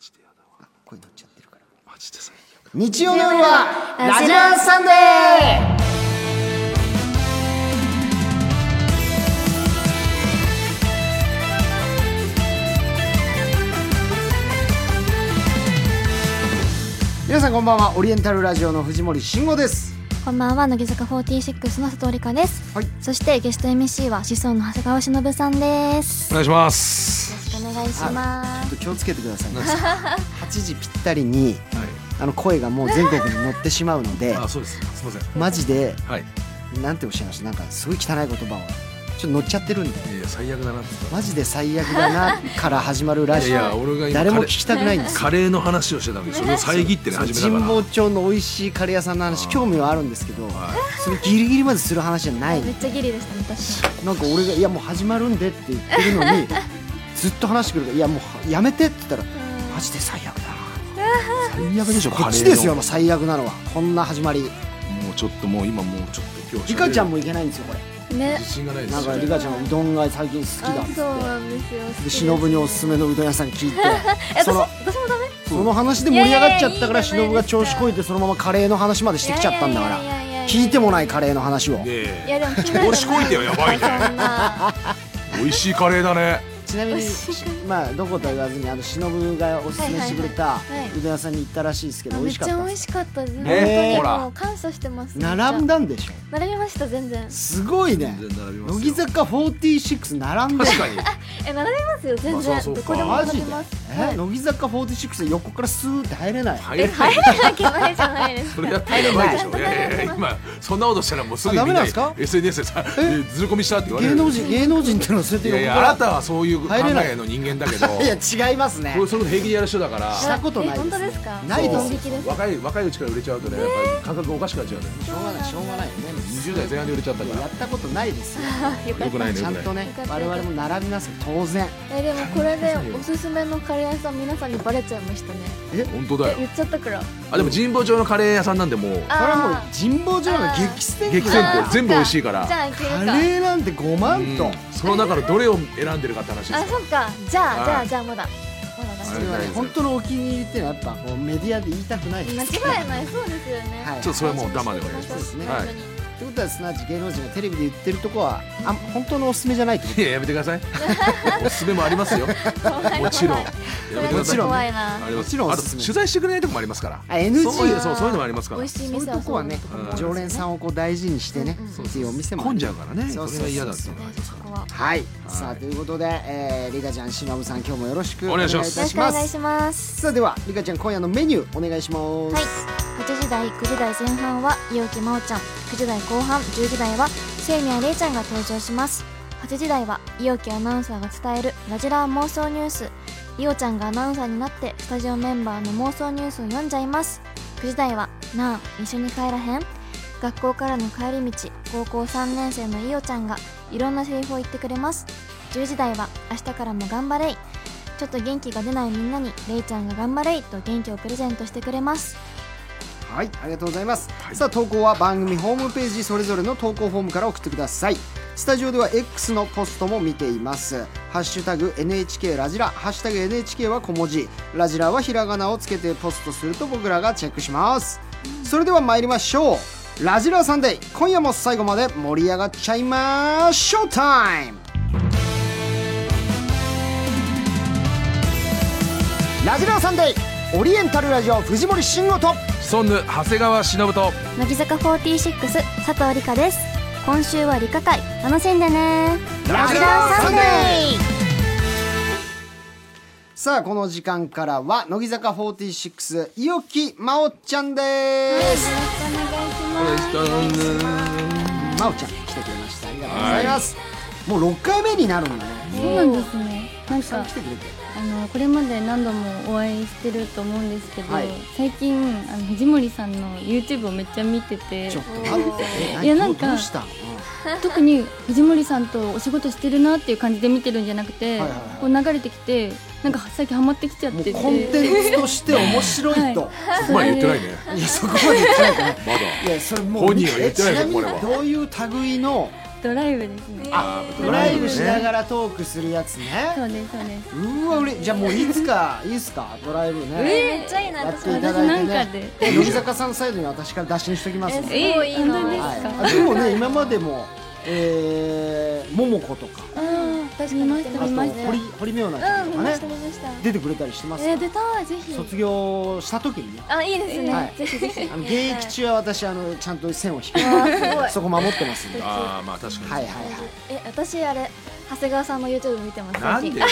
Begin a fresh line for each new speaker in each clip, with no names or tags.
ジでやだわ
声乗っちゃってるから
マジで最悪
日曜の夜はラジランサンデー皆さんこんばんはオリエンタルラジオの藤森慎吾です
こんばんは乃木坂46の佐藤理香です、
はい
そしてゲスト MC は子孫の長谷川忍さんです
お
よ
願いします
ろしくお願いします
気をつけてくださいね8時ぴったりに
はい
あの声がもう全国に乗ってしまうので
あそうですすいません
マジで
はい
なんておっしゃいましたなんかすごい汚い言葉をちょっと乗っちゃってるんで
いや最悪だなって言っ
マジで最悪だなから始まる
た
ラ
いやい
ジ
や
オ
俺が今
誰も
カレ
聞きたくないんですよ
カレーの話をしてたのにそれを遮ってね
そう
始め
神
たか
保
ら
町の美味しいカレー屋さんの話興味はあるんですけど
は
それギリギリまでする話じゃない
めっちゃギリでしたね確
なんか俺が「いやもう始まるんで」って言ってるのにずっと話してくるから「いやもうやめて」って言ったら「マジで最悪だな」最悪でしょこっちですよもう最悪なのはこんな始まり
いもうちょっともう今もうちょっと今日
リカちゃんもいけないんですよこ
かにね
自信がない
れ
で
なん
す
か
よ
リカちゃんはうどんが最近好きだっ
あ
つって
そうなんですよ好き
で
です
忍におすすめのうどん屋さん聞いて
え私
その
私もダメ
その話で盛り上がっちゃったから
いやいやいやいいじゃないですか
忍が調子こいてそのままカレーの話までしてきちゃったんだから
いやいやいやいやや
聞いてもないカレーの話を
い
ねえ
やでも気になる
調子こいてはやばいね
そんな
美味しいカレーだね
ち なみにまあどことは言わずにあの忍がおすすめしてくれた
いはいはいはいう
どん屋さんに行ったらしいですけど美
めっ
味し
ち
かった
ゃ美
で
味
す
しかったです
ねえ
本当に
ほ
も
ら
う感謝してます
並ん
だ
だんでしょ
並びました全然
すごいね
全然並びますよ
乃木坂46並んでる
確かに
え並びますよ全
まあ
然
そう
ど
か
こでも
マ
並
ジ
び
で
ますは
え
い
乃木坂46で横からスーって入れない
入
え
れない
入れなきゃないじゃないです
そ
か
れやったらやばいでしょ
入
い
れない
やいやいや今そんなことしたらもうすぐ
あダメ
み
なん
んな
ですか
SNS でさ
え
えずる込みしたって言われる
芸能人芸能人ってのはそれ
い
で
やい
横
やあな
か
たはそういう考
入れない
えの人間だけど
らいや違いますね
これそれこそ平気でやる人だから
したことない
え本当ですか
ないです
ドン引きです
若い若いうちから売れちゃうとねやっぱり価格おかしくなっちゃうね
しょうがないしょうがないよね
20代前半で売れちゃったか
いやや
ら
ったことないですよ
よか
よ
った
くないね
ち
よ
ゃん
くない
とね我々も並びますよ当然
えでもこれでおすすめのカレー屋さん皆さんにバレちゃいましたね
本当だ
え
よ
言っちゃったから
あでも神保町のカレー屋さんなんでもう
あ
これはもう
ー
神保町が激戦区
激
あ
戦
ー
区全部美味しいから
じゃあいける
カ
か
レーなんて5万
うん
トン、
その中のどれを選んでるかって話で
あ
すよ
そっかじゃ
はい
あじゃあじゃあまだまだ
そ
だ
れはね
あー
本当のお気に入りってのはやっぱこうメディアで言いたくないです
間違いないそうですよね
はい
ちょっとそれはもうダマでお願いしま
そう
す
ですね
はい
ってことはすなわち芸能人がテレビで言ってるとこはあ本当のおすすめじゃないってこ
いややめてく ださいおすすめもありますよもちろんやめて
も
くださ
ち
い
ろん
あ
怖いな
り
も
ます
ちろんお
あ
す
と
すめ
取材してくれないとこもありますから
あ NG
そういうそうそういうのもありますから
美味しい
とそういう
店
と
は
こはね
うん
常連さんをこう大事にしてね、
うんうん
っていうお店もある
混んじゃうからね
そ
そう
そう
れ
そう
が嫌だっていうのがあります
そ
から
こはよ
はい、さあということで、えー、リカちゃん忍さん今日もよろしくお
お
願
願
い
い
い
しま
た
す
ろし
し
くお
ま
願い
す
します
さあではリカちゃん今夜のメニューお願いします
はい、8時台、9時台前半は陽気真央ちゃん、9時台後半、10時台は清宮玲ちゃんが登場します。8時台は陽気アナウンサーが伝えるラジラー妄想ニュース。いおちゃんがアナウンサーになってスタジオメンバーの妄想ニュースを読んじゃいます。9時台はなあ一緒に帰らへん学校からの帰り道高校3年生のいおちゃんがいろんなセリフを言ってくれます10時台は明日からも頑張れいちょっと元気が出ないみんなにれいちゃんが頑張れいと元気をプレゼントしてくれます
はい、ありがとうございます、
はい
さあ投稿は番組ホームページそれぞれの投稿フォームから送ってくださいスタジオでは X のポストも見ています「ハッシュタグ #NHK ラジラ」「ハッシュタグ #NHK は小文字」「ラジラ」はひらがなをつけてポストすると僕らがチェックしますそれでは参りましょう「ラジラサンデー」今夜も最後まで盛り上がっちゃいましょうタイムラジラサンデーオリエンタルラジオ藤森慎吾と
ソンヌ長谷川忍と
乃木坂46佐藤理香です今週は理科会楽しんでね
ラジラサンデ
ー
さあこの時間からは乃木坂46伊予木真央ちゃんです真央ちゃん来てくれましたありがとうございますもう6回目になるんだね
そうなんですね。なん
さん
か
来てくれて
あのこれまで何度もお会いしてると思うんですけど、
はい
最近あの藤森さんの YouTube をめっちゃ見てて
ちょっと待ってえ何
いやなんか
どうしたの
特に藤森さんとお仕事してるなっていう感じで見てるんじゃなく
は
て、
いはいはい
こう流れてきてなんか最近ハマってきちゃっ
も
て
う
て
コンテンツとして面白い と、
そこまで言ってないね
い、やそこまで言ってないか
まだ
ないやそれもう
本人は言ってない
え
よ
ちなみに
これは
どういう類の
ドライブですね
あー
ドライブしな
ね
がらトークするやつ
そ
ね
うですそうです
うわ俺じゃあもういつかいいっすかドライブね
えーめっちゃいいな
やって
私
い
も
た
私
だ
ないん
て
か
ね
で
乃木坂さんサイドに私から打診しときますん
え
で、
すごいいいな
えー本当です
はい
か、
あでもね今までもえー、桃子とか
うん確かに
見ました
あと
見まし
堀堀美央奈ちゃ
うんん
とか
見ま
ね
した見ました
出てくれたりしてます
えー出たいぜひ
卒業した時にね
あいいですね、
はい
ぜひぜひ
あの現役中は私あのちゃんと線を引く
あーすごい
そこ守ってますんではい
ああまあ確か
はい
に
は
え私あれ長谷川さんの YouTube 見てます
なんで
最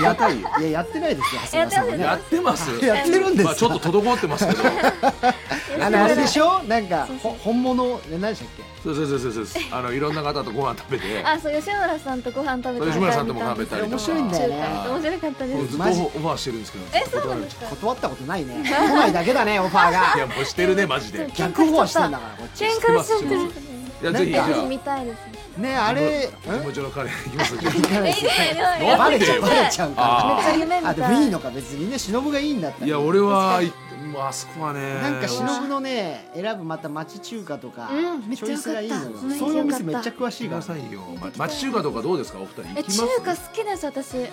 いえやったいよいややってないですよ長谷川さんはね
やってます
やってるんです
まあちょっと滞ってますけど
あのあれでしょなんかほ本物え何でしたっけ
そうそうそうそうそうあのいろんな方とご飯食べて
あそう吉村さんとご飯食べた
吉村さんとも食べたりとか
面白いんだよね
面白かったで
僕
す
ずっと
マジ
オファーしてるんですけど
えそうなんですか
断ったことないね来ないだけだねオファー
い
が
やもうしてるねマジで
逆オファーしてんだからこっ
喧
ち
嘩しちゃってる
知ってい
な
や
んか
ぜひじゃあ
ぜひ見たいですね
ねあれ
気持ちのカレーいきます
んいかないですよ バレちゃうバレちゃう
あ
か
めっち
らね
ゃ夢み
あでも
た
いい
い
のか別にね忍がいいんだったら
いや俺はいもうあそこはね
なんか
の
忍のね選ぶまた町中華とか、
うんめっ
チ
ち
ョイ
ゃ良か
ス
った
がいいのよ
うん
そういうお店めっちゃ詳
し
しいか
な
ら
さいよま町中華とかどうですかお二人行
え
き
中
ま
華
す
好きです私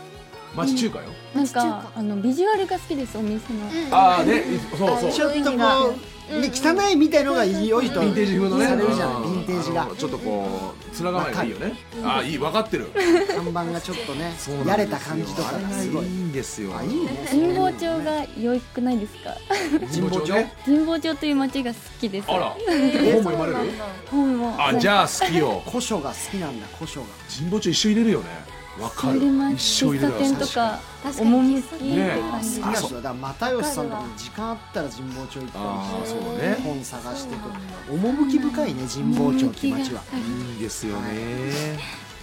町中華よ
なん
中華
かあのビジュアルが好きですお店の、
ああねそうそう
ちょっとこう、ね、汚いみたいのが良いと
ヴィンテージ風のね
されるじゃないヴィンテージが
うんちょっとこうつながないがいいよねああいい分かってる
看板がちょっとね
そうなんですよ
やれた感じとかがすごい
あれがいいんですよ
あいいね
神保町が良くないですか
神保町ね
神保町という町が好きです
あら
え
本も読まれる
本も
あじゃあ好きよ
古書が好きなんだ古書が
神保町一緒入れるよねわか
入
る
れます
一生入れ
喫茶
る
店とか
確かに
趣って感じ
好き
で
な
ね
人だだから又吉さんとかも時間あったら神保町行った
ああ
りし
そう
て
ね
本探してと趣深いね神保町って町はい
いですよね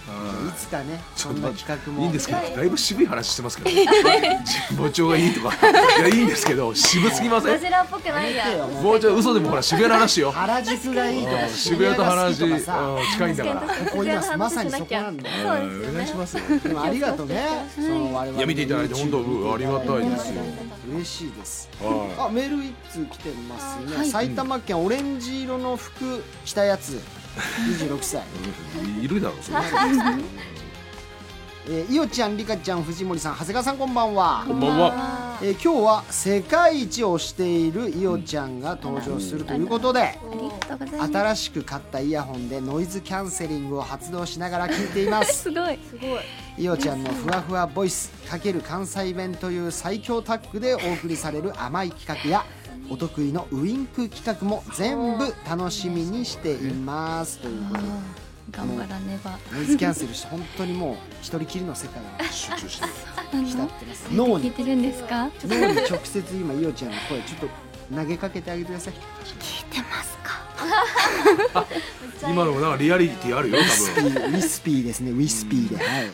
いつかね
ち
そ
ょっ
ん
と
な
待って
企画
い
も
いんですけど、だいぶ渋い話してますけど、神保町がいいとか、いや、いいんですけど、渋すぎませ
ガ
ん。
ジラっぽくないや
やめてよ
もうちょい嘘でもほら、渋谷の話よ。
原宿がいいと
う
か
ん渋谷と
が好
話、
き
うん
とかさ
近いんだから。うん
ここ今まさにそこなんだよ
お願いしますよ。
でもありがとうねその我々
いや見ていただいて本当うんありがたいですよ
嬉しいです
は
あメール一通来てますね、
はい
埼玉県オレンジ色の服着たやつ26歳
い。いるだろう、それ。
えー、いおちゃん、りかちゃん、藤森さん、長谷川さん、こんばんは
こ。んばんは。
えー、今日は世界一をしているいおちゃんが登場するということで、
ありがとうございます
新しく買ったイヤホンでノイズキャンセリングを発動しながら聞いていま す。
すごい
すごい
いおちゃんのふわふわボイス×関西弁という最強タッグでお送りされる甘い企画や、お得意のウインク企画も全部楽しみにしています。ということで、
頑張らねば
ノイズキャンセルして本当にもう一人きりの世界に
集中してる。
浸ってます。脳
聞
に
いてるんですか
脳に直接今いおちゃんの声ちょっと投げかけてあげてください
今のもなんかリアリティあるよ、多分。
ウィスピーですねウィスピーではいあり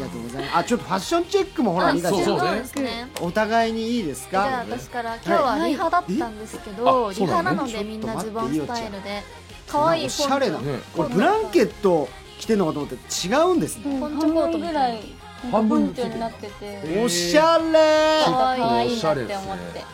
がとうございますあちょっとファッションチェックもほら
あ
リカち
そう
ゃん
そうね
ですね
お互いにいいです
じゃあ
か
私から今日はリハだったんですけど、
はいえあそ
リ
うな
ハ
の
なのでみんなズボンスタイルで可愛い
お
ポ
し
ン
ゃれだ
ね
これブランケット着てんのかと思って違うんですね
ポンチョコートみたいな
半分についてる
ってて
おしゃれ
可愛い
おしゃ
な
れ
っ
で
て
すね
思って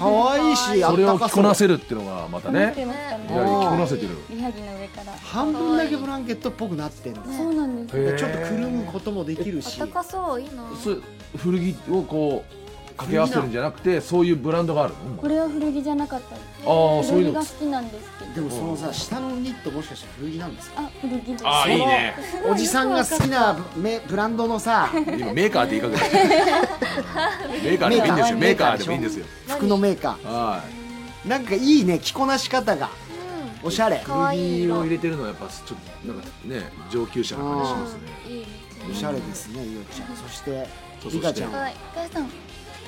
かわいいしあ
そ
っ
れ
た
を着
か
こ
そ
な
う
せるっていうのが、またね。
出ました
い
ね
や着こなせてる。
リハギの上から
半分だけブランケットっぽくなってんだ
そうなんです
でちょっとくるむこともできるし
暖かそういいな
そう古着をこう掛け合わせてるんじゃなくてそういうブランドがあるの
これは古着じゃなかったです
ああそう
古
い
着
う
が
の
好きなんですけど
でもそのさ下のニットもしかして古着なんですか
あ古着です
ああいいね
おじさんが好きなめブランドのさ
今メーカーって言いかけたうんメーカーでもいいんですよメーカーでもいいんですよ
服のメーカ
は
ーなんかいいね着こなし方がおしゃれ
い
可愛い
古着を
色
入れてるのはやっぱちょっとなんかね上級者な感じしますね
いいね
おしゃれですねゆうちゃんそして
そう
リカちゃん
そ
はい
母さん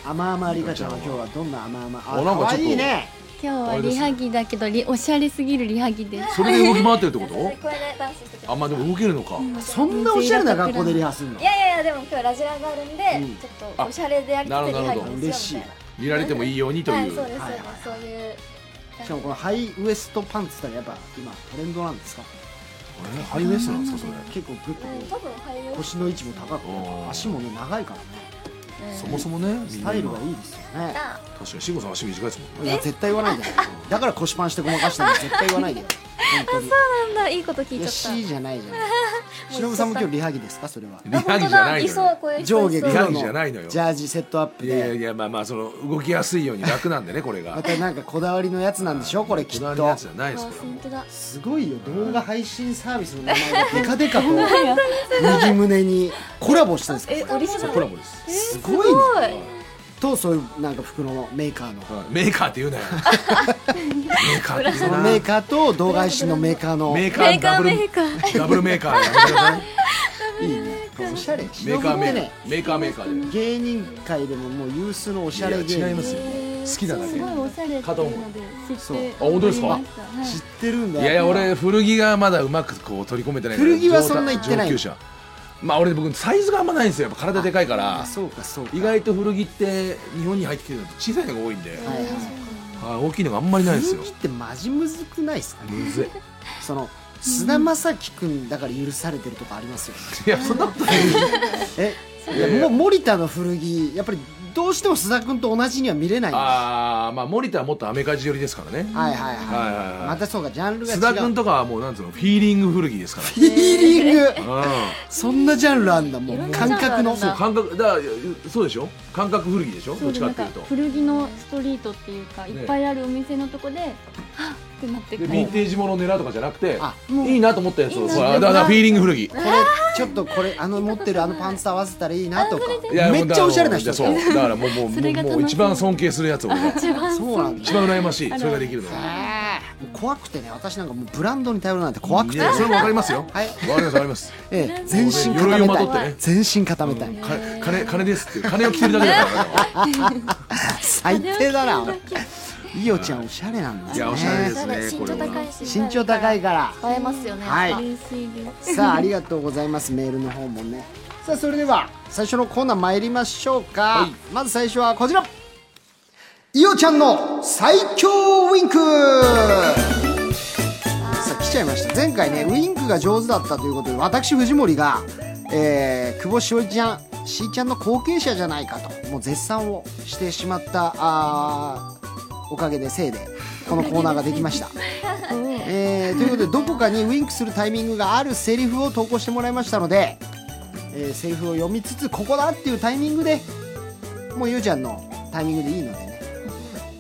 甘々リカちゃんは今日はどんな甘々
おなん
あ
かちょっと
可愛いね
今日はリハギだけどリおしゃれすぎるリハギです
それで動き回ってるってこ
これでダンスしてくれ
とあまあでも動けるのか
そんなおしゃれな学校でリハするの
いやいやいやでも今日ラジラがあるんで、
うん
ちょっとおしゃれでやりつつ
あなるほど
リハギ
嬉しい
み
わ
見られてもいいようにと
たいなはいいそうです
う
そうです、そういう
しかもこのハイウエストパンツってやっぱ今トレンドなんですか
えハイウエストなんですかそれ
結構グッと
うん
こ
多分入る
う腰の位置も高く
おー
て足もね長いからね
そもそもねみ
ス
ん
タ
な
イル
今
がいいですよね
確かに慎吾さん足短いですも
い
ん ね
や絶対言わないでだから腰パンしてごまかしたの絶対言わないで本
なんだいいこと
当
聞
に
い
い
ちゃ
や
った
C じゃないじゃ ないしのぶさんも今日リハ着ですかそれは
リ
あ
ハ
本
ギ
当
じゃ
だ
ないい
そう
の
こういう人
上下
いそ
リ
う
ハ
黒
ギじゃないの
の
よ
ジャージセットアップ
よいやいや
で
いやまあまあその動きやすいように楽なんでねこれ
ま
が
たなんかこだわりのやつなんでしょこれきっ
こだわりのや
と
つじゃないです
あ
これはも
本当だ
すごいよ動画配信サービスの名前がデカデ カと右胸にコラボしたんですか
え
こ
オリジ
うそ
ナ
うコラ
ル
ボです
れす
す
ごいね
ごい
とそういうなんか服のメーカーの
はいメーカーって言うなよ
そ
メーカーって言う
の
な
メーカーと動画配信のメーカーの
メ
い
ーカーダブル
メーカーメ
ダブルメーカーやめてくださ い
いねおしゃれ
メーカー
忍
メ
って
ーカ
ね
ーメーカーメーカーで
芸人界でももう有数のおしゃれ芸
い
人
や違いますよ好きなだけ
すごいおしゃれっていうので知って
そう
おりました
あ本当ですか
は
知
い
ってるんだ
いやいや俺古着がまだうまくこう取り込めてないから
古着はそんな行ってない
上級者まあ俺僕サイズがあんまないんですよやっぱ体でかいから
あそうかそうか
意外と古着って日本に入ってきてるのって小さいのが多いんで、
はいはい
はい、大きいのがあんまりないんですよ
古着ってマジむずくないですかね
むずい
その菅田将暉君だから許されてるとかありますよ
いやそんなことない
えいや
いやいや
も森田の古着やっぱりどうしても須田君と同じには見れないんですは
ああまあ森田はもっとアメカジ寄りですからね
いはいはい、
はいはいはい
またそうかジャンルが違う
須田君とかはもうなんつうのフィーリング古着ですか
フィーリング
らう
そんなジャンルあんだも
いろ
うん
なジャンル
感覚の
あるんだ
ん感覚だからそうでしょ感覚古着でしょ
そ
ど
う
っ
で
ちかっ
なん
てい
か
うと
古着のストリートっていうかい
ね
っぱいあるお店のとこではっってなって
で
帰
ヴ
る
ィンテージものを狙うとかじゃなくて
あ
もう
いいなと思ったやつ
いい
を
な
ほらだからだからフィーリング古着
これちょっとこれあの持ってるあのパンツと合わせたらいいなとか
いや
めっちゃおしゃれな
だ
人
からそうだからもうもう
それが楽しい
もう一番尊敬するやつ俺が
一番
そうなんだ
一番羨ましいそれができるのは
もう怖くてね私なんかもうブランドに頼るなんて怖く
い
て、
やそれもわかりますよわか
はい
りますわかります
ええ、全身固
鎧を
め
まとったて
い
ね
全身固めたい、
金金金ですっていう金を着てるだけだ から
最低だなイオちゃんおしゃれなんです
いや
ね
おしゃれ
おしゃれ
ですね
身長高いし
身長高いから
映えますよね
はい
やっ
嬉しいです
さあありがとうございますメールの方もねさあそれでは最初のコーナー参りましょうか、
はい
まず最初はこちらいおちゃんの最強ウインクさあ来ちゃいました前回ねウインクが上手だったということで私藤森が、えー久保しおりちゃんしーちゃんの後継者じゃないかともう絶賛をしてしまったあーおかげでせいでこのコーナーができましたえーということでどこかにウインクするタイミングがあるセリフを投稿してもらいましたので、えーセリフを読みつつここだっていうタイミングでもうゆうちゃんのタイミングでいいのでね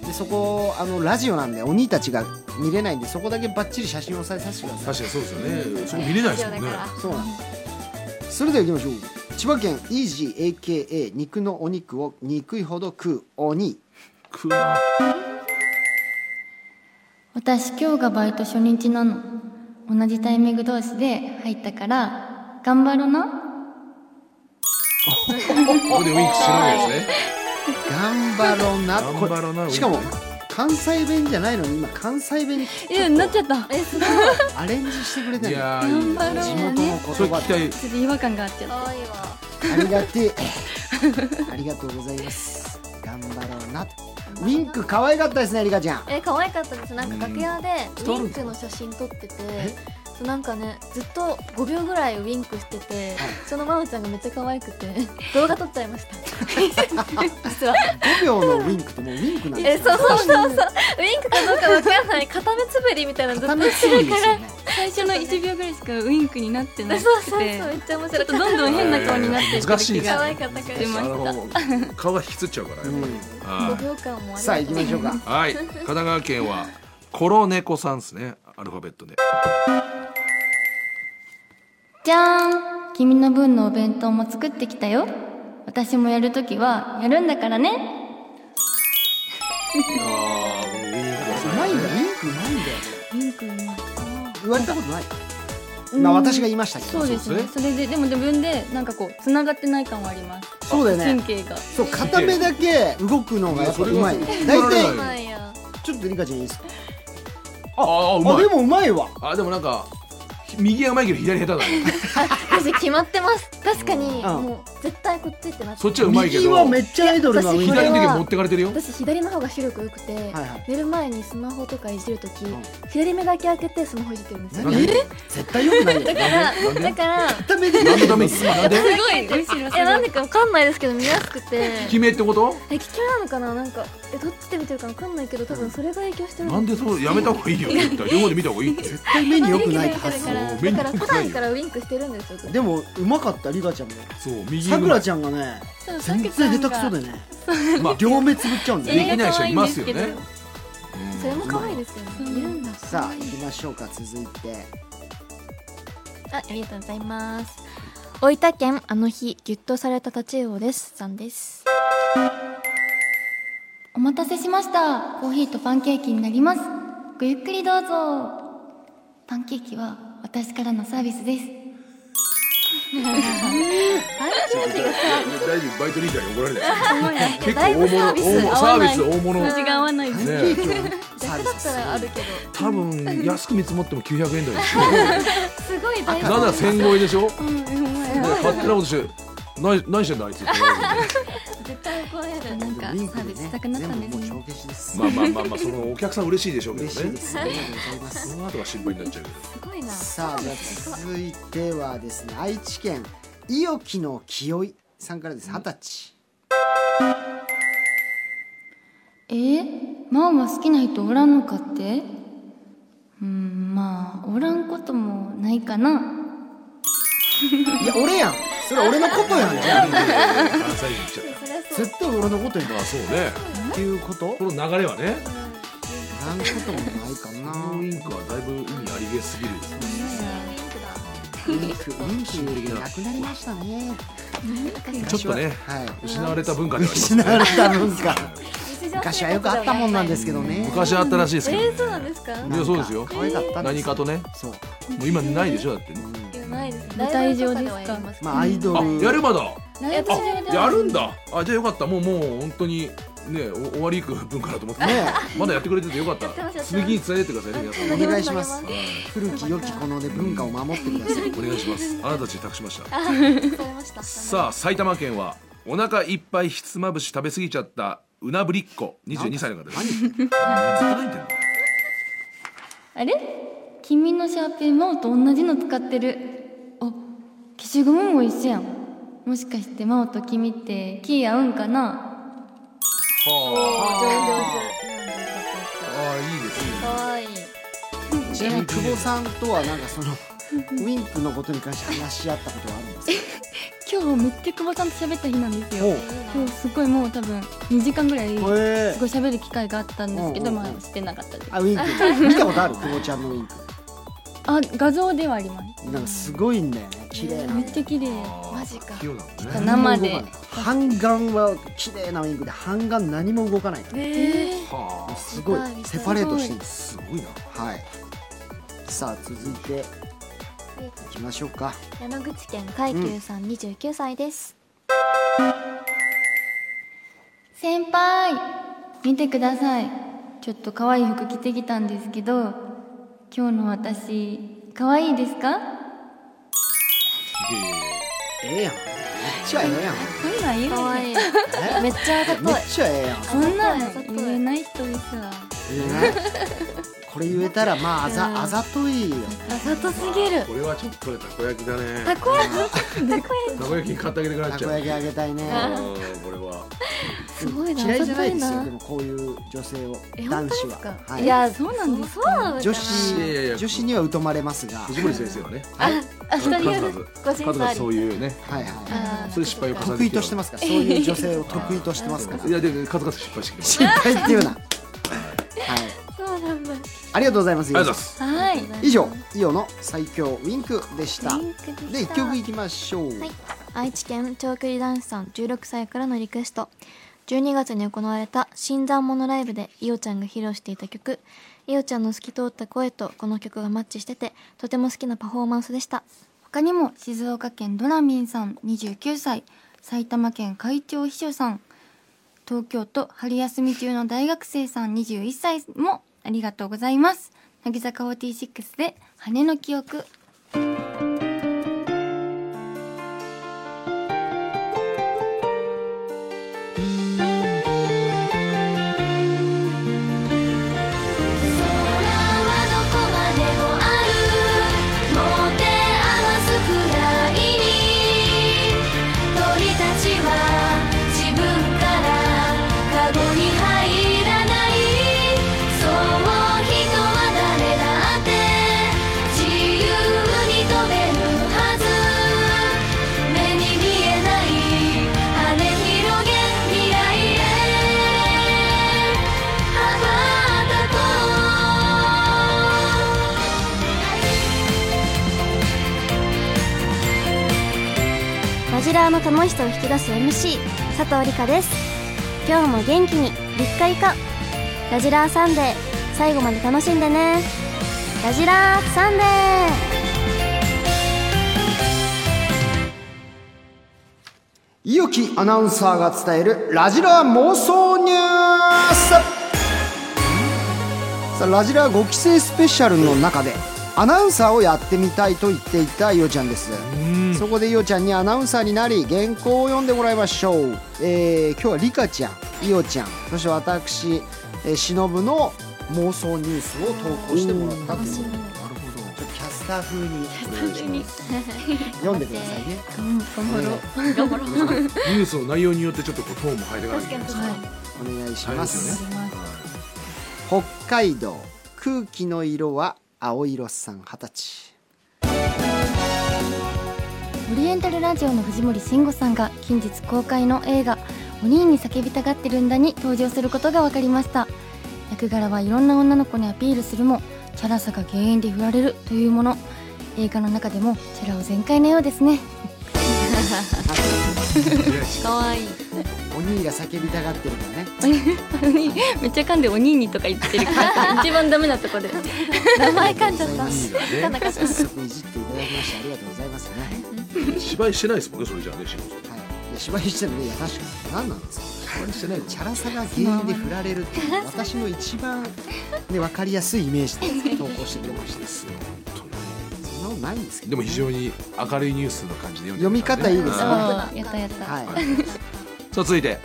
でそこあのラジオなんで鬼たちが見れないんでそこだけバッチリ写真を押さえさせてください
確かにそうですよねそこ見れないですもんね
そうなんですそれでは行きましょう千葉県イージー AKA 肉のお肉を憎いほど食う鬼
くわ
私今日がバイト初日なの同じタイミング同士で入ったから頑張ろな
ここでウインクしてるわけですね
頑張ろうなこれ
頑張ろうな
しかも
ウインク
関西弁じゃないのに今関西弁に切っ
いやなっちゃったちょっ
アレンジしてくれて
い
る
やーいい
頑張ろう
地元の言
それ
葉
聞きた
で
い
と違和感があっちゃった
可愛いわ
ありがてえありがとうございます頑張ろうなウィンク可愛かったですねリカちゃん
え可愛かったですなんか楽屋で
太
ウ
る
インクの写真撮っててそうなんかねずっと5秒ぐらいウインクしててそのまおちゃんがめっちゃ可愛くて動画撮っちゃいました実は
5秒のウィンクってもうウィンクなんで
え
す
そう
よ
そうそうそうウインクかどうかわからない片目つぶりみたいなのずっ
固
と
めするんですよね
最初の1秒ぐらいしかウインクになってなくて
そうそうそうめっちゃ面白か
ちょっ
っ
と
た
どんどん変な顔になってって
難しいです
可
よ
愛かったから
出ま
あ
し
の顔が引きつっちゃうからやっぱり
う
は
5秒間もありがとうございま
ん
す
さあ行きましょうか
いはい神奈川県はコロネコさんですねアルファベットで
じゃーん君の分のお弁当も作ってきたよ私もやるときはやるんだからね
あーウインク
うまいんだウィンクうまいんだよ
ウインクうまい
言われたことない
うん
まあ私が言いましたけど
そうですねそれででも自分でなんかこう繋がってない感はあります
そうだよ
神
ね
経が
そう片目だけ動くのがやっぱうまい
いやそれが
大
そ
体
れ
まいよ
ちょっとリカちゃんいいですか
ああ
あ
うまい
でもうまいわ
あでもなんかひ右はうまいけど左下手だね
私決まってます確かに、
うん
もう絶対こっちってなって
そっちはうまいけ
右
ど
はめっちゃアイドルなのに
いや私これ
左
は
の時持ってかれてるよ
私左の方が視力良くて、
はいはい
寝る前にスマホとかいじるとき、
うん
左目だけ開けてスマホいじってるんですよ
なんで
絶対良くないよ
だから
なんで
だから
ダメで
何のためになんで
ごいえなんでかわかんないですけど見やすくて
効き目ってこと
え聞き目なのかななんかえどっちで見てるかわかんないけど多分それが影響してる
なんでそうやめた方がいいよって言ったら両方で見た方がいいって
絶対目に良くないって
だ
発
か
想
ら
そう
だ
目に
から普段からウインクしてるんですよ
でもうまかったリカちゃんも
そう右
さくら
の
ちゃんがね
そう
全然下手くそだよね
まあ
両目つぶっちゃうんだ
で
よね
きない人いますよ
映画可愛いんですけど
ね
それも可愛いですよねいるんだ
さあ行きましょうか続いて
あありがとうございます大分県あの日ギュッとされたタチウオですさんです
お待たせしましたコーヒーとパンケーキになりますごゆっくりどうぞパンケーキは私からのサービスです
大丈夫バイトリーダーに怒られない結構
だ
大
いぶ
物
サービス合わない
大物サービス大物
口が合わないです
パンケ
ね
ーキをサー
逆
ビ
だ
ス
っ
す
た
る
らあるけど
多分安く見積もっても900円台ですよ
すごい大
なんだ
絶
戦後でしょね
絶
勝手なことして何何してんだあいつって
対怒られるなんかサ
ウィンク
ービスしたくなったんです
全部も
ね
う帳消しです
まあまあまあまあそのお客さん嬉しいでしょうけ
嬉
ど
しい
ね
ですありがとうございます
その後が心配になっちゃう けど
すごいな
さあじゃあ続いてはですね愛知県いよきのきよいさんからです二十歳
えー、マンは好きな人おらんのかってうんまあおらんこともないかない
や俺やんそれ俺のことやんじゃん
関西人来ちゃっ
絶対俺のことやん
たまあそうね
っていうこと
この流れはね
なんこともないかな
このウインクはだいぶ意味ありげすぎる
ウィンクウィンクよりなくなりましたね
ちょっとね
はい
失われた文化ではあります
失われた文化
日常生活では
昔はよくあったもんなんですけどね
昔あったらしいです
え
けどね
ー、そうなんですか
いやそうですよ
可愛かったんで
何
す
かとね
そう
もう今ないでしょだってね
いやないです
舞台上ですか
まあアイド
あ
ル
やればだ
ライブ
あ
上では
やるんだあじゃあよかったもうもう本当にねお終わりいく文化だと思って
ね
まだやってくれててよかっ
やって
た
ます
鈴木に伝えてってくださいね皆さん
お
は
願いします
わか
古き良きこのね文化を守ってください
いお願いしますあなたたちに託しました
りました
さあ埼玉県はお腹いっぱいひつまぶし食べ過ぎちゃったうなぶりっ子22歳の方です
何
何言ってんの
あれ君のシャーペンマオと同じの使ってるあ消しゴムも一緒やんもしかしてマオと君って気合うんかな
ああいいですね
可愛い
ちなみに久保さんとはなんかそのウィンクのことに関して話し合ったことはあるんですか
今日めっちゃ久保さんと喋った日なんですよ今日すごいもう多分2時間ぐらいすごい
えー
喋る機会があったんですけ
う
ど
んうんうん
まあしてなかったです
あウィンク見たことある久保ちゃんのウィンク
あ画像ではあります
なんかすごいんだよね綺麗な
めっちゃ綺麗
マジか器用なのね
生で
半眼は綺麗なウィンクで半眼何も動かないから
え
はあ
すごい
見たい
セパレートしてるんです
すごいな
はいさあ続いていきましょうか
山口県海久さん29歳です、
先輩見てくださいちょっと可愛い服着てきたんですけど今日の私可愛いですか
ええやんめっちゃええやん
そんなん言う
可
な
愛
い
い
え
めっちゃあざ
め
とい
っちゃええやん
そんなん
あざとい
言えない人ですわ
言えないこれ言えたらまああざあざといよ
あざとすぎる
これはちょっとねたこ焼きだね
たこ焼
たこ焼きに買ってあげてくな
た
っち
こ
ゃう
焼きあげたいね
うんこれは
きすごいな
嫌いじゃないです
あざと
よでもこういう女性を
え
男子
本当です
は、
か
はい
や
そうなんです
そうなのかな
女
いやいやいや
子女子には疎まれますがはい
藤森先生はね
あ人
数
によ
々
る個人
数
差
々
あり
そういうね
はい
あー
そういう失敗を重ねて
得意としてますからそういう女性を得意としてますから
いやでも数々失敗してきてます
心配って いうなはい
そうなんだ
ありがとうございます
ありがとうございます
はい
以上イオの最強ウィンクでした
リンクした
で一曲いきましょう、
はい愛知県長距離男子さん16歳からのリクエスト12月に行われた新参者ライブでいおちゃんが披露していた曲いおちゃんの透き通った声とこの曲がマッチしててとても好きなパフォーマンスでした
他にも静岡県ドラミンさん29歳埼玉県会長秘書さん東京都春休み中の大学生さん21歳もありがとうございます乃木坂46で「羽の記憶」
「空はどこまでもある」「持て余すくらいに」「鳥たちは自分からカゴに入らない」「そう人は誰だって自由に飛べるはず」「目に見えない羽広げ未来へ」羽ばたこう
ラジラーの楽しさを引き出す MC 佐藤理香です今日も元気に立会かラジラーサンデー最後まで楽しんでねラジラーサンデー
伊予木アナウンサーが伝えるラジラ妄想ニュースさあラジラ5期生スペシャルの中でアナウンサーをやってみたいと言っていた伊予ちゃんですそこで伊予ちゃんにアナウンサーになり原稿を読んでもらいましょう、えー今日はリカちゃん伊予ちゃんそして私、えー、忍の妄想ニュースを投稿してもらったというちょっとキャスター風に読んでくださいね
ニュースの内容によってちょっとこうトーンも変えていかなきゃいけないですから
お願いし
変え
ま
ますよ
す
ね
北海道空気の色は青色さん二十歳
オリエンタルラジオの藤森慎吾さんが近日公開の映画「お兄に叫びたがってるんだ」に登場することが分かりました役柄はいろんな女の子にアピールするもチャラさが原因で振られるというもの映画の中でもチャラを全開なようです ね
可愛い
お兄が叫びたがってるんだね
めっちゃ噛んで「お兄に」とか言ってるから 一番ダメなとこで
名前噛んじゃっ
お
た
兄がね
かなか
早速いじっていただきましてありがとうございますね
芝居してないですもんねそれじゃあね慎吾さん
はいいや芝居してるのねいや確かに何なんですか芝居してないチャラさが原因で振られるっていう私の一番ね分かりやすいイメージで投稿してくれました
ですよ本
そんなことないんです
当
けど、
にでも非常に明るいニュースの感じで
読
読ん
み
でた
方いいですね
うんさ
やったやった、
はい
ああ続いて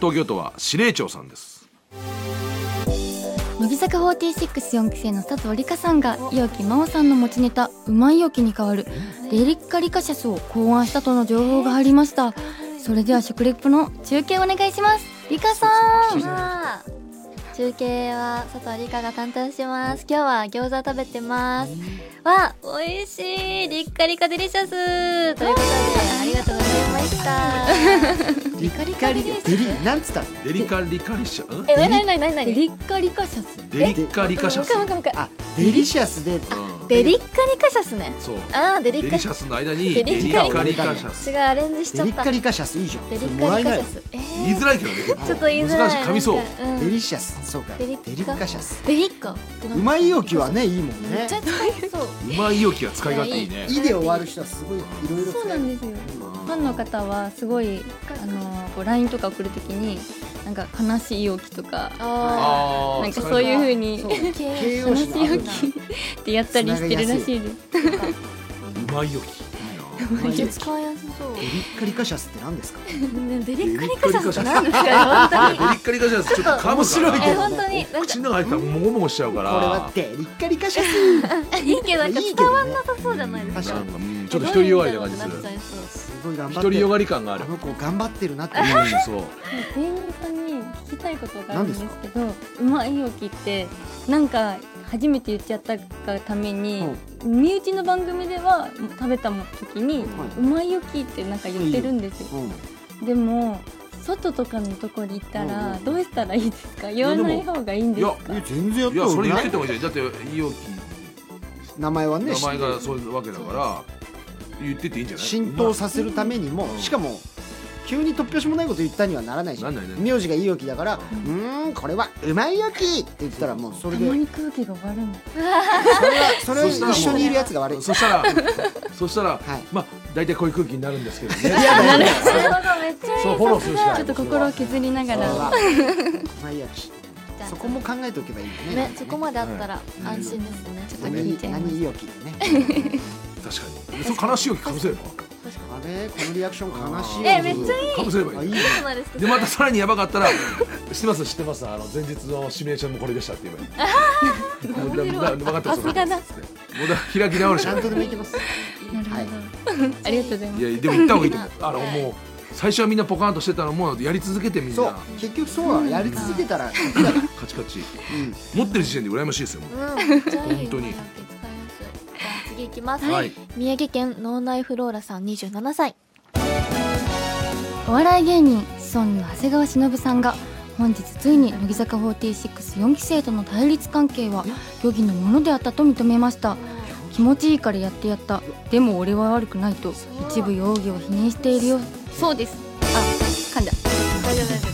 東京都は指令長さんです
乃木坂464期生の佐藤理香さんが伊沖真央さんの持ちネタ「うまい沖」に代わるデリカリカシャスを考案したとの情報が入りましたそれでは食レポの中継お願いします理香さん
まあ中継は佐藤理香が担当します今日は餃子食べてますわ美味しいリッカリカデリシャスということでありがとうございました
リカリカリデリなんつったの
デリカリカリシャん
えなになになにな
デ
に
リカリカシャス
デリカリカシャス
もう一回もう一回
あデリシャスで
うん
デリッカリカシャスね
そう
あーデリ
デ
ッ
リ
カ
シャスの間にデ
デ
リ
リ
カ
カ
リ
リ
カシャス
違うアレンジしち
デ
ゃっ
リ
た
カリカシャスいいじゃん
デリ
それ
ッ
も
カ
ら
リ
え
カ
な
シャ
い
スえ
言いづらいけどね
ーちょっと言いづらい
難しい噛みそう
なんか
デ
ん
リシャスそうか
デ
デ
リ
リ
カ
カシャス
デリッカってな
うん
か
まい容器はねいいもん
め
ね
っちゃ使えそう
うまい容器が使い勝手いいね
いで終わる人はすごいいろいろ
そうなんですよファンの方はすごいあのこう LINE とか送るときになんか悲しい沖とか
あ
あー
なんかそういう風に
ー
形容
悲
詞
し
が
い
ある
沖ってやったりしてるらしいです
うまい容器
うまい容器
使いやすそう
デリカリカシャスって何ですか
ねデリッカリ
カリカシャス
カなんですかね本当
デリカリカシャスちょっと噛むから
面白い
に
け
え
ど
本当になんか
口の中入ったらもごもごしちゃうか
これ
ら
はデリカリカシャス
いいけどなんか
いい
伝
けどね
わんなさそうじゃないですか
なんかうんちょっと独りよがりな感じする
どういう意味だろうってなっちゃいそう
すごい頑張っ
独
て
りよ
る
がり感がある
あの子頑張ってるなって
うんそう
店員さんに聞きたいことがあるんですけどうまいよきってなんか初めて言っちゃったがために、身内の番組では食べた時に、
はいう
まいよきってなんか言ってるんですよ、
うん
でも外とかのとこに行っ
う
た
ん
ら
うん
どうしたらいいですか言わない方がいいんですか
え全然やっ
い
た
や
こ
そ
と
れ言っ
な
て
い
た方がいいじゃんだっていい容器
名前はね
名前がそういうわけだから言ってていいんじゃない
浸透させるためにも
うん
しかも急に突拍子もないこと言ったにはならないし
なんないね
名字がいい容器だからう
う
ーんこれはうまい容器って言ったらもうそれ
た
で
まに空気が悪いんです
それは一緒にいるやつが悪い
そした らそしたら
はい
まあ大体こういう空気になるんですけど
い
ね
やだよね
なるほどめっちゃいい
そうフォローするしかない
ちょっと心を削りなが
それ
ら
はうまい焼き
じゃあ
そこも考えておけばいいよね
ねそこまであったら安心ですね
と聞い
何
ちゃいます
何いいよきね
確かにその悲しい容器かぶせれば
あべえこのリアクション悲しい
えめっちゃ
いいかぶせればいい
あいいね
そうなんですか
でまたさらにやばかったら「 知ってます知ってますあの前日のシミュレーションもこれでした」って言えばいいもうだだ分かってます
さすがだ
もうだ開き直るし
ち
か
ゃ
なんい
とでもいけますはい
ありがとうございま
いやでも行った方がいいと思うあのもう最初はみんなポカンとしてたのもうやり続けてみん
そう
な
結局そうなのやり続けたら
カチカチ
うん
持ってる時点で羨ましいですよもう
うんめっちゃいい
本当に
使いますじゃあ次行きます
はい
宮城県脳内フローラさん27歳
すお笑い芸人シソンヌ長谷川忍さんが本日ついに乃木坂464期生との対立関係は虚偽のものであったと認めました気持ちいいからやってやったでも俺は悪くないと一部容疑を否認しているよそうですあ噛んだ
大丈夫大丈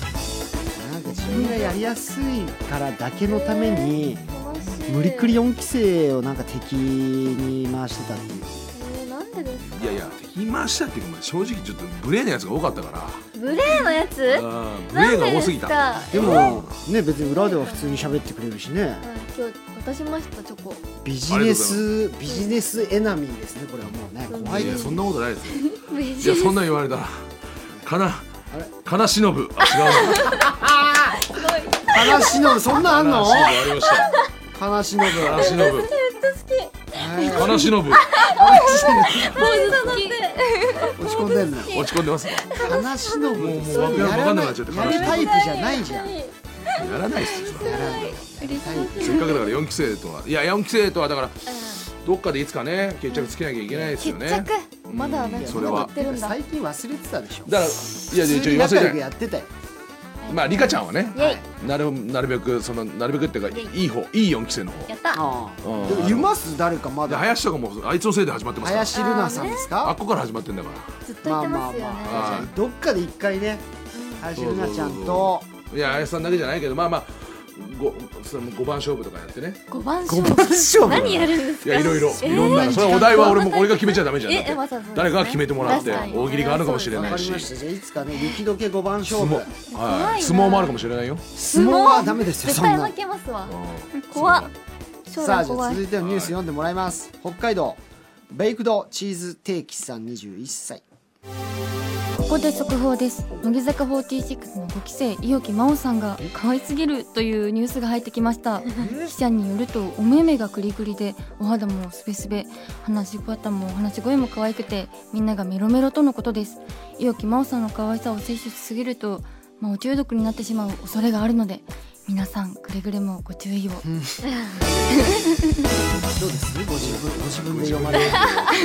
なんか自分がやりやすいからだけのために
夫面白い
無理くり4期生をなんか敵に回してたっていう
えーなんでですか
いやいや敵に回したっていうかまあ正直ちょっと無礼なやつが多かったから
ブレーのやつ
うん無
な
礼
ん
が
で
多
ですす
ぎた
か
でもね別に裏では普通に喋ってくれるしね
うん今日渡しましたチョコ
ビジネスビジネスエナミーですねこれはもうね怖い
い
で
や
す
そんなことないですよ
ビ
いや
ジ
そんなん言われたらかなかなしのぶあ違うな
悲しのぶそんな あんの
かなしのぶ
悲しのぶ
ありましたかなしのぶ
はい
かなしのぶ
落ち込んでんのよ
落ち込んでますか
悲しのぶ
もうもう
そういうのや
わか
ら
んな
ない
く
や
なっちゃ
る
って
タイプじゃないじゃん
やらないですよそれ
やらない
せっかくだから4期生とはいや4期生とはだからどっかでいつかね決着つけなきゃいけないですよね
決
う
着
ん
まだなんか
それは
残ってるんだ
最近忘れてたでしょ
だからいやいや
普
ち
通
ょ
に
言わせ
仲
て
良く
ない
やってたよ
まあリカちゃんはね
イエイ
なるなるべくそのなるべくっていうかいい方いい4期生の
やった
ああ
方
でも
う
い
ん
ます誰かま
で
だ
林とかもあいつのせいで始まってますから
林ルナさんです
あ
か
っこから始まってんだから
ずっと言ってますよね
まあま
あまあ
どっかで一回ね林ルナちゃんと
いや林さんだけじゃないけどまあまあごその5番勝負とかやってね
五番
五
勝
番
負
勝負
何やるんです
い
か
やいろいろいろんなそれはお題は俺も俺が決めちゃダメじゃんだっ
え
て
わざわざ
誰かが決めてもらって
確かに
大喜利があるかもしれ
わ
な
か
い
り
し
ましたじゃあいつかね雪解け五番勝
相撲
負
はい相撲もあるかもしれないよ
相撲はダメですよ
絶
そん
対
な
負けますわ
うん
怖っ将
さあ
来
じゃ
怖
あ
い
続いてのニュース読んでもらいます北海道ベイクドチーズテーキさん21歳
ここで速報です乃木坂46の5期生伊予木真央さんが可愛すぎるというニュースが入ってきました記者によるとお目目がクリクリでお肌もスベスベ話し方もお話し声も可愛くてみんながメロメロとのことです伊予木真央さんの可愛さを摂取しすぎるともう中毒になってしまう恐れがあるので皆さんくれぐれもご注意を
どうですご自分ご自分で読まれる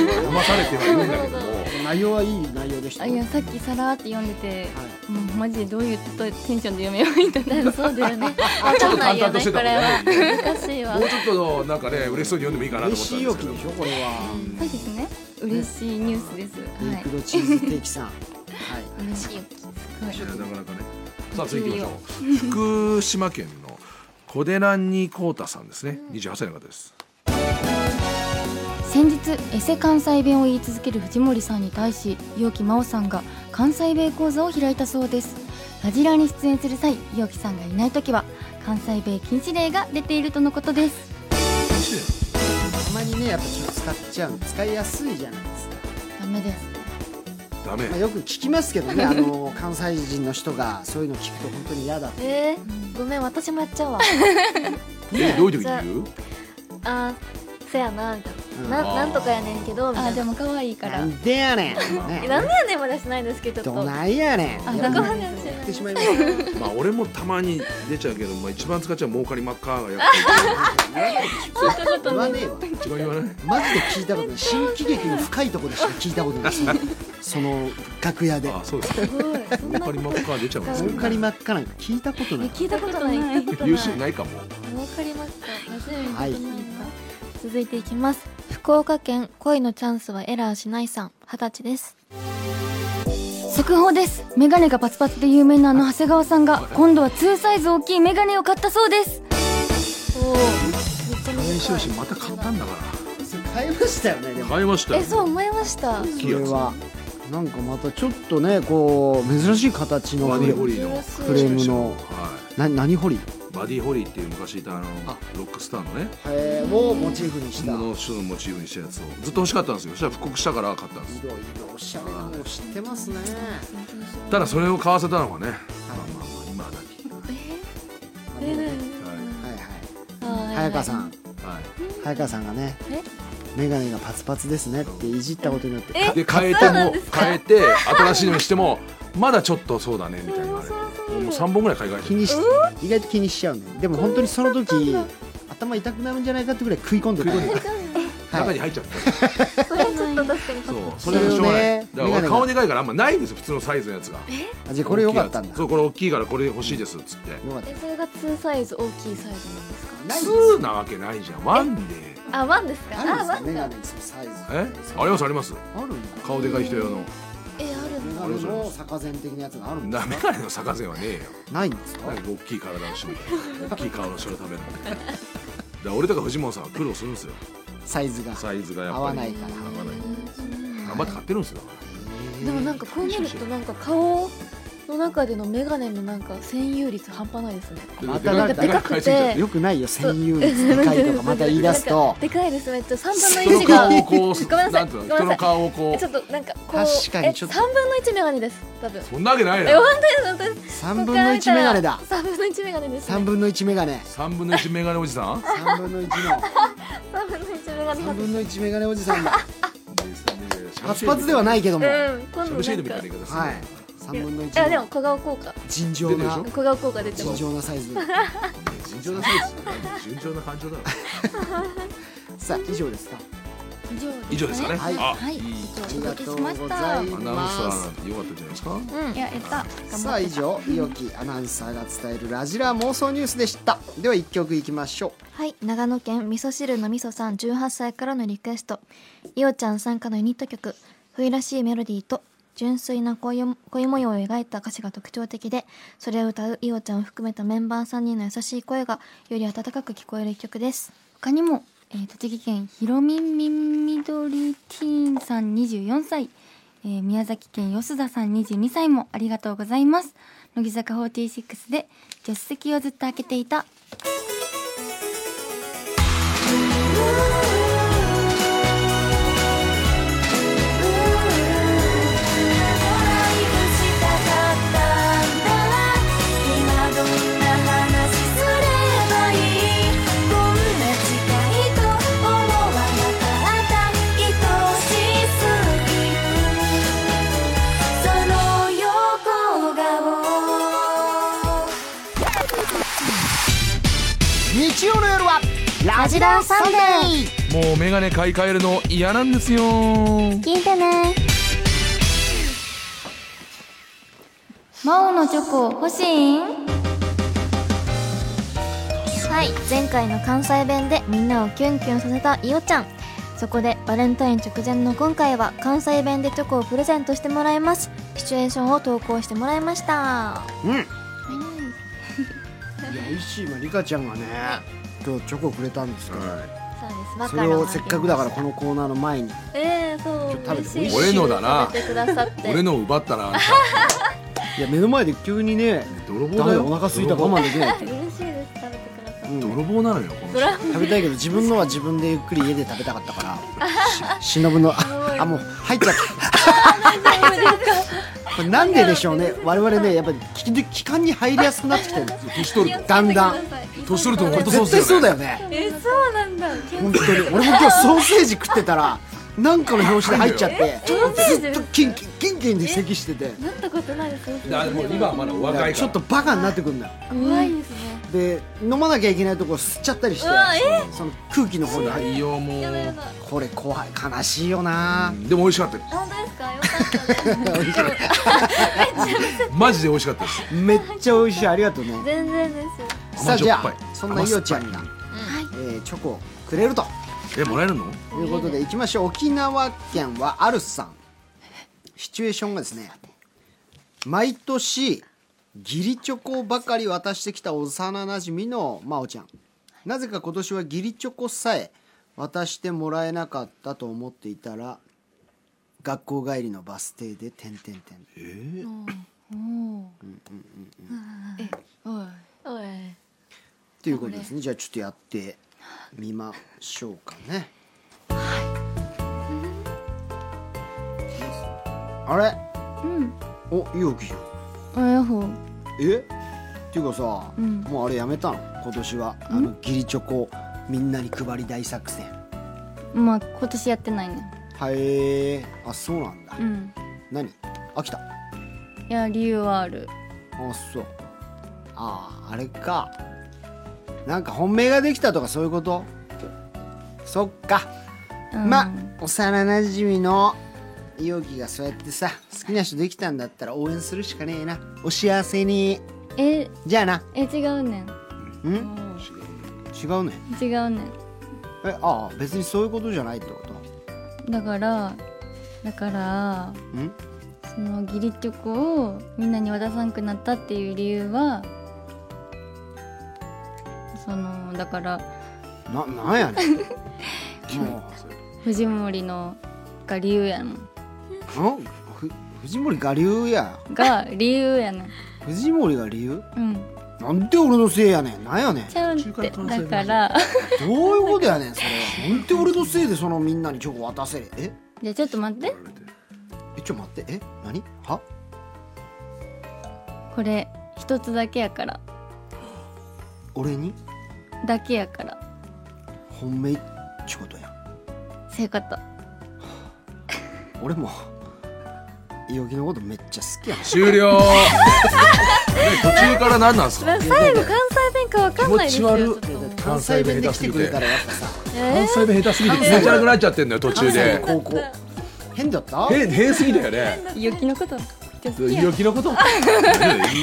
読まされてはいるんだけども
内容はいい内容でした
あいやさっきさらーって読んでて
はい
もうマジでどういうテンションで読めばいいんだろう
そうだよね
ちょっと淡々として
こ
たもん
れは
ね
難しいわ
もうちょっとなんかね嬉しそうに読んでもいいかなと
嬉
思った
しい
ん
容器
ですけど
でしょこれは
そうですね嬉しいニュースです
ベイ
はい
クドチーズテーキさんはい
嬉しいよ
いやなかなかねさあ続いていきましょう福島県の小寺にこうたさんですね28歳の方です
先日エセ関西弁を言い続ける藤森さんに対し陽木真央さんが関西弁講座を開いたそうですラジラに出演する際陽木さんがいない時は関西弁禁止令が出ているとのことです
たまにねやっぱちょっと使っちゃう使いやすいじゃないですか、
ダメです
ダメ
まあ、よく聞きますけど ねあの関西人の人がそういうの聞くと本当に嫌だって
えーごめん私もやっちゃうわ
えどういう時に言う
あーせやなみたいな
うん
ななんとかやねんけどみたいな
も可愛いか
なんでやねん
え
ね
なんでやねんまでしないですけどちょっ
ど
と
ないやねん
あ
や
ダ
ご
メ
飯でもしな
言っ
い
てしまいま したね
まあ俺もたまに出ちゃうけどまあ一番使っちゃう儲かりまっかがやっ
言わねえわ
ぱり一番言わない
マジで聞いたことない新喜劇の深いところでしか聞いた ことないそのその楽屋で
あそうですか儲かりまっか出ちゃうんですけ
儲
ど
かり
ね
まっかなんか聞いたことない
聞いたことない聞いたことない
優秀ないかも
わかりますか初めて
はい
続いていきます福岡県恋のチャンスはエラーしないさん二十歳です
速報ですメガネがパツパツで有名なあの長谷川さん が今度は2サイズ大きいメガネを買ったそうです
おおめっちゃ
加減しよ
短
う
い
しまた買ったんだから
それ買いましたよねでも
買いましたよ
えそう思いました珍
それはなんかまたちょっとねこう珍しい形の
バディホリーの
し
フレー
い
ムの
は
な何ホリ
いバディ・ホリーっていう昔いたあの
あ
ロックスターのね
へーをモチーフにした
本物の人のモチーフにしたやつをずっと欲しかったんですよそしたら復刻したから買ったんです
いろいろおしゃれなのを知ってますね
ただそれを買わせたのがねまあまあまあ今だに
あのはいはい早川さん
はい、
早川さんがね眼鏡がパツパツですねっていじったことによって
はい、で変えても変えて新しいのにしてもまだちょっとそうだねみたいに言われてもう3本ぐらい買い替えて
気
る
にし意外と気にしちゃうねでも本当にその時頭痛くなるんじゃないかってぐらい食い込んでた、
食い込んで
は
中
い
に入っちゃった
それはちょっと確かに
そう
そ
そ
れ
れ
をね
がしょ
眼鏡
うがない、だから
が
俺顔でかいからあんまないんですよ普通のサイズのやつが
あじゃあこれよかったんだ
そうこれ大きいからこれ欲しいですっつって
よかった
えそれが2サイズ大きいサイズなんですか
ないんです
2なわけないじゃんワンで
あワンですかあ
あ
ワ
るん
ン
ですか
だ
眼鏡のサイズ
えありますあります
あるんだ
顔でかい人用の
えあるんだ
眼鏡の逆前的なやつがあるんだ
なめがねの逆線はねえよ
ないんですか
なんか大きい体の人みたいな大きい顔の人のためのだから俺とか藤本さんは苦労するんですよ
サイズが
サイズがやっぱ
合
り
わないから
合わない頑張って買ってるんですよ
でもなんかこう見るとなんか顔の中でのメガネのなんか占有率半端ないですね
だ
またなん
ら
か
でかいでかい買いすぎちゃって
よくないよ占有率高いとかまた言い出す と
でかいですめっちゃ3分の
人の
1が
顔をこう
ごめんなさい
んていう
ごめんな
の人の
さ
顔をこ
ちょ
う
っとなんかこう
確かにちょっと
え3分の1メガネです多分
そんなわけない
え
よ
本当です本当です
3分の1メガネだ
3分の1メガネです
3
ね
分の1メガネ
3分の1メガネおじさん
3分の1の
3分の1メガネ
3分の1メガネおじさんだパツ
初
パツではないいけども
うん今
シ
度
ャムシェードみ
な
た
ん
い
か
ない言い方するね
はい3分の
やでも
1の
小顔効果
尋常
出て
な
るで
小顔効果出てま
尋
す
常なサイズ
尋常なサイズ尋常な感情だろ
さあ以上ですか
以上ですかね
はい
あ
はい
いい
ありがとうござい
アナウンサ
ます
ーよかったじゃないですか
いやえっと頑
さあ以上いよきアナウンサーが伝えるラジラ妄想ニュースでしたでは1曲いきましょ
はい長野県味噌汁のみそさん18歳からのリクエストいおちゃん参加のユニット曲「冬らしいメロディー」と純粋な恋よ恋模様を描いた歌詞が特徴的でそれを歌ういおちゃんを含めたメンバー3人の優しい声がより温かく聞こえる一曲です
他にも、えー栃木県ひろみんみんみどりティーンさん24歳、えー宮崎県吉田さん22歳もありがとうございます乃木坂46で助手席をずっと開けていた
「いくしたかったんだ」「今どんな話すればいい」「こんな近いと思わなかった」「愛しすぎるその横顔」
う日曜の夜はラジラサンデー
もうメガネ買い替えるの嫌なんですよ
聞いてね
魔王のチョコ欲しいん
はい前回の関西弁でみんなをキュンキュンさせたいおちゃんそこでバレンタイン直前の今回は関西弁でチョコをプレゼントしてもらいますシチュエーションを投稿してもらいました
うんいや美味しい今リカちゃんがね今日チョコくれたんですけど
そうですバ
そ
カ
れ
ラ
をせっかくだからこのコーナーの前に
ええそう
ちょっと食べて
嬉しい
俺のだな
食べてくださって
俺のを奪ったらあんた
いや目の前で急にね
泥棒
ダメだ
だよ
お腹すいた我慢できない
嬉しいです食べてくださっ
うん
泥棒なのよこの人
食べたいけど自分のは自分でゆっくり家で食べたかった からし忍のああもう入っちゃったこれなんででしょうね我々ねやっぱり聞き期間に入りやすくなってきてるんですよ
年取ると
だんだん
年取ると本当そう
絶
ですよ
対
ね
そうだよね
てえそうなんだ
本当に俺も今日ソーセージ食ってたらなんかの表紙で入っちゃってずっとキンキンキンキンで咳してて
なったことないです
だもう今はまだお若いから
ちょっとバカになってくんだよ
怖いですね
で飲まなきゃいけないとこ吸っちゃったりして
うわ
その空気の方に入
い
る
いよもう
これ怖い悲しいよな
うんでも美味しかったです
本当ですかよかったです
マジで美味しかったです
めっちゃ美味しいありがとう ね
全然 ですよ
さあ
甘
じ
じょ
ゃ
っぱい
あそんなイオちゃんが、えーチョコをくれると
えもらえるの
いうことでいきましょう沖縄県はアルスさんシチュエーションがですね毎年義理チョコばかり渡してきた幼なじみの真央ちゃんなぜか今年は義理チョコさえ渡してもらえなかったと思っていたら学校帰りのバス停で点々点
え
おお、えおい
おい
ということですねじゃあちょっとやってみましょうかねあれ
うん
おいいおきじゃん
あやっほー
えっていうかさ、
うん
もうあれやめたの今年はあのギリチョコみんなに配り大作戦
まあ今年やってないね
はいえあそうなんだ、
うん
何飽きた
いや理由はある
あそうあああれかなんか本命ができたとかそういうことそっか、
うん
まあ幼なじみのいおきがそうやってさ好きな人できたんだったら応援するしかねえなお幸せに
え
じゃあな
え違うねん
うん違うね
違うねん
えああ別にそういうことじゃないってこと
だからだから
うん
その義理チョコをみんなに渡さんくなったっていう理由はそのだから
ななんや ねんも
藤森のが理由 やも
う、
ん
うん、ふ藤森が理由や
が理由やねん
藤森が理由
うん
なんで俺のせいやねんなんやねん
ちゃうんっ
中間
て
完成
だから
どういうことやねんそれなんで俺のせいでそのみんなにチョコ渡せるえ
じゃあちょっと待って
えちょ待ってえ何は
これ一つだけやから
俺に
だけやから
本命っちことや
そういうこと
俺もいおきのことめっちゃ好きやね
終了ね途中から何なんですか
最後関西弁かわかんないですよ
気
ちょ
持
っ
ち悪い
ともう
関西弁で来てくれたらやっぱさ
関西弁下手すぎて気持ち悪くなっちゃってんのよ途中
関西
で
の高校変だった
変変すぎだよね
ゆきのことじゃあ好きや
陽気の こと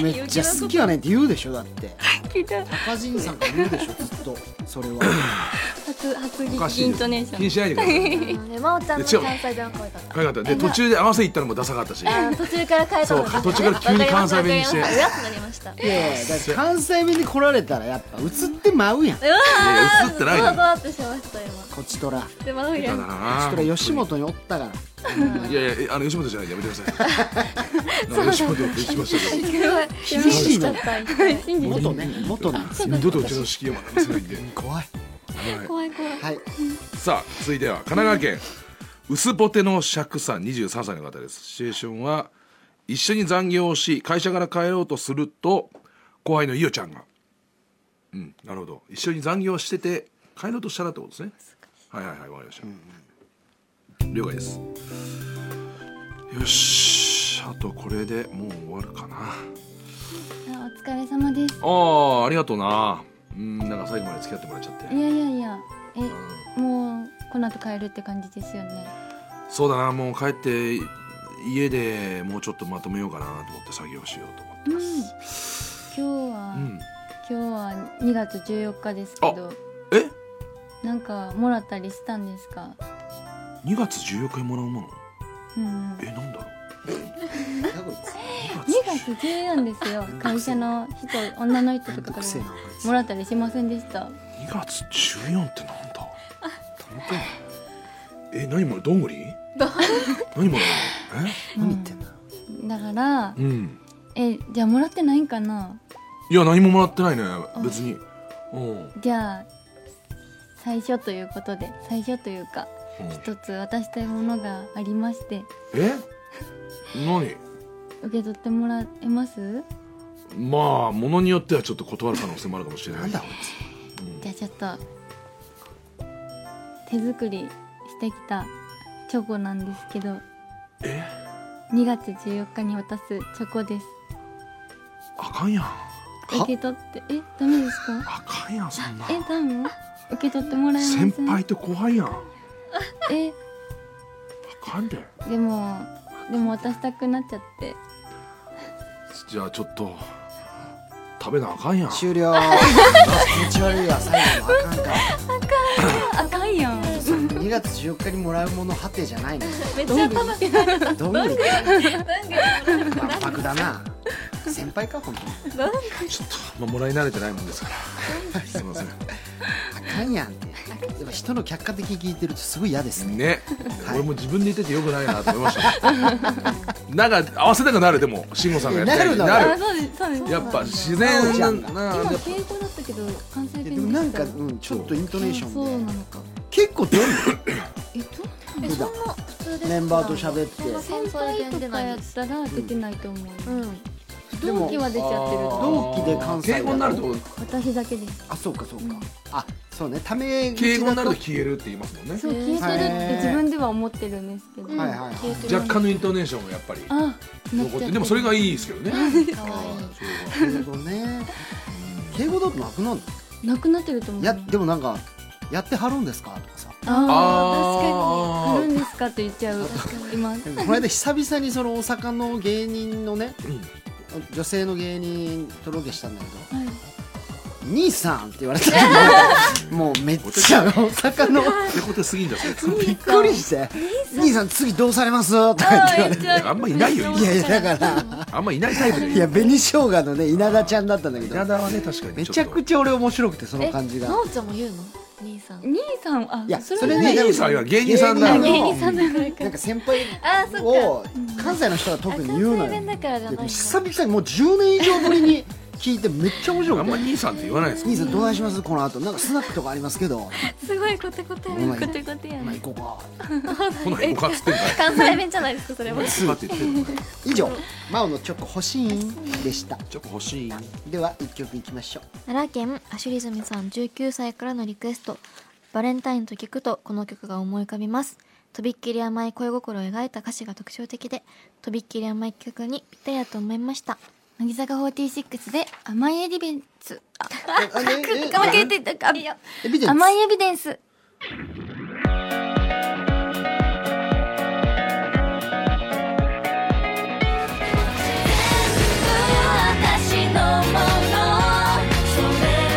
めっちゃ好きやねんって言うでしょだって高人さんから言うでしょずっとそれは
初初
おか
劇
し
イ
い
ン
で
ト
す
ネーシ
気に
ョ
しないでください
ね真央ちゃんの関西弁は 可愛かっ
可愛かったで途中で合わせ行ったのもダサかったし
た途中から変えた
そう
の
か途中から急に関西弁にしてい
わか
や
り
いや
ましたうわっとなりました
いやいやだって関西弁で来られたらやっぱ映ってまうやん
映ってない
ゾワ
のよ
ゾワってしました今
こちとらこ
でまだ
下手だ
や
な
ちとら吉本におったから
いや いやあの吉本じゃないやめてください なんか吉本ってしましたけ
厳しいの
ン信じて
元ね元なんです
ど二度とうちの式を学ばせないんで
怖い
は
怖い怖い
はい
いさあ続いては神奈川県薄ぼての釈さん23歳の方ですシチュエーションは一緒に残業をし会社から帰ろうとすると後輩のいよちゃんがうんなるほど一緒に残業してて帰ろうとしたらってことですねはいはいはいわかりました、了解ですよしあとこれでもう終わるかな
あお疲れ様です
ああありがとうなうんなんか最後まで付き合ってもらっちゃって、
いやいやいやえもうこの後帰るって感じですよね
そうだなもう帰って家でもうちょっとまとめようかなと思って作業しようと思ってます、
今日は、
うん、
今日は2月14日ですけど
え
なんかもらったりしたんですか
2月14日にもらうもの
うん
えなんだろう
2月14ですよ会社の人女の人とか
く
か
せえ
ら
なこいつ
もらったりしませんでした
2月14ってなんだえ何もらうどんぐり何もらうの
何言ってんだ
だから
えうん
えじゃあもらってないんかない
や何ももらってないね別にうん
じゃあ最初ということで最初というか一つ渡したいものがありまして
え何
受け取ってもらえます
まあものによってはちょっと断る可能性もあるかもしれない
なんだこ
じゃあちょっと手作りしてきたチョコなんですけど
え
2月14日に渡すチョコです
あかんやん
受け取ってえダメですか
あかんやんそんな
えダメ受け取ってもらえません
先輩って怖いやんあ
え
かんで
でもでも渡したくなっちゃって
じゃあちょっと食べなあかんやん
いつ終 了気持ち悪いわ最後のあかんか
あかんやん
2月14日にもらうものはてじゃないの
めっちゃ楽しい
どんぐりって万博だな先輩か本当に
ちょっと、まあ、もらい慣れてないもんですからすいません
あかんやんってやっぱ人の客観的に聞いてるとすごい嫌ですね
ね、
はい
俺も自分で言っててよくないなと思いました、ね、なんか合わせたくなるでも慎吾さんがやって
いやなるだろ
な
あそうですそうです
やっぱ自
そうじゃん
然
か
な
今
な
敬語だったけど関西
で
弁
も
に
な
なっ
ん
た
か、うん、ちょっとイントネーショ
そう
ンで
なのか
結構出る
えっと
の
え
普
そ
段
んな普通です
メンバーと喋って
先輩とかやったら出てないと思う、
うん
でも
同期は出ちゃってると思う
同期で関西だと
敬語になると
私だけです
あそうかそうかあそうねため
敬
口
語にな
だ
る
と
と消えるって言いますもんね
そう消えてるって自分では思ってるんですけど、
うん
はいはい
消えてる
若干のイントネーションがやっぱり
あなっち
残っ
ゃってて
でもそれがいいですけどね
可
そう
敬語ね敬語だとなくなる
なくなってると思
の
う
やでもなんかやってはるんですかとかさ
あ
あーあ
ー
るんですかって言っちゃう今
でもこの間久々にその大阪の芸人のね
うん
女性の芸人とロケしたんだけど
はい
「兄さん」って言われて もうめっちゃ大阪の
手こてすぎんじゃないですか
びっくりして「兄さん次どうされます?」とか言って言われて
あんまいないよ
いやいやだから
あんまいないタイプで
いや紅生姜のね稲田ちゃんだったんだけど
稲田はね確かに
めちゃく
ち
ちゃ俺面白くてその感じが
なおちゃんも言うの兄さん
兄さんあ
いやそ
それ
れ
ね
ね
芸人さんは芸人さんだ
芸
芸
人の
さんだから
なんか先輩
あーそっか
を関西の人は特に言うのよ
関西弁だからじゃないんだ
で久々にもう10年以上ぶりに聞いてめっちゃ面白
あ
く
んま
て
兄さんって言わないです
兄さんどうしますこの後なんかスナックとかありますけど
すごいコテコテ
うん
コテコテや
今
ね
行こうか
こんなにおかっつってんか
関西弁じゃないですかそれは
らすって言ってるのかな
以上マオのチョコ欲しいんでした
ちょっと欲しい
では一曲いきましょ
奈良県アシュリズミさん19歳からのリクエストバレンタインと聞くとこの曲が思い浮かびますとびっきり甘い恋心を描いた歌詞が特徴的でとびっきり甘い曲にぴったりだと思いました
乃木坂46で甘いエビデンスあ
うああねえ
甘いエビデンスあ
エビデンス
甘いエビデンス
「私のものそれ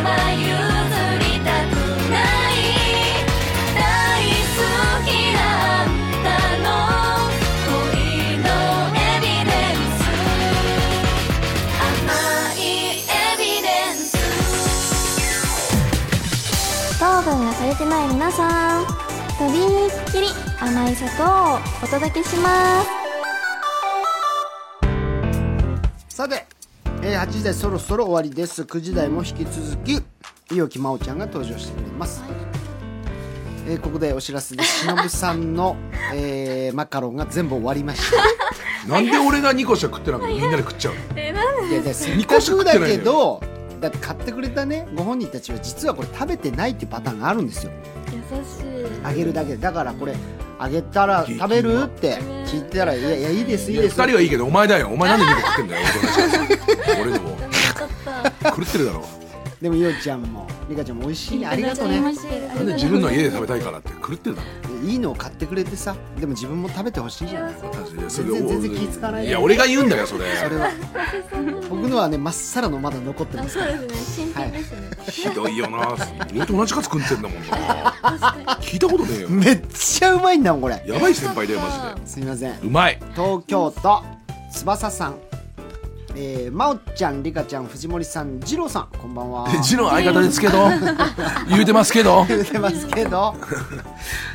は譲りたくない」「大好きなんだの恋のエビデンス」「甘いエビデンス」
糖分がされてない皆さんとびっきり甘い砂糖をお届けします
さて、えー、8時台そろそろ終わりです9時台も引き続き伊予木真央ちゃんが登場してくれます、えーここでお知らせですしのぶさんの、えーマカロンが全部終わりました
なんで俺が2個しか食ってなくてみんなで食っちゃうの
いやでせっかくだけどだって買ってくれたねご本人たちは実はこれ食べてないっていうパターンがあるんですよ
優しい
あげるだけでだからこれあげたら食べるって聞いたら「いやいやいいですいい
2
です」
人はいいけどお前だよお前なんで2個食ってんだよ俺のも狂ってるだろ
でも伊代ちゃんもリカちゃんも美味しいねありがとうね
なんで自分の家で食べたいからって狂ってるだろ
いいのを買ってくれてさでも自分も食べてほしいじゃない
私ね
全然全然気づかない
いや俺が言うんだよそれ
それは僕のはねまっさらのまだ残ってますから
そうですね新品ですね、
ひどいよな俺と同じ数食ってんだもんな聞いたことねえよ
めっちゃうまいんだもんこれ
やばい先輩だよマ
すみません
ジでうまい
東京都翼さんえー、まおちゃん、りかちゃん、藤森さん、じろうさん、こんばん は。
字の相方ですけど 言うてますけど
言うてますけど、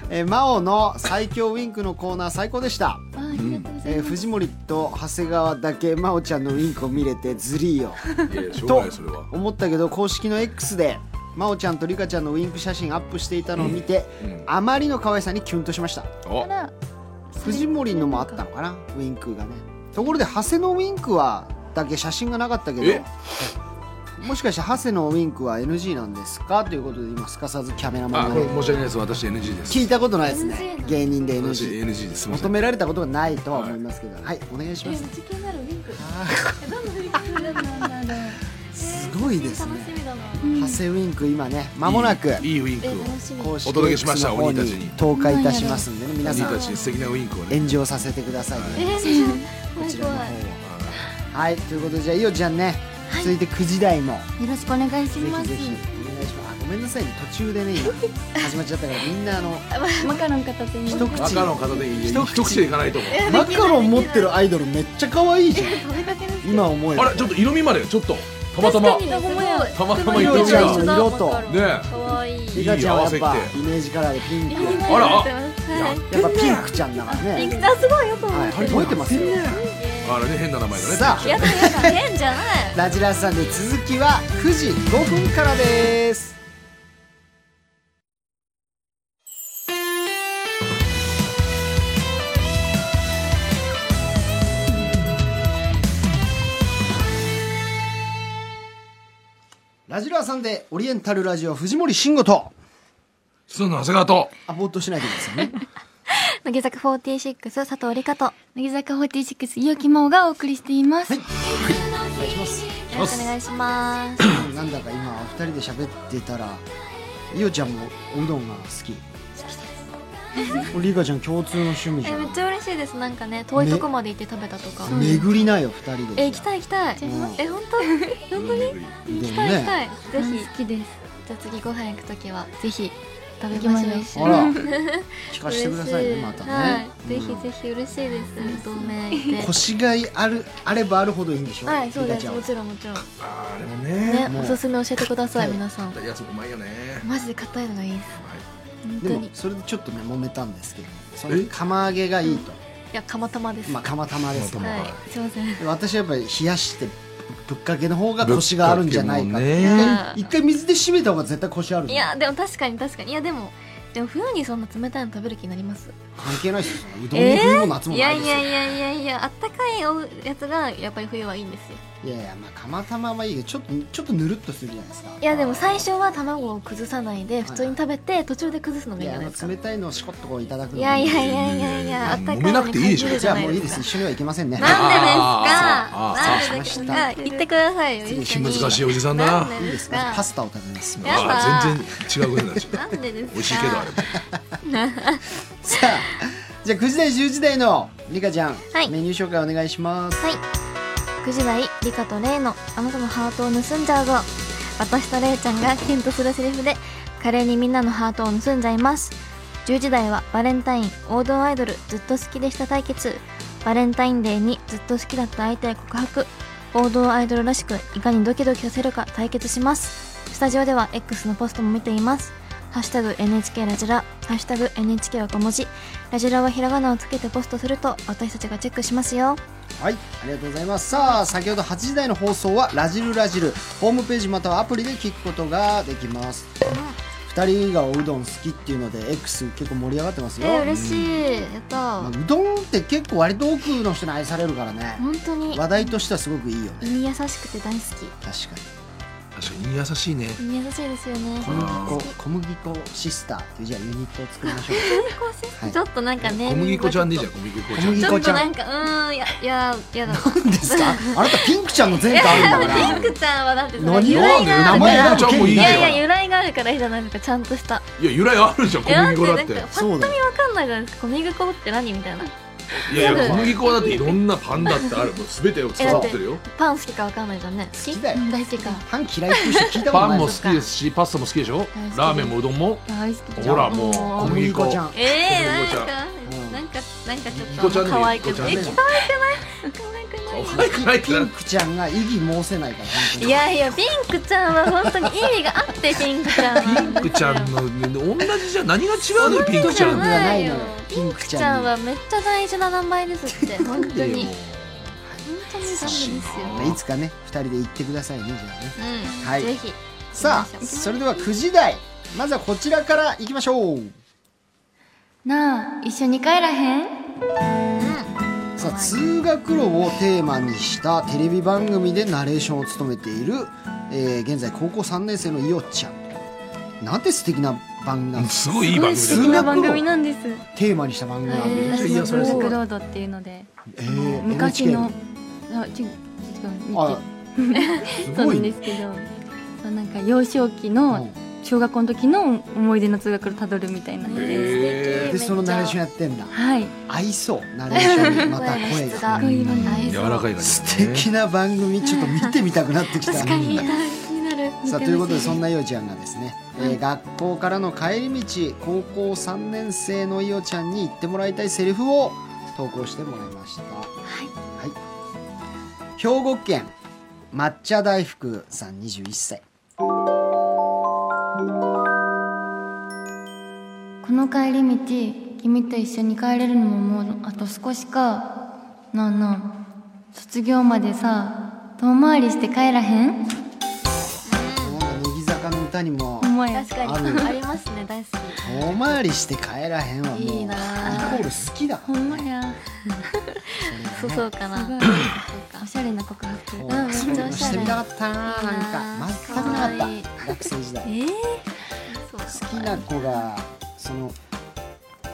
えー、マオの最強ウィンクのコーナー最高でした、
ありがとうござい
えー藤森と長谷川だけマオちゃんのウィンクを見れてずりーよ
いやいやしょう
と
がないそれは
思ったけど公式の X で真央ちゃんとリカちゃんのウィンク写真アップしていたのを見て、
うんうん
あまりの可愛さにキュンとしました
お
藤森のもあったのかなウィンクがねところで長谷のウィンクはだけ写真がなかったけ
え
どもしかして長谷のウィンクは NG なんですかということで今すかさずキャメラマ
あ
ン
こ
が
れ
ね
申し訳ないです私 NG です
聞いたことないですね芸人で
私
NG
NG ですすいませ
求
ん
められたことがないとは思いますけどはい、お願いします
時間なるウィンクえどんなウィンクなんだろう
すごいですね
楽しみだな
長谷ウィンク今ね間もなく
いいいウィンクを
公式
お届けしました
X の方
鬼たちに
投下いたしますんでね皆
君
さん
たちに素敵なウィンクをね
炎上させてくださいね、
えー
こちらの方をはいということでじゃあいよちゃんね続いて9時台も
よろしくお願いし
ぜひ
ます
ぜひお願いしますあごめんなさいね途中でね今始まっちゃったからみんなあの
マカロン片手に
一
食
口
マカロン片手に
一口
一口でいかないと思う
マカロン持ってるアイドルめっちゃ可愛いじゃん
べかけです
今思えば
あれちょっと色味までちょっとたまたまね
すごい
たまたま
色
色
ちゃん
違う
の色と
え
かわいい
リカちゃんはやっぱ
いい合わせ
イメージカラーでピンク
あらあ
はい
やっぱピンクちゃんだから
ピン
ね
クあすごいよく思
はい
っ
覚えてますよ
あれね変な名前だね
さあ
やだやだ変じゃない
ラジラさんで続きは9時5分からですラジラさんでオリエンタルラジオ藤森慎吾と
その長谷川と
あぼーっとしないでくださいね
乃木坂46佐藤理香と
乃木坂46伊き真央がお送りしています、
はいお願いします
よろしくお願いします
なんだか今お二人で喋ってたらいおちゃんもおうどんが好き好きリカちゃん共通の趣味じ
え
ゃ
め
ん
っちゃ嬉しいですなんかね遠いとこまで行って食べたとか
巡りなよ二人で
え行きたい行きたい
うん
え本当本当に
で
行き
も
たい行きた
ね
い
ぜ
ぜ
ひ
ひ
好きです
じゃあ次ご飯行くときはぜひ食べましょう一緒
あ
に
ら聞かせてくださいねまた
は
ね
い、ぜひぜひ嬉しいです同盟いて
腰がいあるあればあるほどいいんでしょ
はいそう
リカ
で
ち
す
ゃん
も
は
ちろんもちろん
あれもね
ね
もう
おすすめ教えてください皆さん
いやつもうまいよね
マジで硬いのがいいです本当
で
に
も
い
それでちょっとね揉めたんですけどそ
え
の釜揚げがいいと
や釜玉です
まあ
は
釜玉です
釜
ね
いすいません
で私はやっぱり冷やしてぶっかけの方が腰があるんじゃないかって
ぶっ
かけもね
一回一回水で締めた方が絶対腰ある
い
じゃん
やでも確かに確かにいやでもでも冬にそんな冷たいの食べる気になります
関係ないですようどんの冬も夏も
いや
ないで
い
すよ、
やいやいやいやあったかいおやつがやっぱり冬はいいんですよ
いやいやまあ釜玉はいいけどちょっとちょっとぬるっとするじゃないですか
いやでも最初は卵を崩さないで普通に食べて途中で崩すのもい
い
いんじゃ
やあ
ない
の
ですか
冷たいのをしこっとこういただくの
いやいやい
や
やいやいやあったかい
飲めなくていいでしょ
じゃあもういいです一緒にはいけませんね
なんでです
あ
か
ー
なんでですか言ってくださいよ一緒に
難しいおじさんだ
な
なん
い
で
いで
ですす
ね
か
パスタを食べます
やだ
あ全然違うことになっち ゃう
なんでですか
美味しいけどあれも
さあじゃあ9時台10時台のリカちゃん、
はい
メニュー紹介お願いします
9時台リカとレイのあなたのハートを盗んじゃうぞ私とレイちゃんがキュンとするセリフで華麗にみんなのハートを盗んじゃいます10時台はバレンタイン王道アイドルずっと好きでした対決バレンタインデーにずっと好きだった相手へ告白王道アイドルらしくいかにドキドキさせるか対決しますスタジオでは X のポストも見ていますハッシュタグ NHK ラジラ、ハッシュタグ NHK は小文字、ラジラはひらがなをつけてポストすると私たちがチェックしますよ。
はいありがとうございますさあ先ほど8時台の放送は「ラジルラジル」ホームページまたはアプリで聞くことができます2人がおうどん好きっていうので X 結構盛り上がってますよ、
え嬉しいやった
まあうどんって結構割と多くの人に愛されるからね
本当に
話題としてはすごくいいよね
胃に優しくて
確か
大好
に
確かに優しいね
き胃に優しいですよね
小麦粉小麦粉シスターっていうじゃあユニットを作りましょうはい
ちょっとなんかね
小麦粉ちゃんでいいじゃん小麦粉ちゃん
小麦
ち
粉
ょっ
ちゃ
と
ん
なんかうーんややや だ
何ですかあなたピンクちゃんの前科あるんだから
ピンクちゃんはだって
何
由来があるか
なん
ら
で名前がちゃんもいい
い
よ
やいや由来があるからいいじゃないですかちゃんとした
いや由来あるじゃん小
なん
麦
で
粉だ
な
っ
ん
て
かパ
そうだよ
わかんないじゃないですか小麦粉って何みたいない
やいや小麦粉はだっていろんなパンだってあるもう全てを使ってるよ
パン好きかわかんないじゃんね
好きだよ
大好きか
パン嫌いっていう人聞いたこと
パ
な
ン
い
も
よ
好きですしパスタも好きでしょ
き
ラーメンもうどんも
大好き
ほらもう
も
小
小
麦
麦
粉
粉
ち
ち
ゃ
ゃ
ん
ん
えー、なんか
うん
なんかなんかち
小麦粉ち
ょっ
ゃんで
と
いい
可愛くないえ
小麦粉ちゃん
可愛くない可愛く
でいい
ない
可愛くないって
ピ
な
ンクちゃんが異議申せないから本当に
いやいやピンクちゃんは本当に意味があってピンクちゃん は
ピンクちゃんのね同じじゃん何が違うのよピンクちゃん
そん
っ
なことはないのよ
ピンクちゃんはめっちゃ大事な名前ですって本当に本
てもう
当にダメですよ
いつかね二人で行ってくださいねじゃあね
うん、
はい
ぜひ
さあそれでは9時台まずはこちらから行きましょう
なあ一緒に帰らへん
さあ通学路をテーマにしたテレビ番組でナレーションを務めている、えー現在高校3年生のいおちゃんなんて素敵な番組なんです
すごいいい番組
す
だ
ごい
よ
素敵な番組なんです
テーマにした番組なんで、
めっちゃ
私
癒
の
さ
ブ
れ
ロ
そう
ックロードっていうので
えー
昔
NHK
のあちょちょっと見て
あす
そう
ご
ないんで
ね
すけどそうなんか幼少期の
うん
小学校の時の思い出の通学路たどるみたいな
へ
え
え
でそのナレーションやってんだ
はい
合いそうナレーションにまた
声の
声
質が
が
声が
合い
柔
そう
らかい感じ
素敵な番組ちょっと見てみたくなってきた
確かに
気になる
さあということでそんなイオちゃんがですね、えー学校からの帰り道高校3年生のイオちゃんに言ってもらいたいセリフを投稿してもらいましたはい、兵庫県抹茶大福さん21歳
この帰り道君と一緒に帰れるのももうあと少しかなあなあ卒業までさ遠回りして帰らへん
なんか乃木坂の歌にも
お前
確かに
ある
ありますね大好き
遠回りして帰らへんはもう
いいなあ
イコール好きだか
ほ
ら
んまや
そうそうかな
おしゃれな告白
そう
うんめっちゃおしゃれ
してみたかったななんか全くな
かわいい
かった学生時代
え
そう
好きな子がその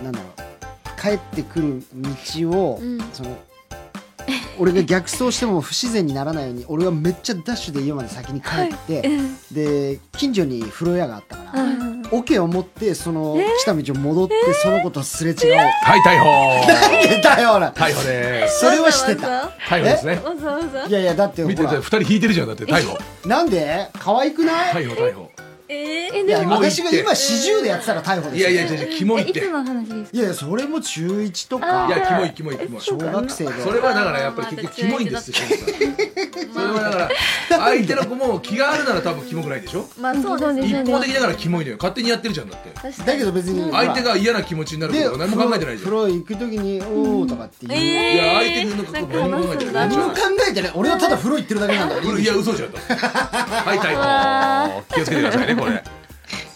なんだろう帰ってくる道を、
うん
その俺が逆走しても不自然にならないように俺はめっちゃダッシュで家まで先に帰って、で近所に風呂屋があったから、オケを持ってその、来た道を戻って、その子とすれ違う、
はい逮捕
なんでだよほら
逮捕でーす
それはしてた
わ
逮捕ですね
ざわざ
いやいやだってほ
見てた
ら
二人引いてるじゃんだって逮捕
なんで可愛くない、
逮捕逮捕
え
いや
キモいって
私が今40でやってたら逮捕です
いやいや
い
いやいやキモい
え
っ
い
てい
つの話ですか
やいやそれも中1とか
やキモいキモいキモい
小学生で
それはだからやっぱり結局キモいんですよそれはだから相手の子も気があるなら多分キモくないでしょ
まあそうです
一
ね
方的だからキモいのよ勝手にやってるじゃんだって
確か
だ
に
けど別に
相手が嫌な気持ちになるこ
で
とは何も考えてないじゃ
風
んい
呂行く時に「おお」とかっていう、
え
や相手のこと何も考えてない
何
じゃ
も
ん
考えてない俺はただ風呂行ってるだけなんだ
いや嘘じゃんだってはい逮捕気をつけてくださいねこれこ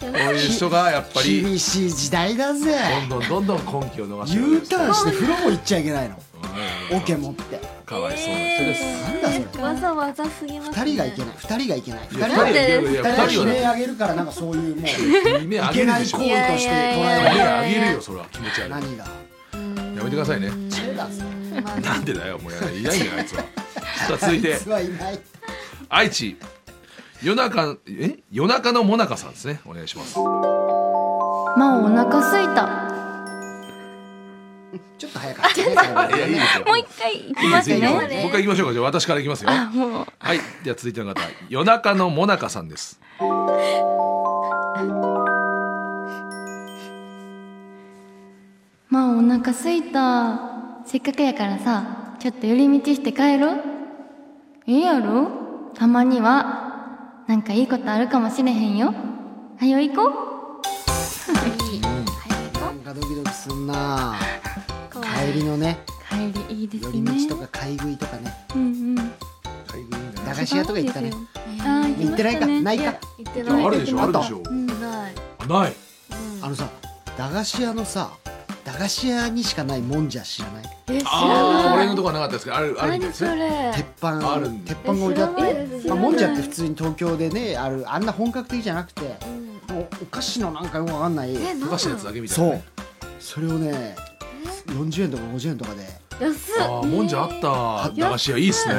ういう人がやっぱり
厳しい時代だぜ
どんどんどんどん根拠を逃して
U
る
ターンして風呂も行っちゃいけないのオケ持って
かわいそうな人です
なんだそれ
わざわざすぎます
2人がいけない2人がいけない2
い
人
や
が
二
二人が悲
人はいや二人
鳴
はね
上げるからなんかそういうもう
夢あ
いけ
げる
ない
でし
行
ょ
為と
夢
して捉えられる
あげるよそれは気持ち悪いや
何が
めてくださいね
中だぜ
なんでだよもうやいないよあいつはさあ続いて
実はいない
愛知夜中え夜中のもなかさんですねお願いします
まあお腹すいた
ちょっと早かったね
いやいいですよ
もう一回行きます
いいですいいですもう
ね
一回行きましょうかじゃあ私から行きますよ
もう
はいでは続いての方夜中のもなかさんです
まあお腹すいたせっかくやからさちょっと寄り道して帰ろういいやろたまにはなんかいいことあるかもしれへんよはよ行こ
なんかドキドキすんな帰りのね
う帰りいいです
寄
ね
り道とか買い食いとかね
うんうん
駄菓子屋とか行ったね
あー
行ってないかないか
行って
いや
な
あ
い
るでしょあるでしょ
ない
ない
あのさ駄菓子屋のさ駄菓子屋にしかないもんじゃ知らない
え知ら
ああ
ない
俺のとこはなかったですけどあるあるみたいですね
れ
鉄板
あるんだ
鉄板が置いてあっ
え知らないです
て、
知
ま
らな
あ、
い
もんじゃって普通に東京でねあるあんな本格的じゃなくておお菓子のなんかよくわかんない
えなん
おかしいやつだけみたい
そ
な
う
ね
それをね40円とか50円とかで
安っ
ああもんじゃあった駄菓子屋いいですね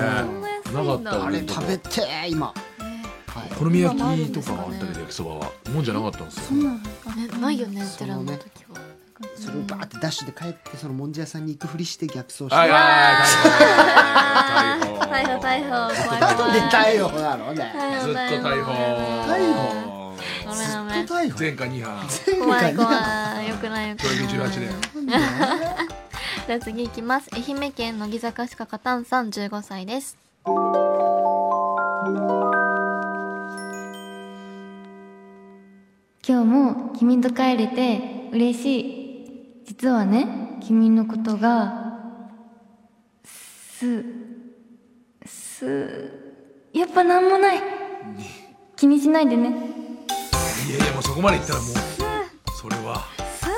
なかった
あ
俺
れ
のとこ
食べてー今、はい、
お好み焼きとかはあったけど焼きそばはもんじゃなかったんですよ
ねないよね
そ
寺
の
の
ね
時は
それをバーってダッシュで帰ってそのもんじゃ屋さんに行くふりして逆走して、
はいはい
逮捕逮捕怖い
なん
怖い
で逮捕なのね
逮捕
ずっと逮捕
逮
ご
ず
めんごめ
っ
ん
と逮捕
前科二犯
怖い
前科
怖いよくないよく
懲
ない
役18年
じゃあ次いきます愛媛県乃木坂しかかたんさん15歳です
今日も君と帰れて嬉しい実はね君のことがすすやっぱなんもない気にしないでね
いやいやもうそこまでいったらもうそれは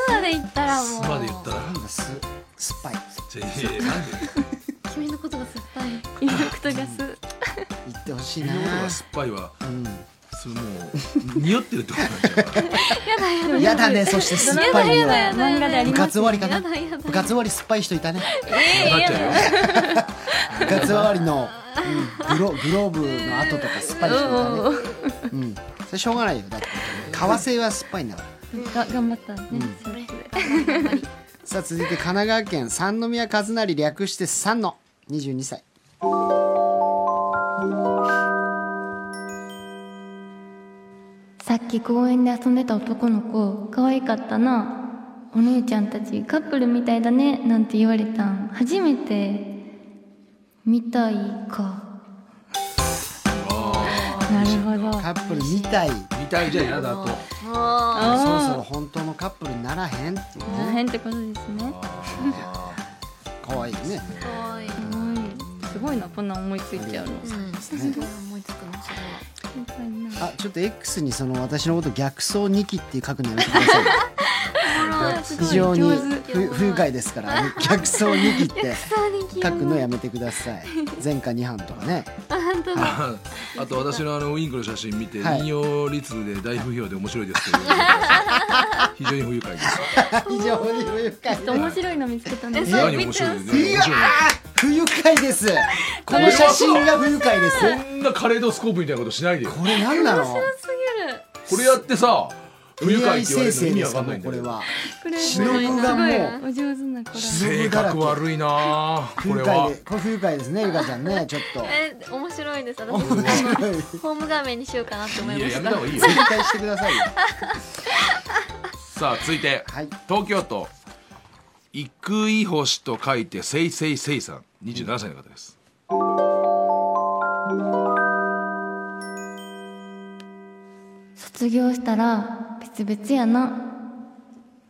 スーで言ったらも
す
う
まで言ったら
なんだす酸っぱい
いやいやいやなんで
君のことが酸っぱい
インパクトがす
言ってほしいな
君のことが酸っぱいは
うん、
それもう匂ってるってことになっちゃうから
やだねそして酸っぱい匂い
漫画であ
部
ります
活終わりか
や
な
だやだ
部活終わり酸っぱい人いたね
なっちゃうよ
部活終わりの、うん、グログローブの後とか酸っぱい人いたねうんそれしょうがないよだって革製は酸っぱいんだから
が頑張ったね、それ
さあ続いて神奈川県三宮和成略して三の22歳
さっき公園で遊んでた男の子可愛かったなお姉ちゃんたちカップルみたいだねなんて言われたん初めてみたいかなるほど
カップルみたい
見たいじゃ嫌だと
そろそ
あ
ろ本当のカップルにならへんっていう
あ大
ね
変ってことですね
可愛いね
うんすごいなこんなん思いついちゃうの
あちょっと X にその私のこと逆走ニキって書くのやめてください非常に不不愉快です からあの逆走ニキって書くのやめてくださ い前科二犯とかね
ああと私のあのウインクの写真見て
はい
引用率で大不評で面白いですけど非常に不愉快です
非常に不愉快
ちょっと面白いの見つけたんです
いや面白いね
い
面
や
白いね
不愉快ですこの写真が不愉快です
こんなカレードスコープみたいなことしないでよ
これ何なの
これやってさ不愉快って言われるの意味
で
わ
す
か
か
んな
も
い
うんこ
だ
れ
よ
は
これ
忍がもう
お上手な子だ
性格悪いなあ
不
こ
愉
れ
快
は
でこれ不愉快ですねゆかちゃん ねちょっと
え面白いです私ホーム画面にしようかなって思い
い
ま
やや
し
め
た
た方がいいよ
絶対してくださいよ
さあ続いて
はい
東京都イクイ星と書いてせいせいせいさん27歳の方です
卒業したら別々やな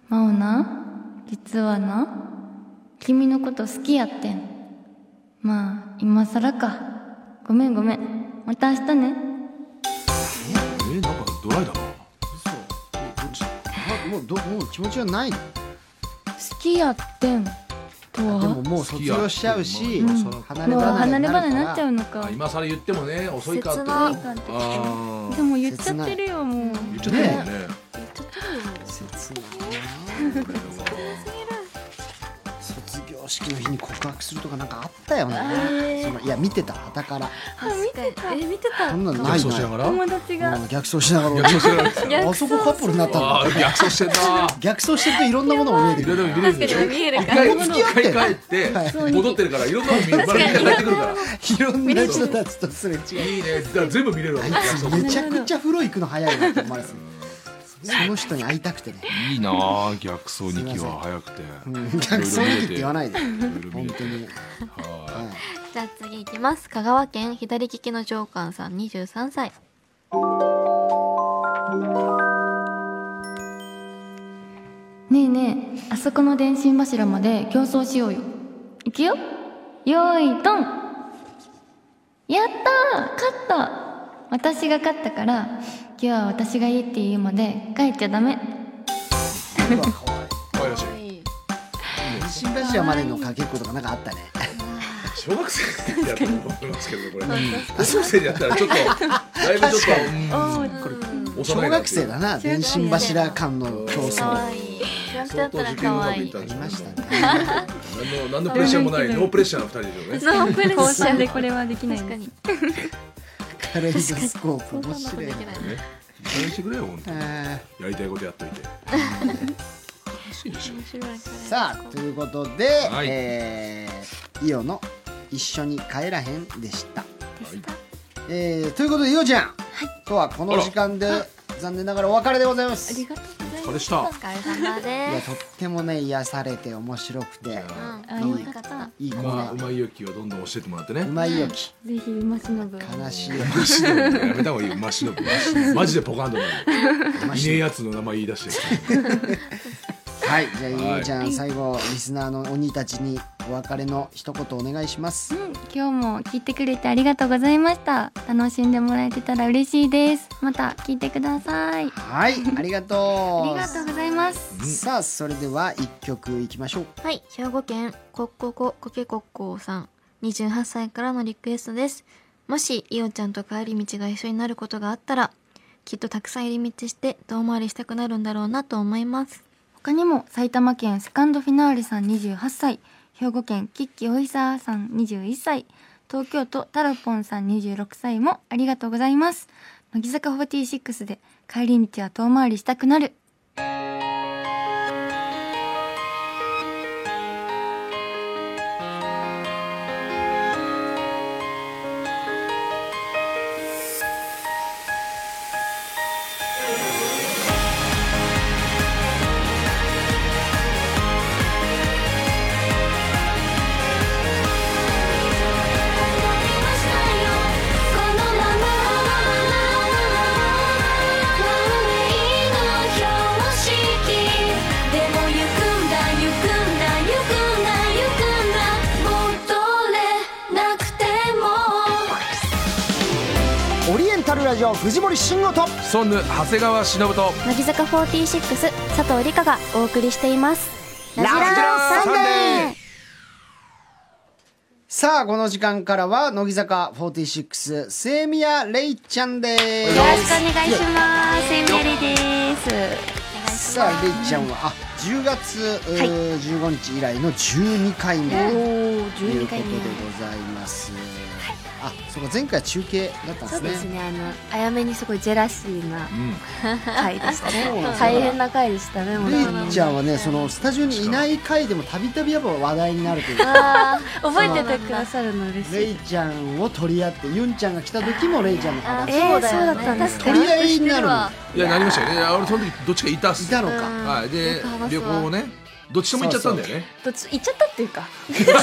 真央な実はな君のこと好きやってんまあ今更かごめんごめんまた明日ね
えなんかドライだな
あもうどもう気持ちはないの
好きやってん
で
と
も
は
もう卒業しちゃうし
うん
離れ
もう
離れ
離れ
にな
離
るか
れに
ら
なっちゃうのか
あ今更言ってもね遅いかって
切ない
ああ
でも言っちゃってるよも
言
う
っちゃったもんね
切ない卒業式の日に告白するとかなんかあったよねそのいや見てた傍から
確かにえ見て
そ
た
んなの
逆
ない
走しな
な
が
友達が
いもう逆走しなが
ら逆走しながら
らあそこカップルになったん
あ
だ
あ逆走してんな
逆走してるといろんなものも見えて
い
く
ろいろ
る
見れるでしょ
確かに見える
一回
付き合っ
一
て
回帰って戻ってるからいろんなの見るまだ見えなくなってくるから
いろんな人たちとすれ違う
いいねだから全部見れるわ
めちゃくちゃ風呂行くの早いなって思われてるその人に会いたくてね
いいなあ逆走
日記は
早くて
逆走劇って言わないで本当に
じゃあ次いきます香川県左利きの上官さん23歳
ねえねえあそこの電信柱まで競争しようよいくよよーいドンやったー勝った私が勝ったから今日は私がいいって言うまで帰っちゃダ メ
可愛らしい
新柱までのかけっことかなんかあったね
小学生でやったと思いますけどねこれ小学生でやったらちょっとだいぶちょっとうん
小
幼いなっ
学
てい
生
う
だな電信柱間の
可
競争
愛いやってや
相
っ
当
たら
受験
可
うまく
愛
いっ
い
たん
あり
でしょう
ま
ね
したね
何の何のプレッシャーもないノープレッシャーの二人でしょうね
ノープレッ
高
シャ
三
ー
でこれはできない
確か
です
に
カレンドスコープ面
そんなこ
白いな
とできない
ね勘弁してくれよ本当 に
え
やりたいことやっといておかしいでしょ
面白いこれ
ーさあということで
はい
えーイオの一緒に帰らへんでした
はい
えーということでイオちゃんとはこの時間で残念ながらお別れでございますい
お疲れした
お疲れ様
や
です
とってもね癒されて面白くて
うん
あよかった
いいコー
まあ
ナ
う
ー
まい勇気をどんどん教えてもらってね
うまいよき
ぜひ馬忍ぶ
悲しいよ
マシノブやめた方がいいよマシノブマシノブマジでポカンとなるいねえやつの名前言い出して
はい、じゃあ、ゆ
はいう
ちゃん、最後、リスナーの鬼たちに、お別れの一言お願いします。
今日も聞いてくれてありがとうございました楽しんでもらえてたら嬉しいですまた聞いてください
はい、ありがとう。
ありがとうございます
さあ、それでは、一曲いきましょう。
はい兵庫県コッコココケコッコーさん28歳からのリクエストですもしいおちゃんと帰り道が一緒になることがあったら
きっとたくさん入り道して遠回りしたくなるんだろうなと思います
他にも埼玉県セカンドフィナーレさん28歳兵庫県キッキオイサーさん21歳東京都タラポンさん26歳もありがとうございます乃木坂46で帰り道は遠回りしたくなる
「このまま」「ワンウェイの標識」「でもゆくんだゆくんだゆくんだゆくんだ」「戻れなくても」
オリエンタルラジオ藤森慎吾と
ソンヌ長谷川忍と
乃木坂46佐藤理香がお送りしています
ラジラサンデー
ー
さあこの時間からは乃木坂46清宮レイちゃんで
よろしくお
す
願いします。セミエリです。
さあレイちゃんはあ10月、えー15日以来の12回目と
おお、十
いう
二
こと
回
で
目。
ございます、あそうか前回は中継だった
そう
んですね
ですね。あの、あやめにすごいジェラシーな
うん
回でしたね。
そうなんだ
大変な回でしたね。もう
レイちゃんはねそのスタジオにいない回でもたびたびやっぱ話題になるというか
あー覚えててくださるの嬉しい。
レイちゃんを取り合ってユンちゃんが来た時もレイちゃんの
あ
話
ーそうだ
えー
よね
そうだったんです
確
か
か
取り合いになるの
いやなりましたよねいや俺その時どっちかいたっす
いたのか、
うん
はい
よ
で
く話す
旅
わ
行をねどっちとも行っちゃったんだよね
どっち行っちゃった っていうか。だやばいやばいやばいやばいどっちも仲いい
それぞれに伏せてね
いやいやいやだちょっとまあまあそうそうそうそうえ聞いてないんだけどみたいな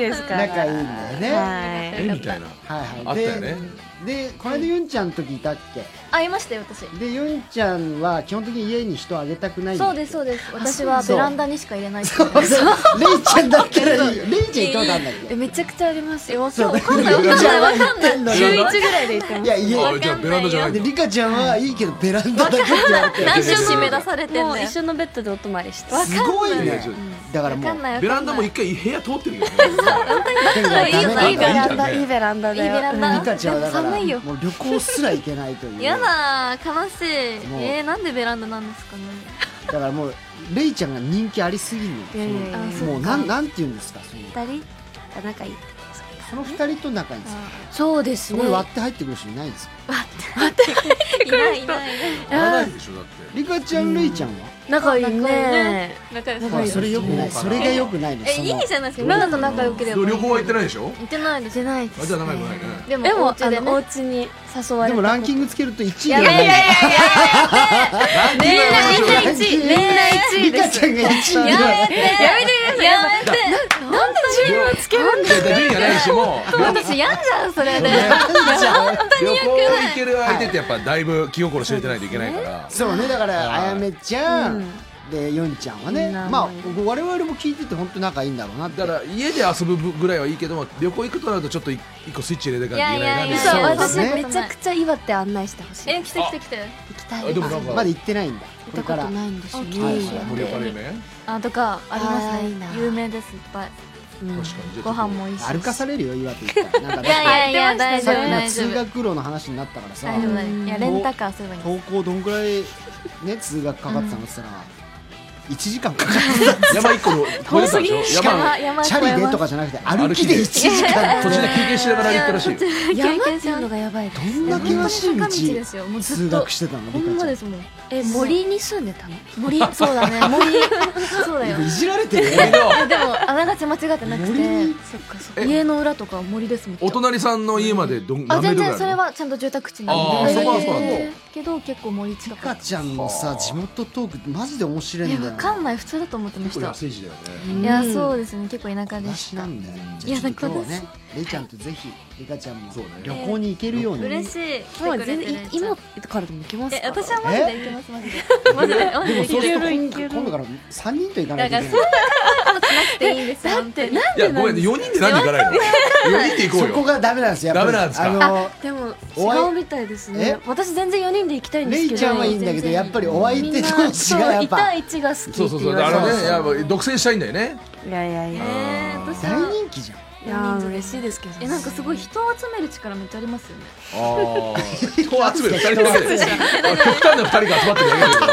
ですから。
仲いいんだよね、
はい。
えみたいな
はい
あ
は
っ
い
た
で
よね
でこの間ユンちゃんの時いたっ
会いましたよ私。
けでユンちゃんは基本的に家に人あげたくない
そうですそうです。私はベランダにしか入れないっていう。
すレイちゃんだっ たらいいよレイちゃんいたことあんだっ
え
け
めちゃくちゃありますよ。
そ
今
う
日わかんないわかんないわかんない。
だ
週一ぐらいで行ってま
い
す。
や家
あじゃあベランダじゃない
で
んだ
リカちゃんはいいけどベランダだけって言われて
何
週
週
締
締
め
め
出
出
されてもう一緒のベッドでお泊まりして。わ
すごい
いや
ね
ちょっと
だからも
か
うん
ないわかんない。
ベランダも一回部屋通ってるよね
だから
いいよ
ダメ
いいベラ
だ
ンダいいベランダだよ。
いいベランダ
リカちゃんはだから
寒いよ
もう旅行すら行けないという
やだー悲しい
もう
えー、なんでベランダなんですかね
だからもうレイちゃんが人気ありすぎるの
いやいやいや
その
あそうか
もうなんなんて言うんですかその
二人が仲いいって。
その二人と仲いいんですか
そうです
そこに割って入ってくる人いないんですか
いないいない
合わないでしょだって
リカちゃんレイちゃんは
仲いい
仲いい
ね
ね。仲良し
仲
ま
い
あ
い
それよくない
そう
そ
かな
れがよくないの
え
そ
いい
の
じゃないですか
みんなと仲良け
で
れば。
も旅行は行ってないでしょ
行ってないです
じゃないで
あ
す。
じゃあ仲良くないね
でも
でも
お
あ
家でね
のお家に誘われ
で
た。
もランキングつけると1位で
や
は
ばいやばいやば
ない
いやばいみんな1
ランキング
ランキングやめましょう
位
リカちゃんが1位ではない
やめてください。やめて。なんで順位をつけるんだ
いや順位がないしもう旅
私やんじゃんそれで。
リカちゃん
旅行行ける相手ってやっぱだいぶ気心知れてないといけないから
そうねだからあやめちゃ
うん
んでヨンちゃんはね
みんな
まあ我々も聞いてて本当仲いいんだろうなって
だから家で遊ぶぐらいはいいけども旅行行くとなるとちょっと一個スイッチ入れていかなきゃいけないなみたい
そ
な
う
そうで
私
すね
めちゃくちゃ岩手案内してほしい。
え来て来て来て
行きたい
あでもなんか
まだ行ってないん
行
だこ
っ
れ
た
か
こ
ら
とないんですよね。
はい
盛り上がりね
あとかありま
あ
す
ー
ね
いいな
有名ですいっぱい
確かにじゃあちょっと
ご飯も美味しい
歩かされるよ岩手行ったらなんかだって
いやいやいや大
さ
丈
っ
夫
きの
大丈
通
夫
学路の話になったからさ
大丈夫大丈夫いやレンタカーすればいいんです
登校どんくらいね通学かかってたのって言ったら1時間かかっ てた
山一個の越えたでしょ
しかも
山
山
チャリでとかじゃなくて歩きで1時間
途中で休憩しながら行ったらしいよ
山っていうのがやばいです。
どんだけ険し
坂道
い
ですよも
道
うず
通
っと
学してたの
ほ
リ
んま
カ
で
ち
すもん
え森に住んでたの。
森そうだね森そうだ
ゃ
よ
んいじられて る
俺
ね
の
でもあながち間違ってなく
森
て
そっかそっ
え
家の裏とかは森ですもん
お隣さんの家までどん
あ
何メー
全
トルぐ
然
らい
それ
あるの
はちゃんと住宅地なん
あ
で
ーそこはそうなんだ
えーけど結構森近
リ
か
カ
っ
ちゃんのさ地元トークマジで面白い
た
ん
え
だよ
わかんない普通だと思ってま
結
し
構
た
安い時代よ
い
ね
やそう
う
ですね結構田舎でし
話な
た
んだよ
い
じゃ
や
あちょっと今日は
だ
ねレイちゃんとぜひリカちゃんも
そうね
旅行に行けるように
嬉しい来て
も
く
う
れて
全
る
然今からでも行けます
え
か。
私はマジで行けますマジでマジでマジ
で
で
もそうすると
い
今
けるいける
今度から三人と行かない
だ
と
か
いけ
らそ
なんい
なことなくていいんですよ本当に
いやごめんね4人で何行かないの4人で行こ
そうこ
よ
がダメなんですよやっぱり
ダメなんですか
あ
でも
お会い
違うみたいです
え
ね。私全然4人で行きたいん
の
で
レ
す
イ
けど。
ちゃんはいいんだけどやっぱりお相
みん
手
な
同士がや
そう
っ
いた
ぱ
位置が好き
そう
って
そう
言
そ
わ
う
れ
だ
て
か
ま
ら
す
ねやっぱ独占したいんだよね
いやいやいや。
えー私
大
は
人気じゃん
いやー嬉しいですけど
えなんかすごい人を集める力めっちゃありますよね
あー人を集める2人だけで極端な2人が集まってるだけだけ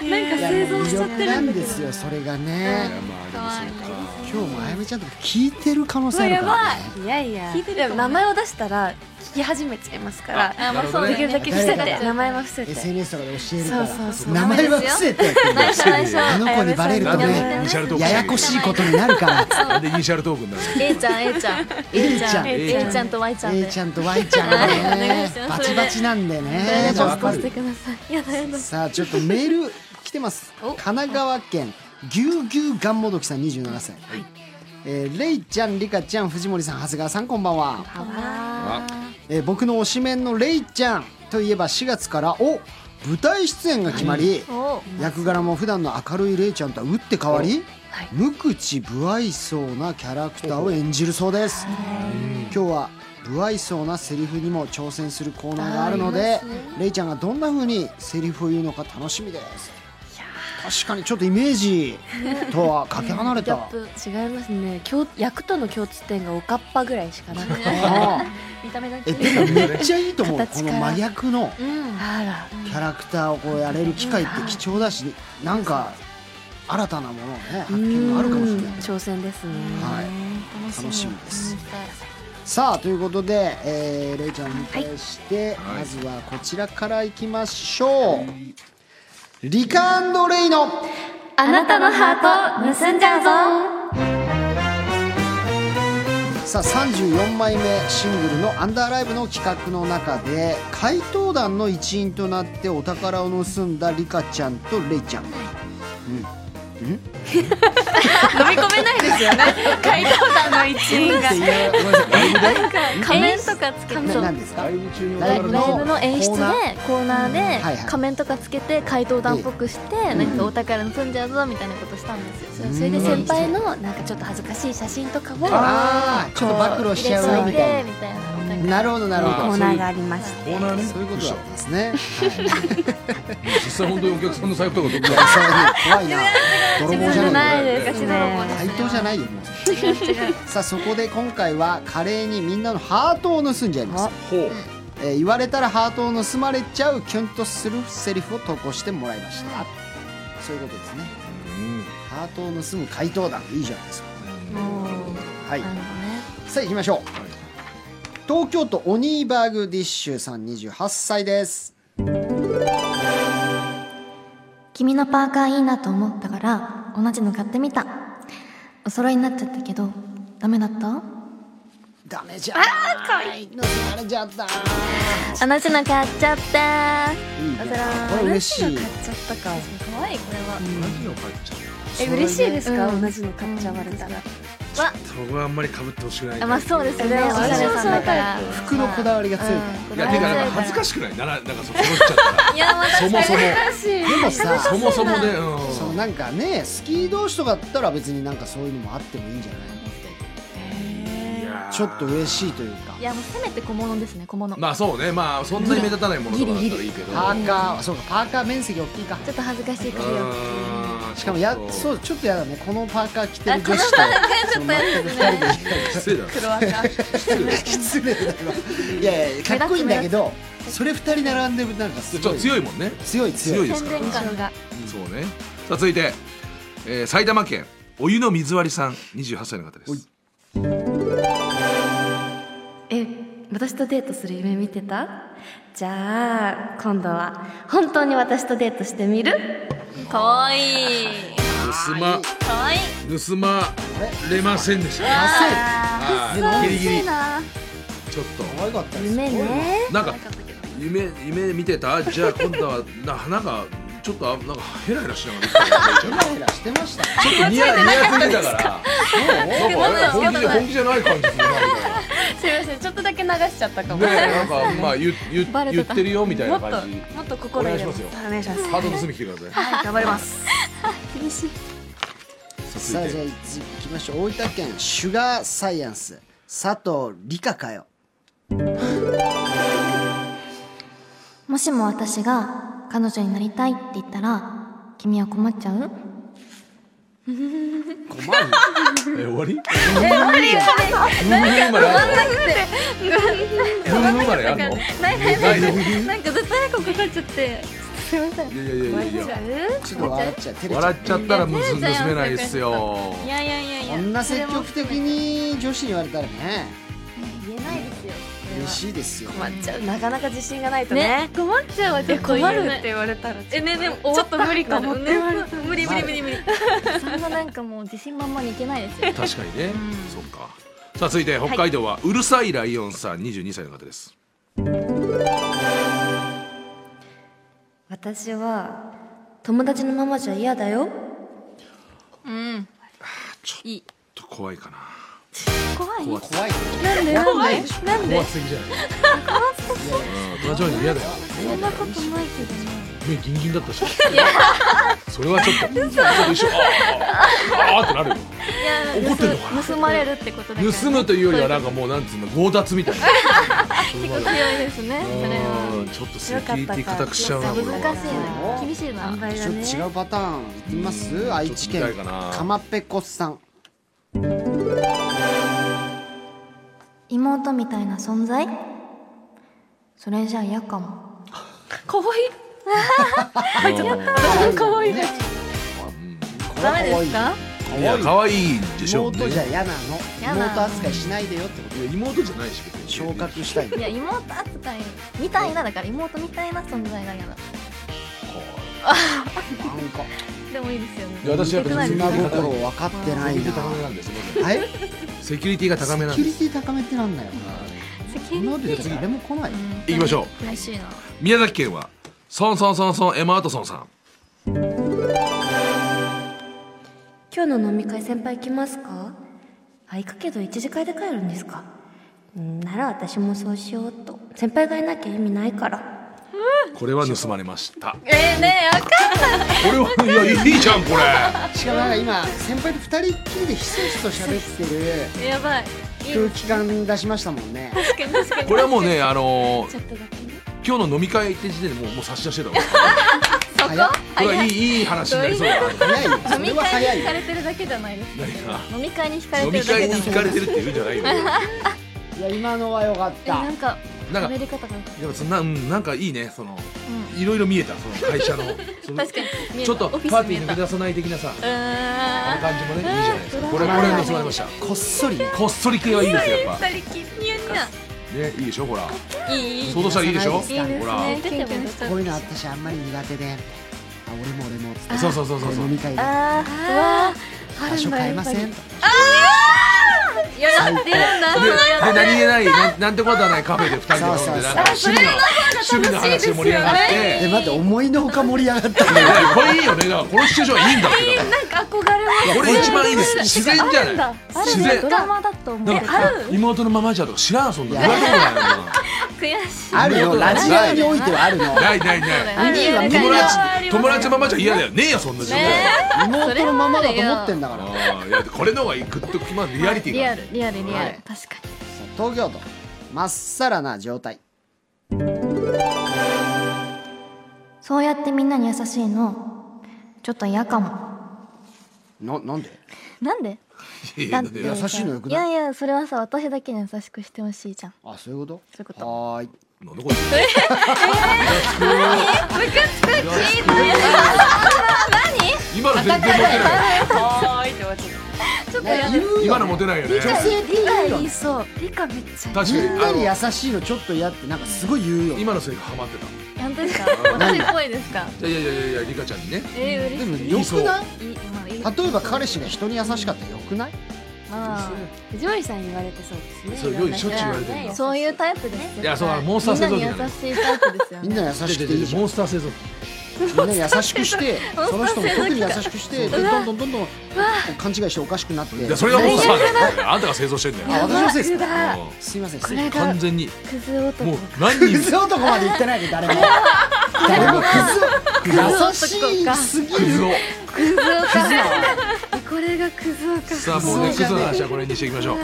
ど
なんか製造しちゃってる
なん
だけ
で
ど
すよそれがね
いやまあでもそうか
今日もあやめちゃんとか聞いてる可能性あるからね
いやいや
聞いてるかもね
でも名前を出したら聞き始めちゃいますから
あま
な
あ
るほ
そ
ど
う
ね
で
だ
き
け
るだけ伏せて名前は伏せて
SNS とかで教えるから
そうそうそう
名前は伏せてやってるんだよ
内緒
あ の子にバレると
なん
ね
でイニシャルトーク
ややこしいことになるから
なんでイニシャルトークになるの
A ちゃん A ちゃん
A ちゃん
A ちゃ
A
ん
ちゃんと Y ちゃん
A
で
ちゃんと Y ちゃん が
はいお願い
ね
しま
バ
す
チバチなんでね
それでわかる
してくださいやだやだ
さあちょっとメール来てます
お
神奈川県ぎゅうぎゅうがんもどきさん27歳、えー、レイちゃんリカちゃん藤森さん長谷川さんこんばんは、
あ
えー僕の推しメンのレイちゃんといえば4月からお舞台出演が決まり、
お
役柄も普段の明るいレイちゃんとは打って変わり、
はい
無口不愛想なキャラクターを演じるそうです今日は不愛想なセリフにも挑戦するコーナーがあるので、レイちゃんがどんな風にセリフを言うのか楽しみです確かにちょっとイメージとはかけ離れ
ギャ
た
ップ違いますね共役との共通点がおかっぱぐらいしかなくて
ああ
見た目だけ
えてかめっちゃいいと思うこ
形
の
から
真逆の
うん
あら
キャラクターをこうやれる機会って貴重だしなんか新たなものをね発見があるかもしれない
うん挑戦ですね
はい、楽しみです。さあということで、えー、レイちゃんを迎えして、
はい
まずはこちらからいきましょう。リカレイの
あなたのハート盗んじゃうぞ
さあ34枚目シングルの「アンダーライブ」の企画の中で怪盗団の一員となってお宝を盗んだリカちゃんとレイちゃん。
飲み込めないですよね怪盗団の一員が
っていうごめんなさいライブ
仮面とかつけて
でななんですか
ライブ中に
ラ
ラ
イ
イ
ブ
ブ
の
の演出
コ
で
ーナ
コーナ
うんは
ー
いは
で
い
仮面とかつけて怪盗団っぽくして
え
なんかお宝盗んじゃうぞみたいなことしたんですよ
ん
それで先輩のなんかちょっと恥ずかしい写真とかを
あーちょっと暴露し
入
ち
れ
ゃうよ
とい
みた
て
い
みたいなお宝
な。なるほどなる
あ
ほ
ー
ど。
コーナーがありまし
コーナーね
そういうことだったんです ね。はい
実際本当にお客さんの財布とかどっか
いやそういうの怖いな泥棒じゃない
な
の
いです
ね
対等じゃないよもうさあそこで今回は華麗にみんなのハートを盗んじゃいます、
ほう
えー言われたらハートを盗まれちゃうキュンとするセリフを投稿してもらいましたそういうことですねハートを盗む怪盗団いいじゃないですかはいさあ行きましょう、東京都オニーバーグディッシュさん28歳です
君のパーカーいいなと思ったから同じの買ってみたお揃いになっちゃったけどダメだった
ダメじゃない盗まれちゃった
同じの買っちゃった
いいねこれ嬉しい
ちょっとか
可愛いこれは
え嬉しいですか同じの買っちゃわれたら
そこはあんまり被ってほしくない
あまあそうですよね
ね
おしゃれさんだから
服のこだわりが強いから、
いやてかなんか恥ずかしくないならなんかそこ に来ちゃったら
いやま
そもそも
でもさ
そもそもね
その
うん
なんかねスキー同士とかだったら別になんかそういうのもあってもいいんじゃない
いやー
ちょっと嬉しいというか
いやもうせめて小物ですね小物ちょ
まあそうねまあそんなに目立たないものとかだったらいいけど
パーカーそうかパーカー面積大きいか
っと恥ずかしいからよ
うーん
しかもや
ちょ
そ
っ
うちょっとやだねこのパーカー着てる女子とその全く2人で行 く
と失礼だろ
失礼だわいやいやかっこいいんだけどそれ2人並んでなんか
ち
す
ょっと
ごい
強いもんね
強い強
強い
い
ですからね
感が
そうねさあ続いて、えー、埼玉県お湯の水割りさん28歳の方です
え私とデートする夢見てたじゃあ今度は本当に私とデートしてみる
可愛い
盗ま
可愛い
盗まれませんでした
あ
は
ー
いギリギリちょっ
可愛かったです
夢ね
となんか夢夢見てたじゃあ今度はな花がちょっとあなんかヘラヘラしながら
ヘラヘラしてましたね
ちょっとニヤニヤついてたからなんかあれ本気じゃ本気じゃない感じ するなみたいな
すいませんちょっとだけ流しちゃったか
ねなんかまあ言言言ってるよみたいな感じ
もっと
お
心
願い
入
し
れ
ますよ
お願いします
ハート盗み来てください
頑張ります
さ
さ
あ
あじゃあ
続いて
行きましょう大分県シュガーサイエンス佐藤理香かよ
もしも私が彼女になりたいって言ったら君は困っちゃう
困る
え終わり？え終わり。なんか生まれあんの？
ないない
ないの？
なんか絶対ここかっちゃって
いやいやいやいや。
ちょっと笑っちゃう照れちゃ
笑
う
っちゃったらむず盗めないっすよ。
いやいやいやいや
こんな積極的に女子に言われたらね
言えないですよ
嬉しいですよ
困っちゃうなかなか自信がないと
ね
ね
困っちゃうわちょ
え
っと言え
困
ない
るって言われたら
えねでも
ちょっと無理かもって言われたら
無理無理無理無理
そんななんかもう自信満々にいけない ですよ
確かにね。そっか。さあ続いて北海道はうるさいライオンさん22歳の方です。
私は友達のままじゃ嫌だようんいい
ちょっと怖いかな。
怖い
怖い。
怖い
なんでなんでなんで
怖すぎじゃない。怖すぎ。に嫌だよ。
そんなことないけどね
目ギンギンだったし。それはちょっと。ちょっと一緒。あーあーあーってなるよ。怒ってんのかな。
盗まれるってことだから
盗むというよりはなんかもうなんつうの強奪みたいな結構
強いですねそれは
ちょっとセキュリティ固くしちゃうなこれは
難しいな厳しいな
だ
ちょっと違うパターンいってみます愛知
ちょっ
県
と見たいかな
かまっぺこさん
妹みたいな存在それじゃ嫌かも
可愛い
可愛いね
ダメですか
いや
可
可愛いでしょうね
妹じゃ嫌な
嫌
の
なの
妹扱いしないでよってこと
いや妹じゃないし別に
昇格したい
いや妹扱いみたいなだから妹みたいな存在が嫌だ
なんか
でもいいですよね
いや私やっぱ
女
セキュリティ
心を分かってない な
高めなんです
はい
セキュリティが高めなん
セキュ
で
リ
す
ティ高めってなんだよ今まで別に誰も来ない
行きましょう
悔しいな
宮崎県はソンソンソンソンエマ・アトソンさん
今日の飲み会先輩来ますかあ行くけど一次会で帰るんですかうんなら私もそうしようと先輩がいなきゃ意味ないから
これは盗まれました
えー、ねえあか
これはいやいいじゃんこれ
しかもなんか今先輩と二人っきりでひそひそ喋って
やばい
る空気感出しましたもんね
これはもうねあのー今日の飲み会って時点でもうもう差し出してたわ
早っ
これはいいいい話になりそうだな
早いよそれは早いよ
れてるだけじゃないです
何が
飲み会に惹かれ
飲
て
み
るだけじ
会に
ゃない
行かれてるって言うんじゃないよ
いや今のは良かっ
え
た
なんか
なんか
喋り方が
でもそんなうんなんかいいねそのいろいろ見えたその会社のその
確かに見え
ちょ
た
っと
オ
パ
フ
ー
ィス
ティー抜け出さない的なさ
う
あの
ーん
感じもねいいじゃないですかこれこ
うん
れ盗まれました
こっそりね
こっそり系はいいですよやっぱ
二人きりや
ねいいでしょほら
いいいい
想像したらいいでしょ
いいですね
ほら
ねキュンキュンしちゃ
こ
う
ういうの私あんまり苦手であ俺も俺もつって
そうそうそうそうそう
飲み会で
あーうわ
場所変えません
やってるんだ
でで何気ないなんなんてことはないカフェで二人で飲んでなんか趣味の趣味の話で盛り上がって
え待って思いのほか盛り上がった
いやいやこれいいよねだからこのシチュエーションはいいんだってだから
なんか憧れま
これ一番いいです自然じゃない
ある
自
ね
然
ドラマだと思う
なんか妹のままじゃとか知らんそんな言われたことない
す悔しい
あるよラジオにおいてはあるの
ないないない。友達友達のままじゃ嫌だよ。ねえよそんな状態。
妹のままだと思ってんだからさ
ああいやこれの方がグッときますリアリティ
リ
が
ア
ある
ル。リアルリア
は
ル
い
確か
東京都まっさらな状態
そうやってみんなに優しいのちょっと嫌かも
ななんで
になんで
いやいやい
優
や
しいのよく
い
な
や
い
いやそれはさ私だけに優しくしてほしいじゃん
あそういうこと
そういうこ
はーい
なんでこれ
えーなん
今の全然モテない。
可愛いって終わっちゃった
ね言うよ
今の
ね
モテないよね。
女性って言うよね
そう理科めっちゃ
確
みんな
か
に
にあ
優しいのちょっと嫌ってなんかすごい言うよ
の
ね
今のセリフハマってた。
本当ですか 私っぽいですか
いやいやいやいやリカちゃんにね。
えー嬉
で
し
もよく
い
ない
いいいまあいい
例えば彼氏が人に優しかったらよくない
ま
藤森さんに言われてそうですね
そうよいしょっちゅう言われてる
あ
の。
そういうタイプです
いやそうモンスター
みん
製
な
造
に
機
優し
なの。
いタイプですよ
みん
ね
な優しくていいじゃん
モンスター製造機。
みんな優しくしてその人も特に優しくしてでどんどんどんどん勘違いしておかしくなって
いやそれがモンスターだよ。あんたが製造してんだ
あ
よ。
私のせいですか
う
すいません
これ
ん
が
完全に
クズ男
もう何
ク
人
ズ男まで言ってないで誰も誰もクズ優しいすぎ
クズ
る
を。
クズ
クズ
男
だ
これがクズ男
さあもうねク
クズ
ズ
じゃねえ
の話はこれにしていきましょう。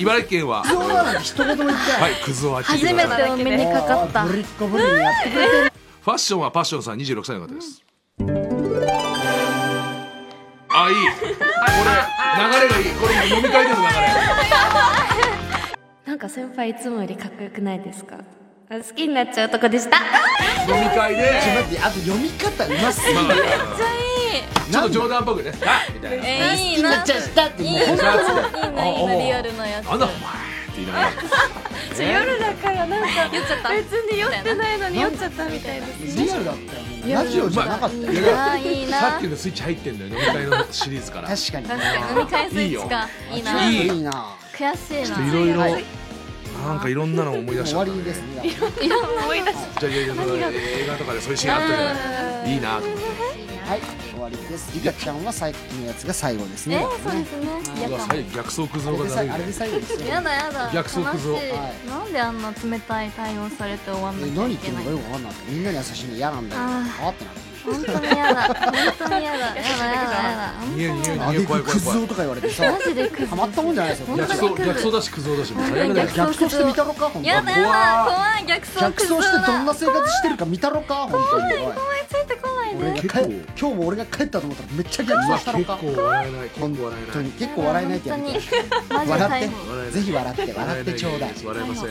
茨城県は
クズ男なんて一言も言ってな
はいいクズをあっち行っ
初
てく
め
ださい。
てお目にかかった
ブリッコブリにやってくれてる
ファッションはパッションさん26歳の方です。あいい。これ流れがいい。これ飲み
なんか先輩いつもよりかっこよくないですかあ好きになっちゃうとこでした
飲み会で
ちょっと待ってあと読み方うますぎ
まあ
る
まあちょっと冗談っぽくねあみたいな
えー、いい
好きにな
な
っちゃったって
いい
も
な
う
いい
本当に
な
あ
いいな
あ
リアルなやつ
なんだお前って言いな がら
夜だからなんか
言っちゃった
別に酔ってないのに酔っちゃったみたいです
リアルだったよねラジオじゃなかったよ
い
ね
やだか
あーいい
らさ
な
っきのスイッチ入ってんだよ飲み会のシリーズから
確かに
確かに飲み会スイッチかいいない
い
いいな
悔しい
い
な
ろいろなんかいろんなの思い出し
終
ちゃ
わ
った
り
ね
ですね
思い出し
じゃあいやいやその映画とかでそういうシーンあったじゃないいいなと思って
はい終わりですリカちゃんは最後のやつが最後です
え
ね
ー、そうですね
うわ最後逆走クズ
あ
の
れでさ
方がダメ
いあれで最後ですよ
やだやだ
逆速
悲し
ぞ
はい
なんであんな冷たい対応されて終わんなき
え
ゃ
何
い
言って
け
る
ない
のかよく分かんなくてみんなに優しいの嫌なんだよ
あ
あーってなって
本当にやだ本 当にやだやだやだやだ
いやいやい
あ
やい
げ
や
く
怖い怖
ク
い怖
ズ
い
男とか言われてさ
マジでクズ
ハマったもんじゃないですよこっ
逆
ち
走
は
逆走だしクズ男だしもう最悪だよ
逆走してみたろか本当に
やだやだ怖い逆走
逆走してどんな
つ
生活してるか見たろか本当におい
いてこない
俺が帰
結
今日も俺が帰ったと思ったらめっちゃ逆
うわ
走し
結
たろか
構笑えない結
本
構笑え
当
ない
に結構笑えないってやめて
マジで逮
笑っ
捕
笑えな
て
い
ぜひ笑って笑ってちょうだい
笑えません
笑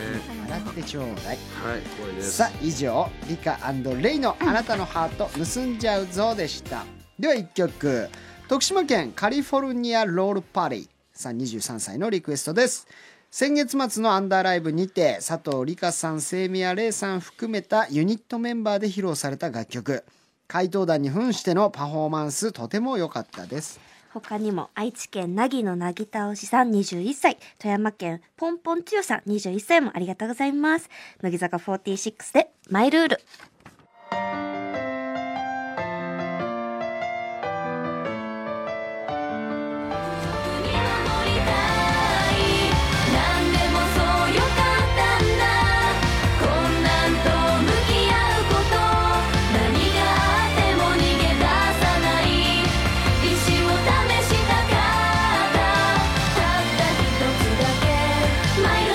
ってちょうだい
はい怖いです
さあ以上リカレイの「あなたのハート盗んじゃうぞ」でしたでは1曲徳島県カリフォルニアロールパレイさん23歳のリクエストです先月末のアンダーライブにて佐藤理香さん清宮玲さん含めたユニットメンバーで披露された楽曲回答団に扮してのパフォーマンスとても良かったです
他にも愛知県なぎのなぎ倒しさん21歳富山県ポンポンつよさん21歳もありがとうございます乃木坂46でマイルール
守りたい何でもそうよかったんだ困難と向き合うこと何があっても逃げ出さない意志を試したかったたった一つだけマイル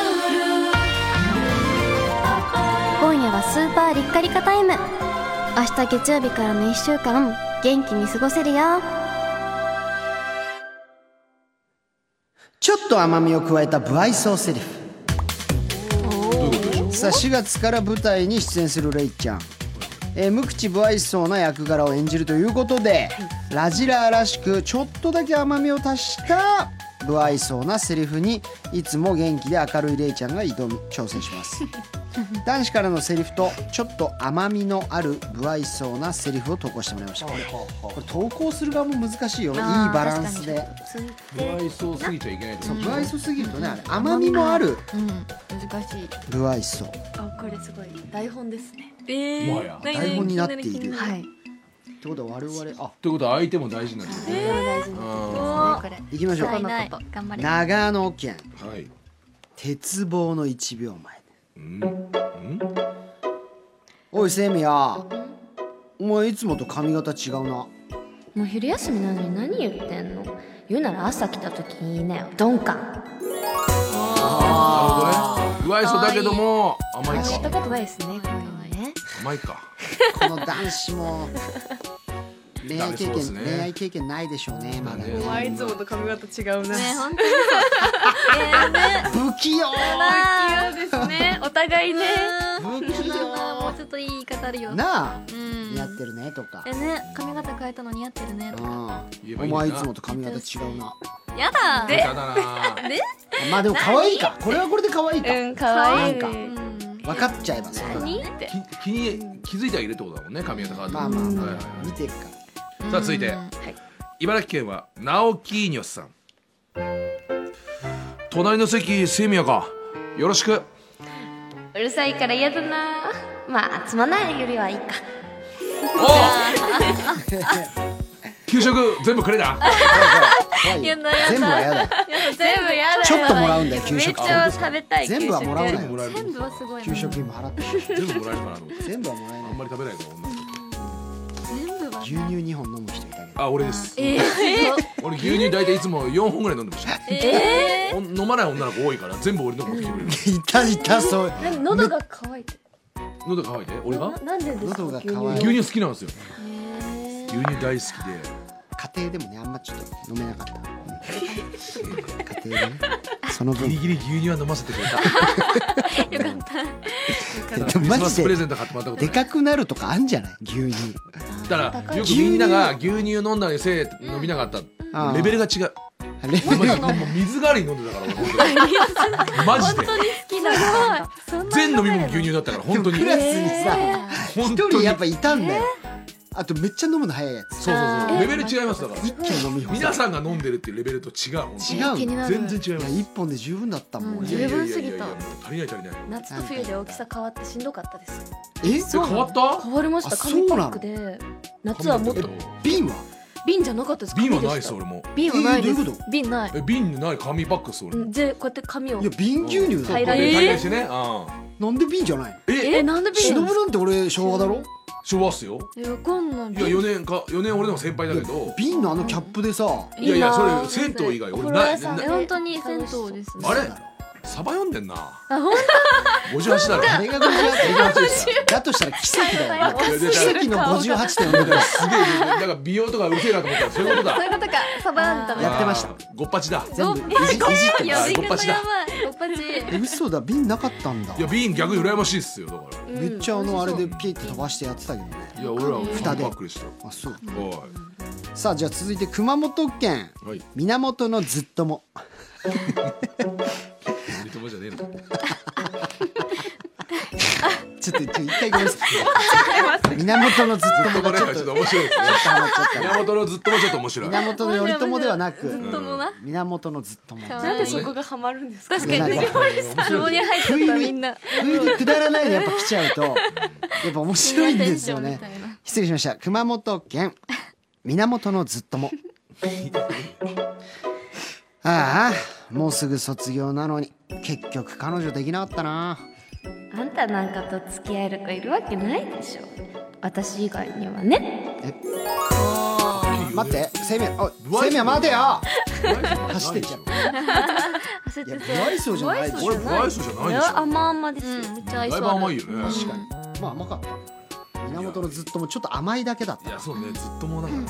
ール
今夜はスーパーリッカリカタイム明日月曜日からの1週間元気に過ごせるよ
ちょっと甘みを加えた不愛想セリフさあ4月から舞台に出演するレイちゃん、えー無口不愛想な役柄を演じるということで、ラジラーらしくちょっとだけ甘みを足した不愛想なセリフにいつも元気で明るいレイちゃんが挑み挑戦します男子からのセリフとちょっと甘みのある不愛想なセリフを投稿してもらいましたこれ投稿する側も難しいよねいいバランスで
不愛想すぎちゃいけないと
そう
思う
不愛想すぎるとねあれ甘みもある
うん難しい
不愛想
あこれすごい台本ですね
えー
もはや
何
台本になっている
はい
ってことは我々あ
ということは相手も大事なんですね
大事
う
なこ
ん
と
は
ですねこ
行
れ
きましょ
な
う
いない頑張れ
長野県
い
鉄棒の1秒前
うん
おいセミヤお前いつもと髪型違うな
もう昼休みなのに何言ってんの言うなら朝来た時に言いなよ鈍感
なるほどね不愛想だけども甘い
やった
か
ことないですねこういうのね
甘いか
この男子も恋愛経
ダメそうです
験、
ね
恋愛経験ないでしょうねまだね
ね
あいつもと髪型違うな
ね本当にそうえーね
不器用
違うですねお互いね
不器
もう
用
ちょっといい言い方あるよ
なあ
うん
似合ってるねとか
えね髪型変えたの似合ってるね
うん
言えば
お
いいんだ
前いつもと髪型違うな
やだ
下手だな
まあでも可愛いかこれはこれで可愛いか
うん可愛
な
い
んか
うん
分かっちゃえばそれは
何って
き気に気づいてはいるってことだもんね髪型変わって
まあまあまあ
はいはいはい
見てるから
さあ続いて、茨城県はナオキーニョスさん隣の席セミヤかよろしく
うるさいから嫌だなまあつまんないよりはいいか
お給食全部くれな
怖い
や
よ
だやだ
全部は嫌だよ
全部やだ
ちょっともらうんだよ給
め
食
っちゃ食べたい
全部はもらわない
全部
よ
もらえる
全部はすごいな
給食費も払って
全部もらえるかなと思って
全部はもらえな
あ
い
んまり食べないから女の子
全部は
牛乳2本飲む人いたけど
あ俺です
えー
俺牛乳大体いつも4本ぐらい飲んでました
え
お飲まない女の子多いから全部俺の持ってきてくれる
いたいたそう
喉が乾いて
喉乾いて俺が
なんでですか
喉が
牛
渇い
乳
て
牛乳好きなんですよ牛乳大好きで
家庭でもねあんまちょっと飲めなかった、うん家庭でねその
ギ
分
リギリ牛乳は飲ませてくれた
でもマ
クリスマ
ジ
ス
で
プレゼント買ってもらったこと
で
な
か
い
くなるとかあんじゃない牛乳
だからよくみんなが牛乳飲んだりせえ飲みなかった
あー
レベルが違う
レベ
マ
ル
ジ
が
もう水代わりに飲んでたから俺本当にマジで全飲み物牛乳だったから本当に
クラスにさ
本
一
当
人
に
やっぱいたんだよあとめっちゃ飲むの早いやつ
そうそうそうレベル違いますだから
一気に飲み干
皆
す
さんが飲んでるっていうレベルと違う
違
本
うのい
当に全然違いま
や
す
一本で十分だったもん
い
俺
やいやいやい
十分すぎ
やいや
た
もう足りない足りない
夏と冬で大きさ変わってしんどかったです
え
え変わった
変わりました
あそう
紙
な
パ
の
ックで夏はもっと
瓶は
瓶じゃなかったです
瓶は
紙で
ない
し
で
た
す俺も
瓶はないで
えーどういうこ
す瓶ない
え瓶にない紙パックっす俺
うんでこうやって紙を
いや瓶牛乳だ
平ら
よ
に
平らにしてねうん
なんで瓶じゃないの
え
えなんで
忍
瓶なんで
なんて俺昭和だろ
昭和っすよ
すかえわかんない
いや4年か四年俺の方が先輩だけど
瓶のあのキャップでさ
いやいやそ
いいな
れ
ぁ
銭湯以外俺
風呂
な
屋
いな
さんで
え
本当に銭湯ですね
あれサバ読んでんなあ本当58だろ
あれが58だだとしたら奇跡だよね
いやで
奇跡の58.4
だからすげえなんか美容とかうるせえなと思ったらそういうことだ
そういうことかサバランタ
やってました
あーごっぱちだ
全部いじいじって
や
ま
ば
す
いごっぱちだ
おっぱち
え嘘だ瓶なかったんだ
いや瓶逆に羨ましいっすよだか
めっちゃあのあれでピーって飛ばしてやってたけどね
らいや俺らは
蓋で
パックでしたよ
あそう
お
さあじゃあ続いて熊本県
いはい
源のずっとも
森友じゃねえの
ちょっとちょ一回ごめんなさい源のずっとも
こ
が
れ
ちょっと
はちょっと面白いですね
ハマっちゃったな
源のずっともちょっと面白い
源の頼朝ではなく
も
源のずっとも
なんでそこがハマるんですか
確かにねツボに入っちゃったみんな
不意にくだらないのやっぱ来ちゃ うとやっぱ面白いんですよね失礼しました熊本県源のずっ ともああもうすぐ卒業なのに結局彼女できなかったな
あんたなんかと付き合える子いるわけないでしょ私以外にはね
待って生命あ
不愛
生命
想
待てよ
走
走ってっちゃう
焦っ
い
て
や不愛想じゃないでしょ
俺不愛想じゃない
い
で
や甘々ですよ、
しょだいぶ甘いよね
確かにまあ甘かった源のずっともちょっと甘いだけだっ
い
た
やそうねずっともだからね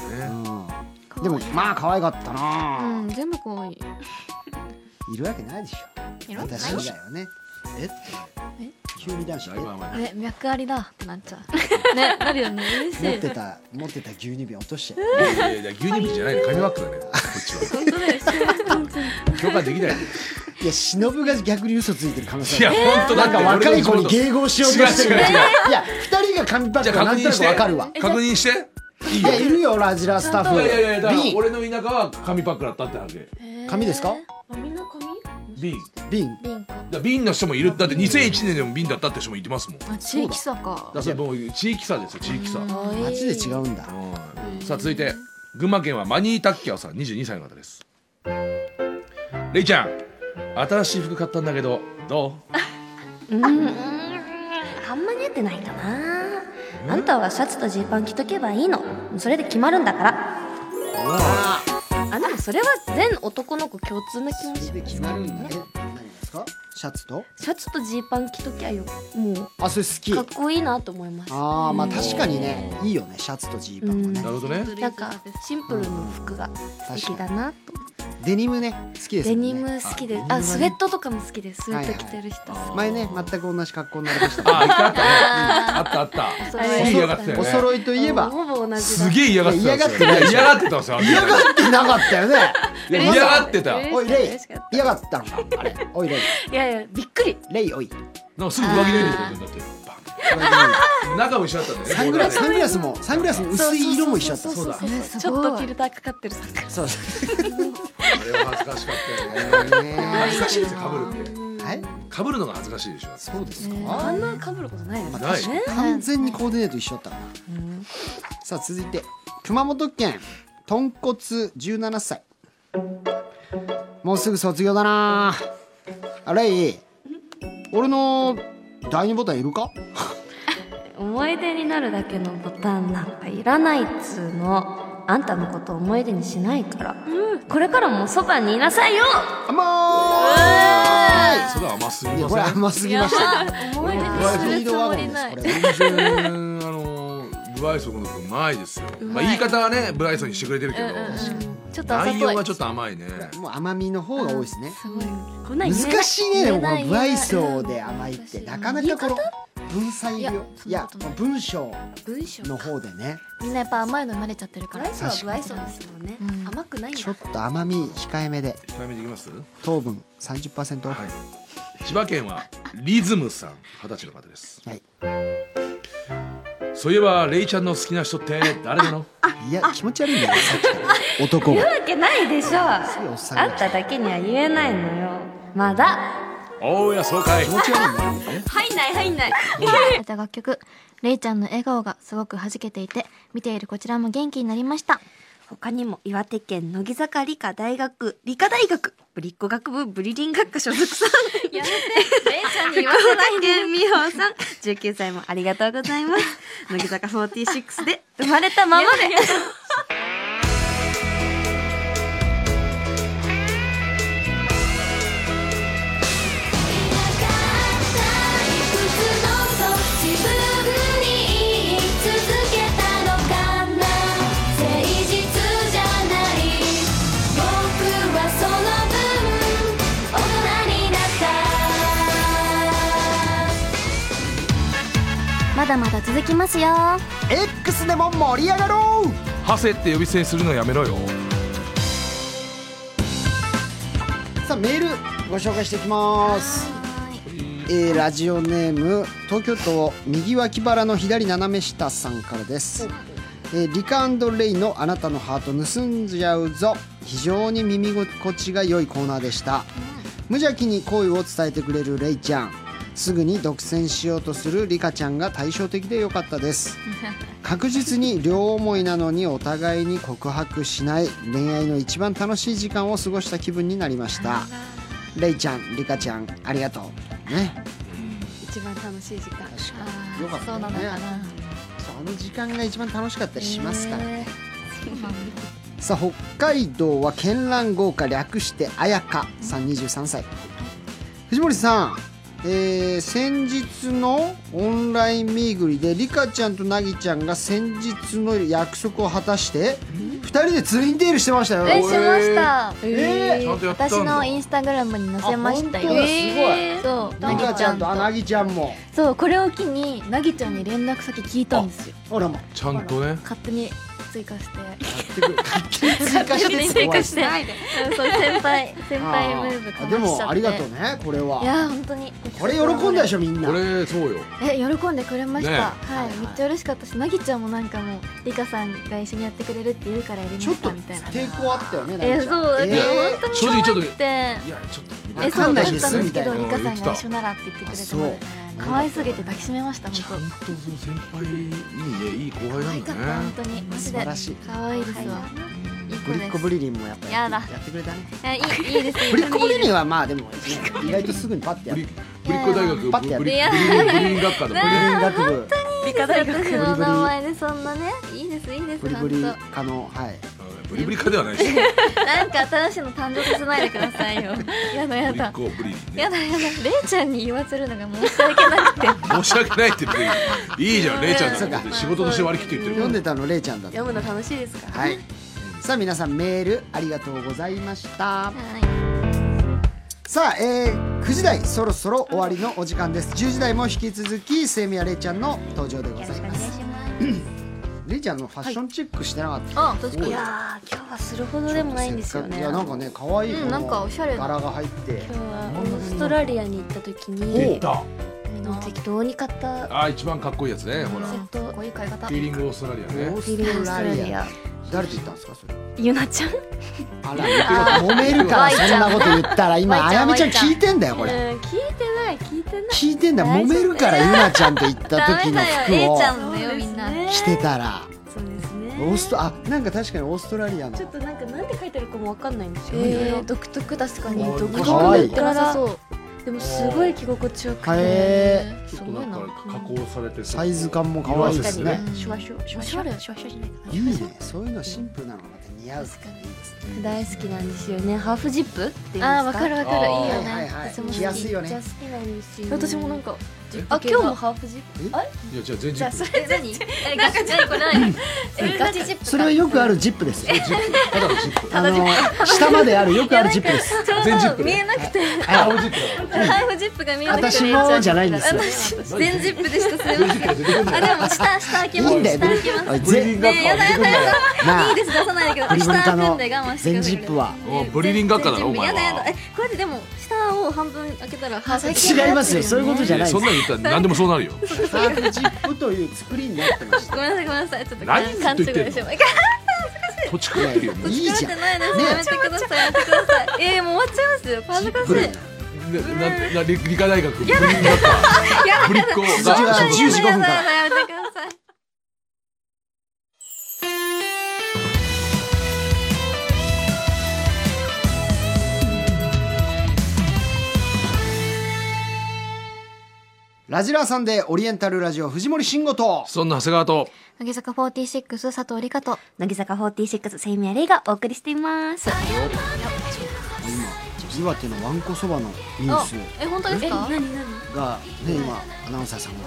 でもまあ可愛かったな、
うん全部可愛い
いるわけないでしょ。私以外はね。えって。急に男子
だ
え
いぶ甘い
え脈ありだってなっちゃうねなるよねうるせ
持っ
え
てた持ってた牛乳瓶落として。
いやいやいや牛乳瓶じゃないの紙パック だねこっちは許可できないよ
いや忍が逆に嘘ついてる可能
い
性
や
ある。
本当だ
な
っ
ん
て
か若い子に迎合しようとしてる。い
違う違う違
や二人が紙パッ
じ
ク
ゃ
は
あ
な
確
んとな
認し
く
て
わかるわ。
確認していい
い
よ
やいるよラジラスタッ
いやいや
フ。
いやだから
瓶
俺の田舎は紙パックだったってあるで
紙ですか？
瓶
瓶。
だから瓶の人もいるだって2001年でも瓶だったって人もいてますもんだか
あ地域差から
それもう地域差ですよ地域差うん
マジで違うんだ。
さあ続いて群馬県はマニータッキャオさん22歳の方ですレイちゃん新しい服買ったんだけどど
あんまり合ってないかなあんたはシャツとジーパン着とけばいいのそれで決まるんだからあでもそれは全男の子共通な気持ち
で決まるんだね。何ですか？シャツと？
シャツとジーパン着ときゃよもう
あそれ好き
かっ。こいいなと思います
ああまあ確かにねいいよねシャツとジーパンはね
うな。るほどね
なんかシンプルの服が素敵だなと
デニムね好きですも
デ
んね。
ニム好きです
あデニムはね
あスウェットとかも好きですスウェット着てる人
前ね全く同じ格好になりました
ああったあったねあったあった
そう
すげえ嫌がってたよ
お
ね
揃いといえば
ほぼ同じ
すげえ嫌がってたんですよ
いや
嫌がってたんですよ嫌
嫌がってなかったよね
嫌がってた
おいレイ嫌がったのかあれおいレイ
いやいやびっくり
レイおい
なんかすぐ上着脱いでくれるんだってバン中も一緒だったんだよね
サングラス
ボ
サ
ー
ングラスもサングラスの薄い色も一緒だった
そうだ
ちょっとフィルターかかってるさ
そうだ
ダーねあれは恥ずかしかったよね恥ずかしいですよかぶるって
はい
かぶるのが恥ずかしいでしょ
そうですか
あんな被ることないです
ない
完全にコーディネート一緒だったなさあ続いて熊本県豚骨17歳もうすぐ卒業だなあレイ俺の第二ボタンいるか
思い出になるだけのボタンなんかいらないっつうのあんたのこと思い出にしないから、これからもそばにいなさいよ
甘い
それは甘すぎ
いや
ま
これ
せん
甘すぎましたね。
思い出
スピードワゴンですこれ。
全然あのブライソンのことうまいですよ、ま
ま
あ、
い
言い方はねブライソンにしてくれてるけど、
ちょっとあざとい
内容はちょっと甘いね
もう甘みの方が多いですね、
すごいこんな
難
ん言えない
しいねでもこの
言え
無
ない
愛想で甘いってなかなかこの文才よいや文章
文章
の方でね
みんなやっぱ甘いの慣れちゃってるか
ブ
ら
ライソンはブライソンですもんね、
うん
甘くないんだ
ちょっと甘み控えめで
ちなみにいきますは
糖分30%オフ、
い千葉県はリズムさん二十歳の方です
はい、
そういえばレイちゃんの好きな人って誰 なの
いや気持ち悪いんだよさっきから男が
わけないでしょあ
すごいおっさん
ん
が
ただけには言えないのよまだ
おやそうかい
気持ち悪いんだよね
入んない入んない
また楽曲レイちゃんの笑顔がすごく弾けていて見ているこちらも元気になりました
他にも岩手県乃木坂理科大学理科大学ぶりっ子学部ブリリン学科所属さん
やめて、レイちゃんに
福
言わせない
岡県美穂さん19歳もありがとうござい ます乃木坂46で生まれたままで
「いなかったいくつのと自分に言い聞かせて」「続けたのかな誠実じゃない」「僕はその分大人になった」
まだまだ続きますよ
X でも盛り上がろう
ハセって呼び捨てにするのやめろよ
さあメールご紹介していきます、えーラジオネーム東京都右脇腹の左斜め下さんからです、えーリカレイの「あなたのハート盗んじゃうぞ」非常に耳心地が良いコーナーでした無邪気に好意を伝えてくれるレイちゃんすぐに独占しようとするリカちゃんが対照的で良かった です確実に両思いなのにお互いに告白しない恋愛の一番楽しい時間を過ごした気分になりましたレイちゃんリカちゃんありがとうね
一番楽しい時
確
間
かによかったよねそうあの時間が一番楽しかったりしますからね、 さあ北海道は絢爛豪華略して綾香さん23歳藤森さん、えー先日のオンラインミーグリでリカちゃんとナギちゃんが先日の約束を果たして2人でツインテールしてましたよ、
えしました
ちゃんとやったんだ
私のインスタグラムに載せました
あ
よ
本当だす
そう
リ
な
カ
ぎ
ち
ち
ゃ
ゃ
ん
ん
と
と
あナギちゃんも
そうこれを機になぎちゃんに連絡先聞いたんですよ
ほら もう
ちゃんとね
勝手に追加して
勝手に追加してって怖いですね
ないで。
そう先輩先輩ムーブ
あ
か
ー
ましちゃって
でもありがとうねこれはい
や本当に
これ喜んだでしょみんな
これそうよ
え喜んでくれました、
ね
はい、めっちゃ嬉しかったしなぎちゃんもなんかもうりかさんが一緒にやってくれるって言うからやりま
ちょっ
し
と
たみたいな
抵抗あったよね
え
ナギちゃん
そうだから
えー
本当に
正直ちょっと
で
いやちょっと
わ
え
か
そ
ん
う
な
だっ
い
たん
で
です
みた
す
いな
けどりかさん
言って
が
た
一緒ならって言ってくれた
そ
の
う
で可愛すぎて抱きしめました
ちゃ
本
んとその先輩いいねいい
当可
後輩な
愛
ん
かった
だ
本
ね
当にマジ
素
で
晴らしい
可愛いですわいい子
ブリ
で
ッコ
す
ブリリンもやっぱや
や
っ
だ
てやってくれたね
えいいいいですいい
ブリッコブリ
いい
リンはまあでも意外とすぐにパッてや
ブ
る
リブリッコ大学
パッとやる
ブリブリブリン学科のブ
ブ
リ
リリン学部
理科大学
私の名前でそんなねいいですいいで
ブ
す
リブ
本
リ
当
科のはい
ブリブリ科ではないですブ
なんか新しいの誕生させないでくださいよやだや
リッ
だ
コブリリン
や
ね
だやだレイちゃんに言わせるのが申し訳なくて
申し訳ないって言っていいじゃんレイちゃんのこと仕事として割り切って言って
読ん
る
でたのれいちゃんだった
読むの楽しいですか
はいさあ皆さんメールありがとうございました
はい
さあ、えー、9時台そろそろ終わりのお時間です10時台も引き続きセミヤレイちゃんの登場でございますレイちゃんのファッションチェックしてなかった、
あ確か
い
に
やー今日はするほどでもないんですよ
い
ね
やなんかね可愛い
うん
この
なんかおしゃれな
柄が入って
今日はオーストラリアに行った時
出
に
た
もう適当に買った
あー一番かっこいいやつねほら
セットこういう買い方
フィーリングオーストラリア
オ
ね
ー
ビ
ス
リオ
ト
ーストラ
ラリ
リ
ア
ア
誰と言ったんですかそれ
ゆなちゃん
あら揉めるからそんなこと言ったら今あやめちゃん聞いてんだよこれ
うん聞いてない聞いてない
聞いてんだよ揉めるからゆなちゃんと言った時の
レイ
服
ちゃ
を
んだよみんな
着てたら
そうですね
オーストあなんか確かにオーストラリアの
ちょっとなんかなんて書いてあるかもわかんないんですよ、
えー、独特確かに
可愛い
独
可愛い
特だなそう
でもすごい着心地よくて、
へ
ちょっとなんか加工されて
サイズ感も可愛いですね
シュワシュワシュワシュワシュワシュワじゃないかない
いねそういうのシンプルなのがまた似合う
大好きなんですよねハーフジップっていうんですか
あーわかるわかるいい
あー
よ
はい
ね
はいはい
私も好き
着やすいよ
めっちゃ
ね
好きなんですよ、
私もなんかあ今日も
い
ハーフジップ
やじゃあ全
じゃあ
然
それ何えガチ何これ何えガチジップか
それはよ くあるジップです
ただのジップ
あの下まであるよくあるジップです
ちょ
全ジッ
う
プ
ど見えなくて
ハーフジップだか
ハーフジップが見えなくて
私もじゃないんですよ
私全ジップでしたすい ません
ら全ジップが出てくん
あ
だよ
でも下下開
い
き
い
ます
んだよ
下開きます
おい
ブリリ
ぜ
ンガッカーは出てくんだよ
ないあ
いです出さないでくださ
ブ
い
リブリカ
下開く
の
んで我慢してく
全
ださ
ジ
い
ップは
おブリリン学科だろお前
やだやだえこ
は
うやってでも下を半分開けたらハーフ
違いますよそういうことじゃ
い
な
や
いです
そんなの言ったら何でもそうなるよ
ハーフジップという作りになってました
ごめんなさいごめんなさいちょっと
何ずっ
勘
と
違い
言ってんの
して ます
土地狂ってるよね
いいじゃん
疲れてないです
ね
やめてくださいやめてくださいえーもう終わっちゃいますよ恥ずかしい
ななな理理科大学ブリリン学科ブリッコ
続きは
が
10時5分から
やだやだやめてください
ラジラーさんでオリエンタルラジオ藤森慎吾と
そんな長谷川と
乃木坂46佐藤理香と
乃木坂46セイミアレイがお送りしています
今岩手のわんこそばのニュース
え本当ですか
がね今アナウンサーさんが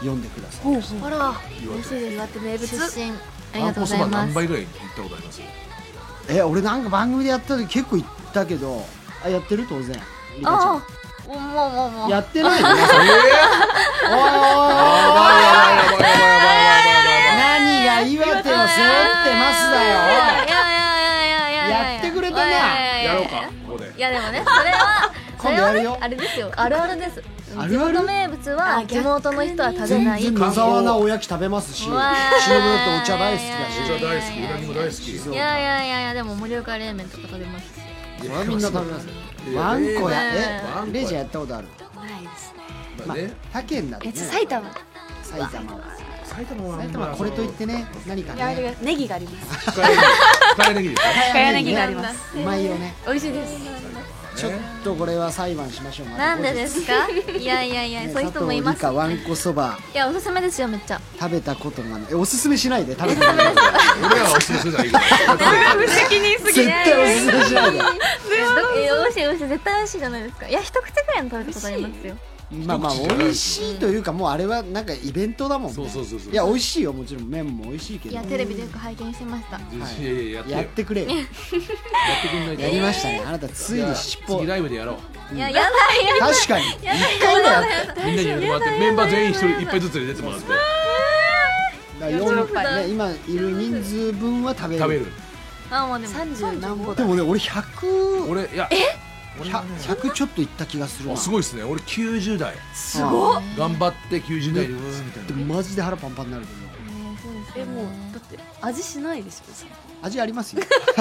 読んでください
あら
岩手
岩手名物出身あり
わ
が
ん
とう
こ
ご
そ
ざ
ば
いま
何
す
杯ぐらい行ったことあります
え俺なんか番組でやった時結構行ったけどあやってる当然リカ
ああもうもうも
ちゃん
うもう
やってないの皆 さんおいおいおい何が岩手を背負ってますだよ
いやいやいやいやいやい
やってくれたな
おいおいおいおい
やろうかここで
いやでもねそれは そ
今度
れは
やる
ね
よ
あれですよあるあるです
あるある
地元名物は地元の人は食べない
全然野沢菜おやき食べますし
う
忍
わー
だとお茶大好きだ
お
し
茶大好きうなぎも大好き
静
い
岡
やいやいやいやでも盛岡冷麺とか食べますし
それはみんな食べますよ
いや
わんこや
ね
わん
え
こ
レイちゃんやったことある
ないですね
まあね
他県だとね
えちょ埼玉
埼玉は
埼玉は
埼玉はこれといってね何かね
ネギがあります
深谷ネギ深谷ネギですね
深谷ネギがあります
うまいよね
美味しいです
ちょっとこれは裁判しましょう
なんでですか いやいやいやそういう人もいます
かわんこそば
いやおすすめですよめっちゃ
食べたことがないえおすすめしないで食べたことない
俺らはおすすめするじゃ ないけど
絶対おすすめしないで
いや美味しい美味しい絶対美味しいじゃないですかいや一口くらいの食べたことありますよ
まあまあ美味しいというかもうあれはなんかイベントだもんね
そうそうそうそう
いや美味しいよもちろん麺も美味しいけ
い
ど
やテレビでよく拝見してました
いやいややってよ
やってくれよ
やってくんないと
やりましたねあなたついに尻尾
次ライブでやろう
いややだ
確かに一回ぐらいやっ
みんなにやってもらってメンバー全員一人一杯ずつ入れてもらって
た4杯ね今いる人数分は食べる
食べる
あもうでも
30何歩
でもね俺100
俺いや俺はね
100ちょっといった気がする
あ
な
すごいですね俺90代
すごっ
頑張って90代にうーんみたい
で
な
もマジで腹パンパンになるけど
えもうだって味しないですよ
味ありますよ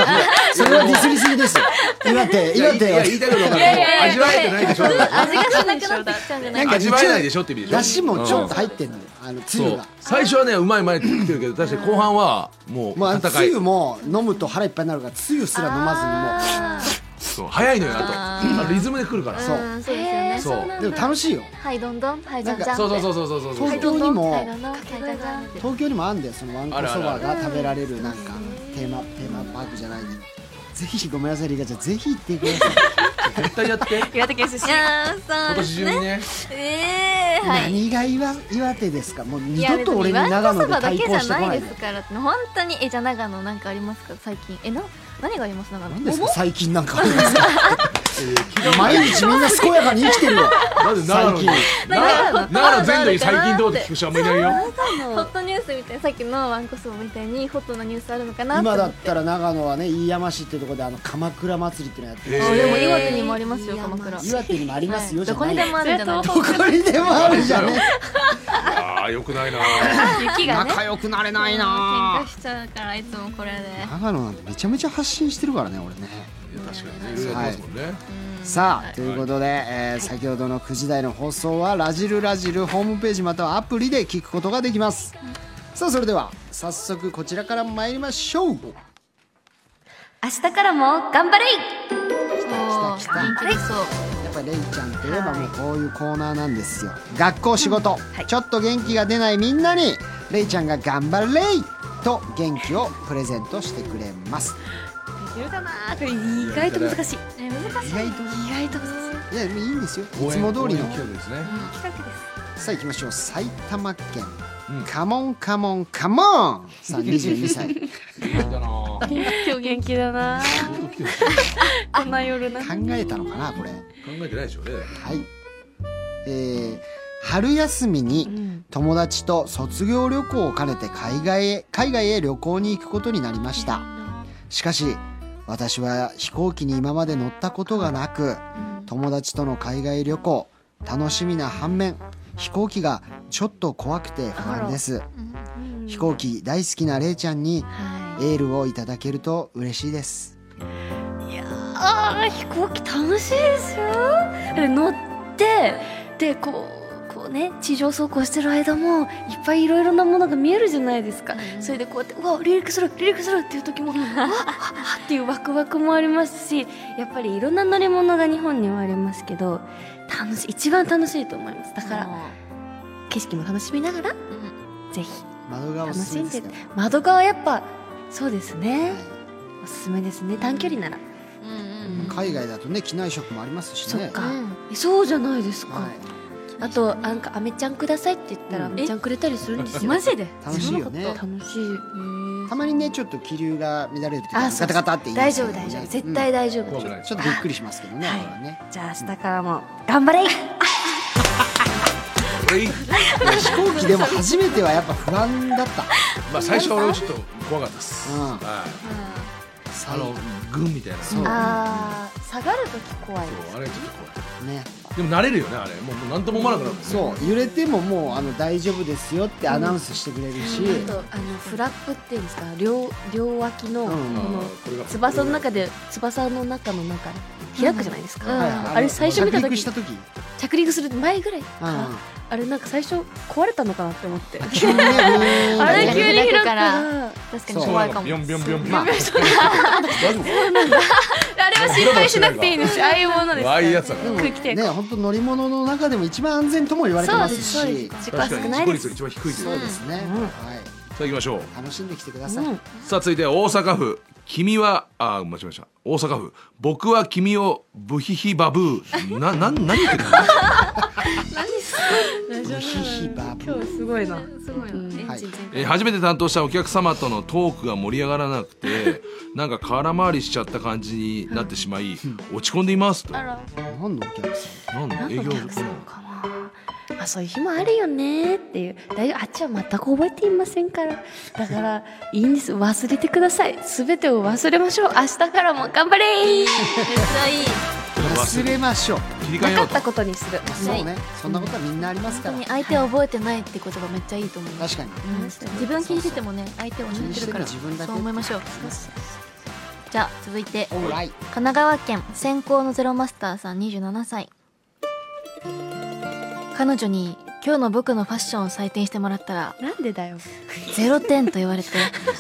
それはディスりすぎですよ岩手岩手
いや言いたいことわかるけど味わえてないでしょ
味がしなくなってきちゃうんじゃない
なんか
味わえないでしょって意味でしょ
だしもちょっと入ってんのよあのつゆ
そう
が
最初はねうまいうまいって言ってるけど確かに後半はもう
まあ
戦
つ
い
ゆも飲むと腹いっぱいになるからつゆすら飲まずにも
そう早いのよあとあのリズムで来るから
そう
うんそうですよね
そう
でも楽しいよ
はいどんどんはいじゃんじゃん
そうそうそうそうそうそうそう
東京にも
はいどんどんはいじゃんじゃん
東京にもあんだよそのわんこそばが食べられるなんかテーマテーマパークじゃないねぜひごめんなさいリカちゃんぜひ行ってください
絶対やって
岩手県出身
いやーそうで
今年
す
中
ね
にね
えーはい
何が岩岩手ですかもう
い
二
や
度と俺に長野で対抗してこ
わんこそばだ
ない
けじゃない
で
ですから本当にえじゃあ長野なんかありますか最近えな何があります長野
何です
お
か
も
最近なんかありますか毎日みんな健やかに生きてるよ
なぜ長野に
最
長野長野全土に最近どうって聞く人あんまりいないよ
ホットニュースみたいなさっきのワンコそばみたいにホットなニュースあるのかな
今
と
だ
思
っ
って
たら長野はね飯山市ってとこであの鎌倉祭りってのやってる
え
あでも
ー
岩手にもありますよ鎌倉
岩手にもありますよじ
ど
ゃ
こ
ない
にでもあるんじゃない
どこにでもあるじゃね
ああよくないな
雪がね
仲良くなれない
喧
な
嘩しちゃうからいつもこれで
長野なんてめちゃめちゃ発信してるからね俺ね
いや確かにねいろいろやってますもんね、
さあということで、えー先ほどの9時台の放送は「ラジルラジル」ホームページまたはアプリで聞くことができますさあそれでは早速こちらから参りましょう来
明日からも頑張れい
た来た来た
元気出そう
やっぱレイちゃんといえばもうこういうコーナーなんですよ学校仕事、ちょっと元気が出ないみんなにレイちゃんが頑張れいと元気をプレゼントしてくれます
できるかなこれ意外と難しい
意外と
意外と難しい
いやでもいいんですよい
応援
つも通りの
応援企画ですね
企画です
さあ行きましょう埼玉県、
うん
カモンカモンカモンさん22歳考
だなぁ
今日元気だな
相当来てるし考
こんな夜な
えたのかなこれ
えてないでしょうね
はい、えー春休み
う
に
ん
友達と卒業旅行を兼ねて海外へ海外へ旅行に行くことになりましたしかし私は飛行機に今まで乗ったことがなく友達との海外旅行楽しみな反面飛行機がちょっと怖くて不安です飛行機大好きなれいちゃんにエールをいただけると嬉しいです
あー飛行機楽しいですよえ乗ってでこうこうね地上走行してる間もいっぱいいろいろなものが見えるじゃないですか、それでこうやってうわ離陸する離陸するっていう時もうわああっていうワクワクもありますしやっぱりいろんな乗り物が日本にはありますけど楽しい一番楽しいと思いますだから景色も楽しみながら、ぜひ
窓がお
楽
すす
し
め
ん
で
です
か
窓側はやっぱそうですねおすすめですね短距離なら、
海外だとね機内食もありますし
そっ
ね
か、えそうじゃないですか、
はい、
あとなんか「アメちゃんください」って言ったら「ア
うん
メちゃんくれたりするんですよマジで
楽しいよね
楽しい
たまにねちょっと気流が乱れる時
あ
ガ
そう
タガタって言いま
大
すけ
丈夫
どね
大丈夫絶対大丈
怖
夫
く
で
ないです
ちょっとびっくりしますけどね、
はい
あれはね
すじゃあ明日からも頑張れ
これいい
飛行機でも初めてはやっぱ不安だった
まあ最初は俺ちょっと怖かったです
うん
はい
さ
あの軍みたいな
そう
あー下がる時怖い
そうあれちょっと怖い
ね
でも慣れるよねあれもうもう何とも思わなくなるもんね
そう揺れてももうあの大丈夫ですよってアナウンスしてくれるし、
あとあのフラップっていうんですか両両脇のこ
うん
の
これが
翼の中で翼の中の中開くじゃないですか、
はいはい
あれ最初見た
着陸
時
した時、うん、
着陸する前ぐらいから、
あ
あれなんか最初壊れたのかなって思って
急にねうーん
あれ
だ
急
ね
に開く
か
からら
確か
そ
に
う
怖いかも
ビョンビョンビョン ビョン
まあ
大丈夫
あれは心配しなくていいんですよああいうものです
ああいうやつだから
空気抵
ね
抗
本当乗り物の中でも一番安全とも言われてますし
そうです
事故は
確
少
かに
な
事
い
故
で
率
す
が一番低いです
そ
よ
う
さ
ですね、
うん
はい
あ行きましょう
楽しんできてください、
うん
さあ続いては大阪府君はあ間違えました大阪府僕は君をブヒヒバブーなな何言ってるの
ブヒヒバブ
今日すごいな
すごいよね
はい
えー初めて担当したお客様とのトークが盛り上がらなくてなんか空回りしちゃった感じになってしまい落ち込んでいますとな
何のお客さん
んだ営
何
業
のお客さんかな、まあ、そういう日もあるよねっていう大丈夫あっちは全く覚えていませんからだからいいんです忘れてください全てを忘れましょう明日からも頑張れ
忘れましょう
切り替え
な
よ
か
う
っ
と
たことにする
そうね、そんなことはみんなありますから
本当に相手を覚えてないってことがめっちゃいいと思います
確かに
うん自分気にしててもね相手を
気
抜
に
い
し
る
ててる
から
自分だけ
そう思いましょうじゃあ続いて
オーライ
神奈川県先行のゼロマスターさん27歳彼女に今日の僕のファッションを採点してもらったら
なんでだよ
0点と言わ れて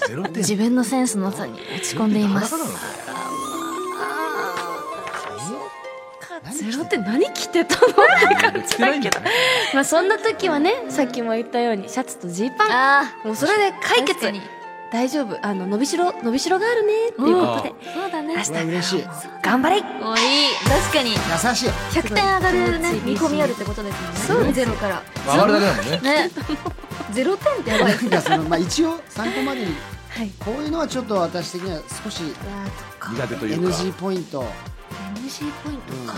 ゼロ点
自分のセンスの差に落ち込んでいます
裸なのか
ゼロって何着てたの
着てないんだよね
まあそんな時はねさっきも言ったようにシャツとジーパン
あ
もうそれで
確
解
か
決
に
大丈夫あの伸びしろ伸びしろがあるねっていうことで
そうだね
明
こ
日
れは嬉しい優
頑張れ
おいい確かに
しい
100点上がるね見込みあるってことですもんね
そうです
ゼロから
上がるだけだもんね
ねゼロ点ってやばい
なんかそのまあ一応参考までに
はい
こういうのはちょっと私的には少し
苦手というか
NG ポイント
NG ポイントか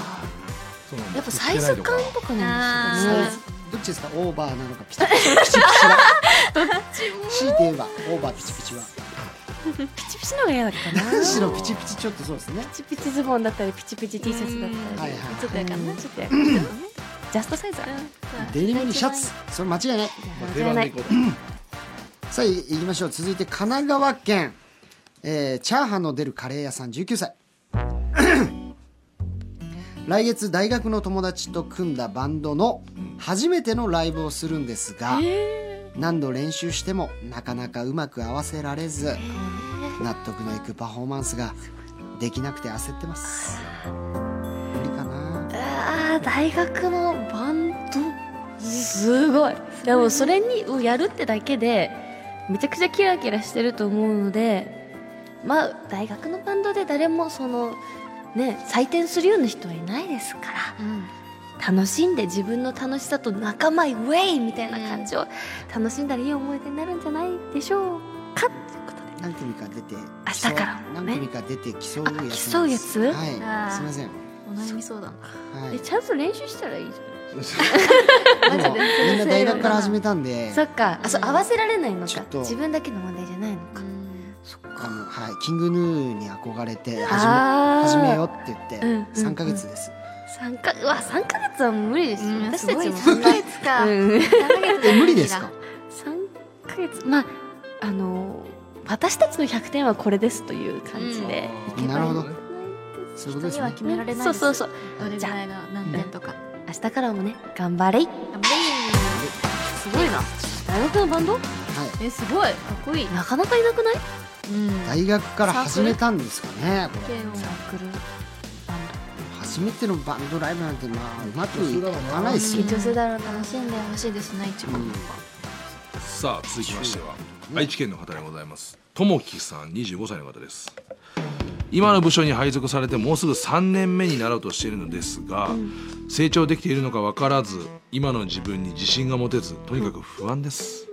そうなんだ
やっぱサイズ感とかなんですかね
あ
どっちですかオーバーなのかピチピチピチピチは強いて言えばオーバーピチピチは
ピチピチの方が嫌だったな
男子のピチピチちょっとそうですね
ピチピチズボンだったりピチピチ T シャツだったり
はいはい
ちょっとやかんな
ちょっとやっぱりねジャストサイズある
デニムにシャツそれ間違いない
定番でいこうと
さあいきましょう続いて神奈川県、えーチャーハンの出るカレー屋さん19歳 来月大学の友達と組んだバンドの初めてのライブをするんですが、何度練習してもなかなかうまく合わせられず納得のいくパフォーマンスができなくて焦ってます無理かな
あー大学のバンドすごいでもそれにをやるってだけでめちゃくちゃキラキラしてると思うのでまあ大学のバンドで誰もそのね採点するような人はいないですから
うん
楽しんで自分の楽しさと仲間イウェイみたいな感じを楽しんだらいい思い出になるんじゃないでしょうかということで
何組か出て明
日からもね
何組か出て競うやつなんです
あ競うやつ
は
あ
い
ー
すいません
お悩み相談
は
え
い
ちゃんと練習したらいいじゃ
でもみんな大学から始めたんで
んそっかあそう合わせられないの
ちょ
か
っと
自分だけの問題じゃないのかそっ
あ
か
のはいキングヌーに憧れて始め
あー
始めようって言
うんうん
っ
うん
て三ヶ月です
三かうわ三ヶ月は無理ですよ、私たちも
3ヶ月か
うん
え無理ですか
三ヶ月まああの私たちの100点はこれですという感じ で、
うん
なるほど
ね
そういうこと
人
です
には
ね
決められない
そうそうそうう
どれぐらいが何点とか
明日からもね頑張れい
頑張れすごいな
大学のバンド
えすごいかっこいい
なかなかいなくない
うん
大学から始めたんですかねこれ
サークル
初めてのバンドライブなんてまあうまくいかないですよ
緊張するだろう楽しんでほしいですね一番
さあ続きましては愛知県の方でございますともきさん25歳の方です今の部署に配属されてもうすぐ3年目になろうとしているのですが、成長できているのか分からず今の自分に自信が持てずとにかく不安です、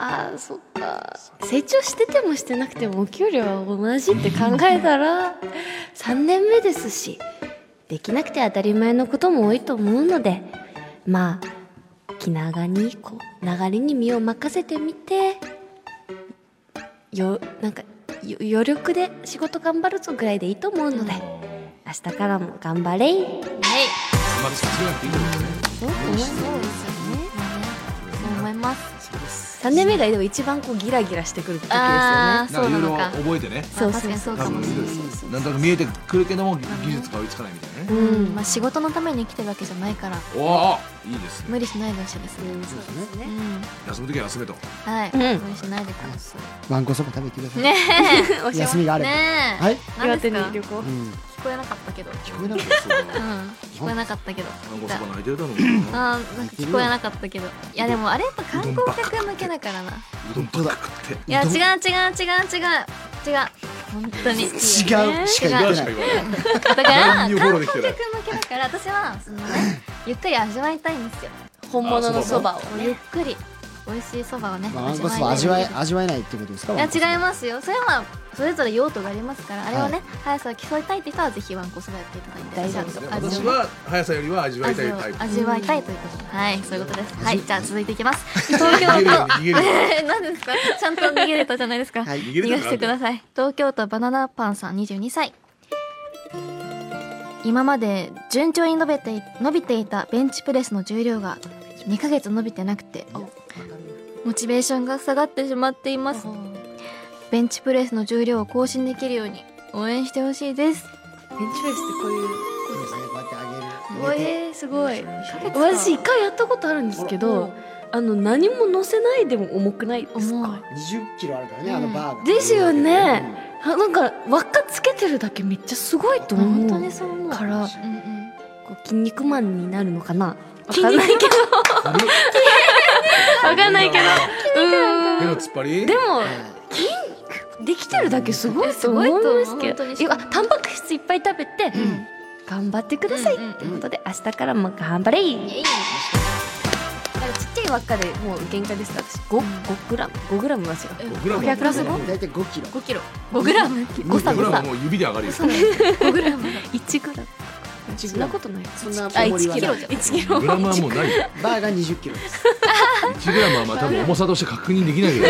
あーそっか成長しててもしてなくてもお給料は同じって考えたら3年目ですしできなくて当たり前のことも多いと思うのでまあ気長にこう流れに身を任せてみてよなんかよ余力で仕事頑張るぞぐらいでいいと思うので明日からも頑張れい
まあ作らなくていいんだけどね
そう思います
そう思います
3年目がでも一番こうギラギラしてくる時ですよ
あ
ね
ーそうなの
なん
か
かいろいろ覚えてね
そう
確
そう
かにそう
多
か
分
もしれない
なんとなく見えてくるけども技術が追いつかないみたいなね、
うん
まあ仕事のために生きてるわけじゃないから
おおいいですね
無理しないでほしいですね
そうですね
うん
休む時は休めと
はい
うん
無理しないでくださ
わんこそば食べてくださ
い
い
ね
お
休みがあ
え
れば
ね
はい
え何ですか
に
聞
旅行
うん
こえなかったけど
聞こえなかったですよ
うん聞こえなかったけど
あんこそば泣いてるだろうな
あーなんか聞こえなかったけどいやでもあれやっぱ観光客向けだからな
うどんばっか食って
いや違う
どう
違う違う違う違う本当に違う
しか言ってない
言わない
だから観
何にもフォロ
光
ーで
客
きて
向
ない
けだから私はその ねゆっくり味わいたいんですよ
本物のそばを
ゆっくり美味しいそばをね
まあわんこそば味わえ
い
味わえないってことですか
たいいや違いますよそれはそれぞれ用途がありますからあれをね速さを競いたいって人はぜひワンコそばやっていただいて
大丈夫
ちゃんと味をね
私は速さよりは味わいたいタイプ
味わいたいということではいそういうことですはいじゃあ続いていきます東京
逃げる
都
逃げる
え 何ですかちゃんと逃げれたじゃないですか、
はい
逃げ
逃
る
がしてください東京都バナナパンさん22歳今まで順調に伸びてい伸びていたベンチプレスの重量が2ヶ月伸びてなくてモチベーションが下がってしまっていますベンチプレスの重量を更新できるように応援してほしいです
ベンチプレスってこういう
そうですねこうやって
お
あげる
えー、すごい
月か
私一回やったことあるんですけどあの何も乗せないでも重くないです
重
か
い
二十キロあるからねあのバーが
ですよねあなんか輪っかつけてるだけめっちゃすごいと思
本
う
当にそう思う
から
うんうん
こう筋肉マンになるのかなわかんないけどわかんないけど
手
う
の
ーん
突っ張り
でも
うん
できてるだけすごいと思
えすごいと
う
思
ん
う
ですけ
本当
ど
に
いやタンパク質いっぱい食べて頑張ってくださいってことで明日からも頑張れいなんかちっちゃい輪っかでもう限界です私 5, 5グラム5グラムますよ
5グラム
500グラム
大体5キロ
5キロ5グラム
5
5
グラ
差
ム
5
は
差
もう指で上がるよ
5グラム
1グラムそんなことない
そんな
あ
重り
1
は
キ
な
ロ
い
じゃん1キロ
グラムはもうないよ
バーが20キロ です
1グラムはまあ多分重さとして確認できないけど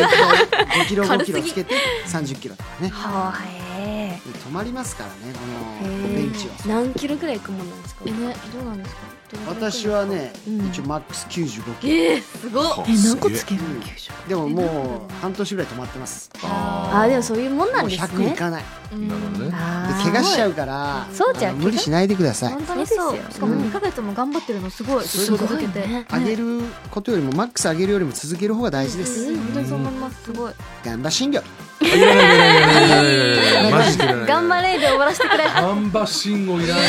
5キロ5キロつけて30キロとかね
はあへ
で止まりますからねこ
え
のベンチは
何キロぐらいいくもんなんですか
えねどうなんですかどれぐらい来るんです
私
か
はね
うん
一応マックス95キロ
ええ
すごっ
はあ
何個つ
すげ
けるの
うん
給食
でももう半年ぐらい止まってます
あーでもそういうもんな
も
ん
う
です
100い
ね
かない
えなるほどね
あ
で
ー
怪我しちゃうから
そうじゃん
あの無理しないでください
本当にそう
そうですよ
しかも
うん
2ヶ月も頑張ってるのすごい
そういうこと
続けて
ね
上げることよりもマックス上げるよりも続ける方が大事です
うん本当にそう思いますすごい
頑張診療
いらないいらないいらないいらないマジでいらな い
頑張れで終わらせてくれ
ガンバ信号いらない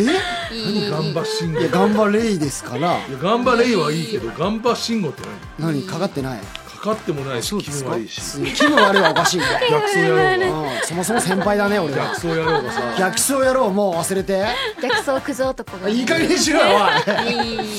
え
何ガンバ信号
い
い
や
や
頑張れいですから
ガンバレイはいいけどガンバ信号って何
何かかってない
かかかってもないし
そう
気
です
分
か
悪いし
気分悪いはおかしいね
逆走野郎が
うんそもそも先輩だね俺
逆
は
走野郎がさ
逆走野郎もう忘れて
逆走クズ男が
いい加減にしろよおい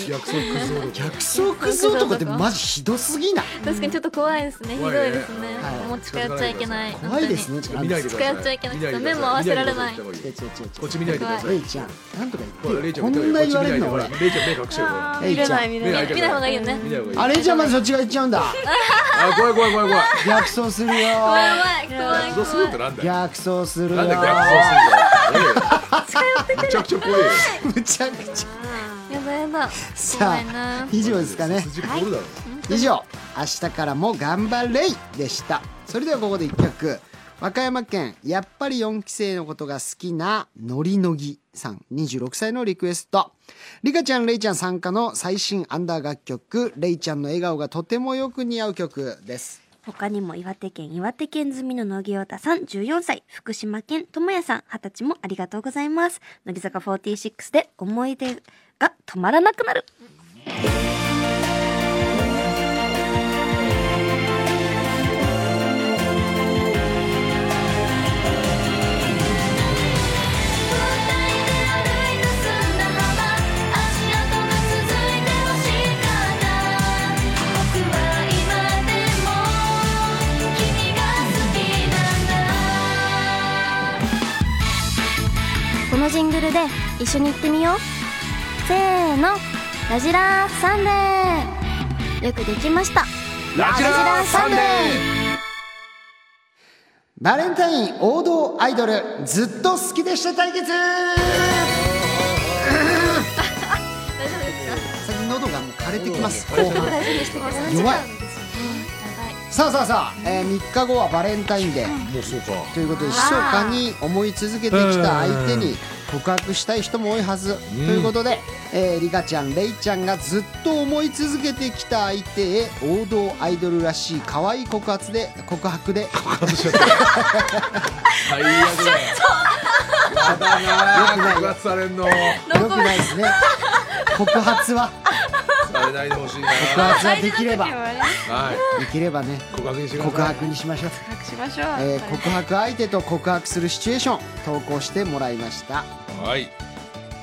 逆走クズ野郎が
逆走クズ男ってマジひどすぎない
確かにちょっと怖いですねひど
怖
い
いね
ですね
はい
もう近寄っちゃいけない
怖いです
ね
ねちょっと
見ないでくだ
近
さい
寄っちゃいけない
見でく
ちょっと
ださ
目も合わせられない
見でく
違う違
ださこっ
う
ち見ないでくださ
違うレ
い
イちゃんなんとか
ほら
言
レイ
っ
ち
て
ゃ
よ
ん
こ
見た
んな
ら
言われる
いいよ
の
こっ
俺
ち見ないでほらレイちゃん目隠してるほら
レイ
見れ
ちゃ
ない
ん
見れ
目
ない
開いて
見ない方
るから
がいいよね
見ない方がいい
あレイちゃんまずそっち側行っちゃうんだ
あ怖い怖い怖い怖い
逆走 するよ
怖い怖い
逆走するってなんだよ
逆走するよ
なんで逆走するんだよめちゃくちゃ怖いよ
むちゃくちゃ
やだや だ
さ
怖い
あ
な
以上ですかね
筋凍るだろ
以上明日からも頑張れいでしたそれではここで一曲和歌山県やっぱり4期生のことが好きなのりのぎさん26歳のリクエストリカちゃんレイちゃん参加の最新アンダー楽曲レイちゃんの笑顔がとてもよく似合う曲です
他にも岩手県岩手県住みの野木太さん14歳福島県智也さん20歳もありがとうございます乃木坂46で思い出が止まらなくなる
「答えで歩いた澄んだ浜」「足跡が続いてほしい」から僕は今でも君が好きなんだ」
このジングルで一緒に行ってみようせーのラジラーサンデーよくできました
ラジラーサンデ
バレンタイン王道アイドルずっと好きでした対決最近喉がもう枯れてきます後半弱いさあさあさあ、えー、3日後はバレンタインデー
ーもうそうか
ということで密かに思い続けてきた相手に告白したい人も多いはず、ということで、えー、リカちゃんレイちゃんがずっと思い続けてきた相手へ王道アイドルらしい可愛い告発で告白でよ
外しちゃった最悪だよやだなぁ告発されんのさ
くないで すね告発は
れないでほしいな
告発はできればで
はい
きればね
告白にしてく
告
ださい
白にしましょう、
隠しましょう、
えー、告白相手と告白するシチュエーション投稿してもらいました
はいい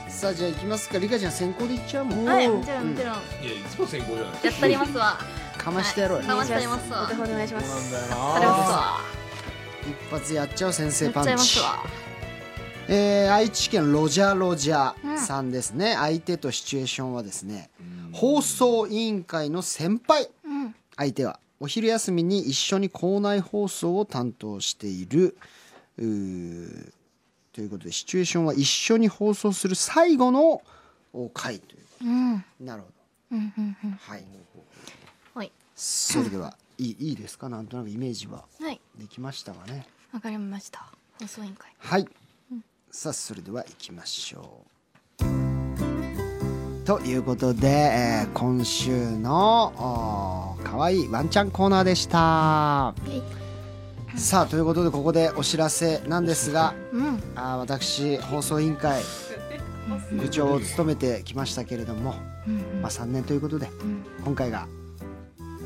や
さあじゃあ行きますかリカちゃん先行で行っちゃうもん
はいもちろんもちろんや
いつも先行じゃない
ったりますわ
かましてやろうよ、
かましてやりますわ
お手本お願いします
やりますわ
一発やっちゃう先生
や
パ
っちゃい
ン
ま
チ
す、わ
えー愛知県ロジャロジャさんですね、相手とシチュエーションはですね放送委員会の先輩、相手はお昼休みに一緒に校内放送を担当しているうーということでシチュエーションは一緒に放送する最後のお会ということで、なるほど、はい
はい
それではいいいいですかなんとなくイメージは
はい
できましたかね
わかりました放送委員会
はい、さあそれでは行きましょうということで、えー今週のかわいいワンちゃんコーナーでしたさあということでここでお知らせなんですが、あー私放送委員会部長を務めてきましたけれども、まあ、3年ということで、今回が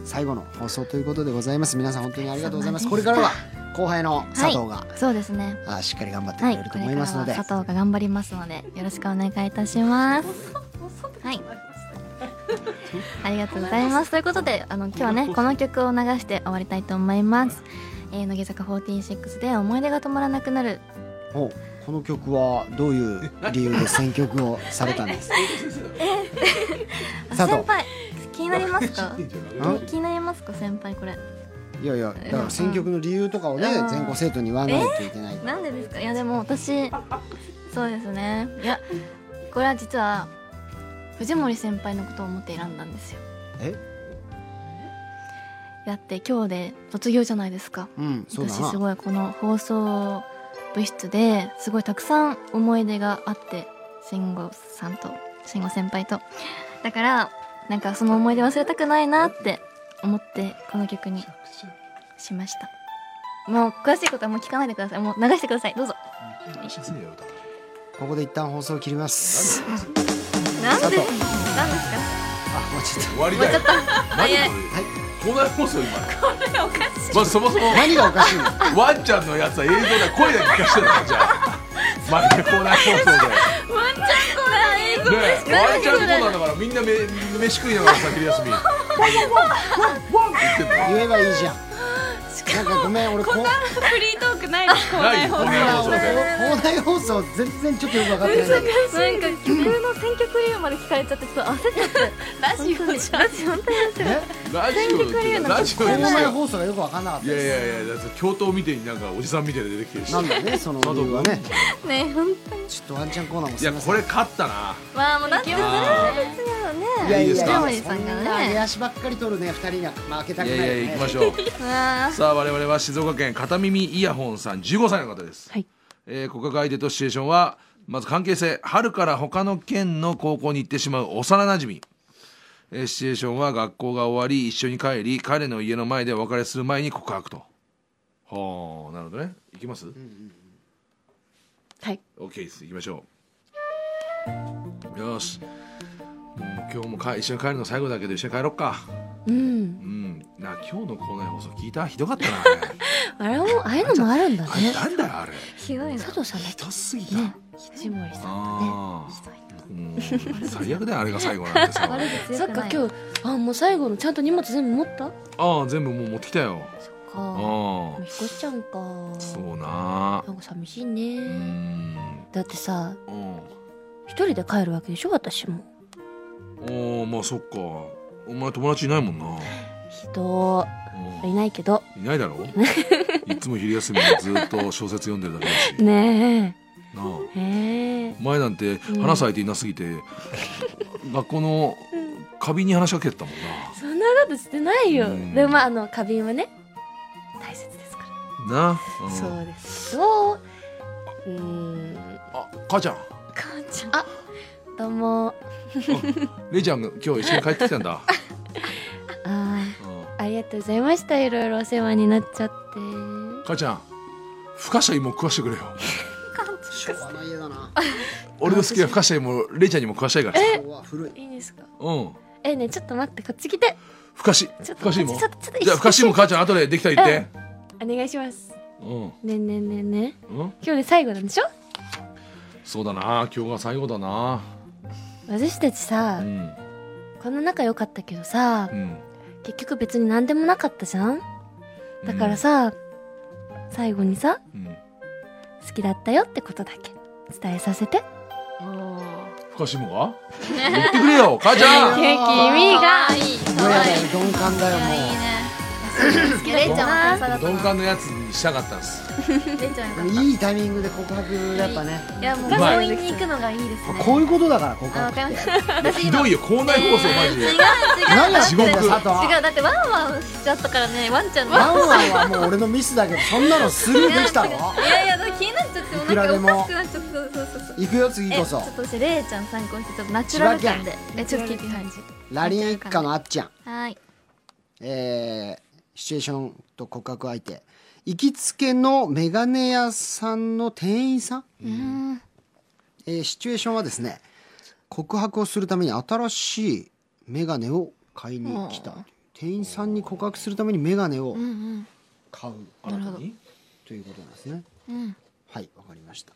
最後の放送ということでございます皆さん本当にありがとうございますこれからは後輩の佐藤が、
そうですね
あしっかり頑張ってく
はい
れる
ことれ
思
か
いま
らは
すので、
佐藤が頑張りますのでよろしくお願いいたしますはいありがとうございますということであの今日はねこの曲を流して終わりたいと思います、えー、乃木坂46で思い出が止まらなくなる
おこの曲はどういう理由で選曲をされたんですか
あ
佐
先
藤
輩気になりま すか
ん
気になりますか先輩これ
いやいやだから選曲の理由とかをね
うん
全校生徒に言わないといけない
なんでですかいやでも私そうですねいやこれは実は藤森先輩のことを思って選んだんですよ
え
だって今日で卒業じゃないですか
うんそうだ
私す
な
ごいこの放送部室ですごいたくさん思い出があって慎吾さんと慎吾先輩とだからなんかその思い出忘れたくないなって思ってこの曲にしましたもう詳しいことはもう聞かないでくださいもう流してくださいどうぞ
ここで一旦放送を切ります
なんで
佐藤
なんですか
あもうちょっ
終わりだよ
終わっちゃった
マジで
早い
とはい
東大放送今これおかしいまあそもそも
何がおかしいの
ワンちゃんのやつは映像では声だけ聞かせてたじゃんまるで校内放送でワンちゃんコーナー映像でワンちゃんコーナーだからみんなめ飯食いながらさ昼 休みワンワンワンワンワンって言ってんの
言えばいいじゃんなんかごめん俺こ
フリートークないです校
ない
内
校
放送
内放送で
校内放送全然ちょっとよく分かってない
なんか曲の選曲理由まで聞かれちゃってちょっと焦っちゃって
ラジオじゃん
ね
ラジオってラジオ
校
にし
内
よ
放送がよく分かんなかった
い
で
やい
す
やいやだって教頭みてえになんかおじさんみたいで出てきてるし
なんだねその理由はね
ねえ本当に
ちょっとワンチャンコーナーも
い
すい
や
ません
これ勝ったな
まあもうなんて
あー
いや
いい
い
です
や
か
いやそんな出足ばっかり取るね二人には負けたく
い
な
や
い
い
よ
や
ね
行きましょう さあ我々は静岡県片耳イヤホンさん15歳の方です、
はい
えー告白相手とシチュエーションはまず関係性春から他の県の高校に行ってしまう幼なじみ、えーシチュエーションは学校が終わり一緒に帰り彼の家の前でお別れする前に告白とはあなるほどね行きます、
はい
OK です行きましょうよしもう今日もか一緒に帰るの最後だけど一緒に帰ろっか
うん
うんなあ今日の校内放送聞いたひどかったな あれ
あれもああいうのもあるんだ
あれ
ね
なんだよあれ
佐藤さんだっ
ひ
て
どすぎた、
ね藤森さん
ああ、もう最悪だよあれが最後なんてさ
そっか今日あもう最後のちゃんと荷物全部持った
ああ全部もう持ってきたよ
そっ
あ
か
あ
引っ越しちゃうんか
そうな
なんか寂しいう
ー
ね
ん
だってさ
うん
一人で帰るわけでしょ私も
ああまあそっかお前友達いないもんな、
人
うん
いないけど
いないだろ いつも昼休みにずっと小説読んでるだけだし
ね
なあ
えへえ
前なんて
うん
話す相手いなすぎて、学校の花瓶に話しかけてたもん
そんなことしてないよ
うん
でもまああの花瓶はね大切ですか
ななあ、う
ら
ん
そうですけどうーん
あ母ちゃん
母ちゃんあどうも
レイちゃんが今日一緒に帰ってきたん だ、
あ
うん
ーありがとうございましたいろいろお世話になっちゃって
母ちゃんふかした芋食わしてくれよ
昭和の家だな
俺の好きなふかした芋レイちゃんにも食わしたいからさ
昭和古い
いいですか
うん
えねえちょっと待ってこっち来て
ふかし
ちょっ
ふ
と
かし
ちょ
芋
っとちょっと
じゃあふかし芋母ちゃん後でできたら言って
お願いします
うん
ねえねえねえねえ
うん
今日で最後なんでしょ
そうだな今日が最後だな
私たち
う
さ
ん
こんな仲良かったけどさ
うん
結局別に何でもなかったじゃんだからさ最後にさ
うん
好きだったよってことだけ伝えさせて
ふかし芋が言ってくれ よ母ちゃん
いや
君がいい
どうやら鈍感だよもう
好きだレイちゃんは天才だった
鈍
な
感のやつにしたかったんです
レイちゃんよかっ
でもいいタイミングで告白やっぱね
たいやもう
うまい
強引に行くのがいいですね
こういうことだから告
あわ
白
かりました私
ひ
今
どいよ校内放送マジで
違う違う
何やってんだよ
地
佐
獄
藤
違うだってワンワンしちゃったからねワンちゃんの
ワンワンはもう俺のミスだけどそんなのスルーできたの
いやいやだから気になっちゃっても
いくらで
なん
も
かおかしくなっちゃってそうそうそうそう
行くよ次
え
こ
ちょ
そ
っと私レイちゃん参考にしてちょっとナチュラル感でえちょっと聞いてはい
ラリン一家のあっちゃん
はい
えーシチュエーションと告白相手行きつけのメガネ屋さんの店員さん、えーシチュエーションはですね告白をするために新しいメガネを買いに来た店員さんに告白するためにメガネを買う
なるほど
ということなんですね、はいわかりました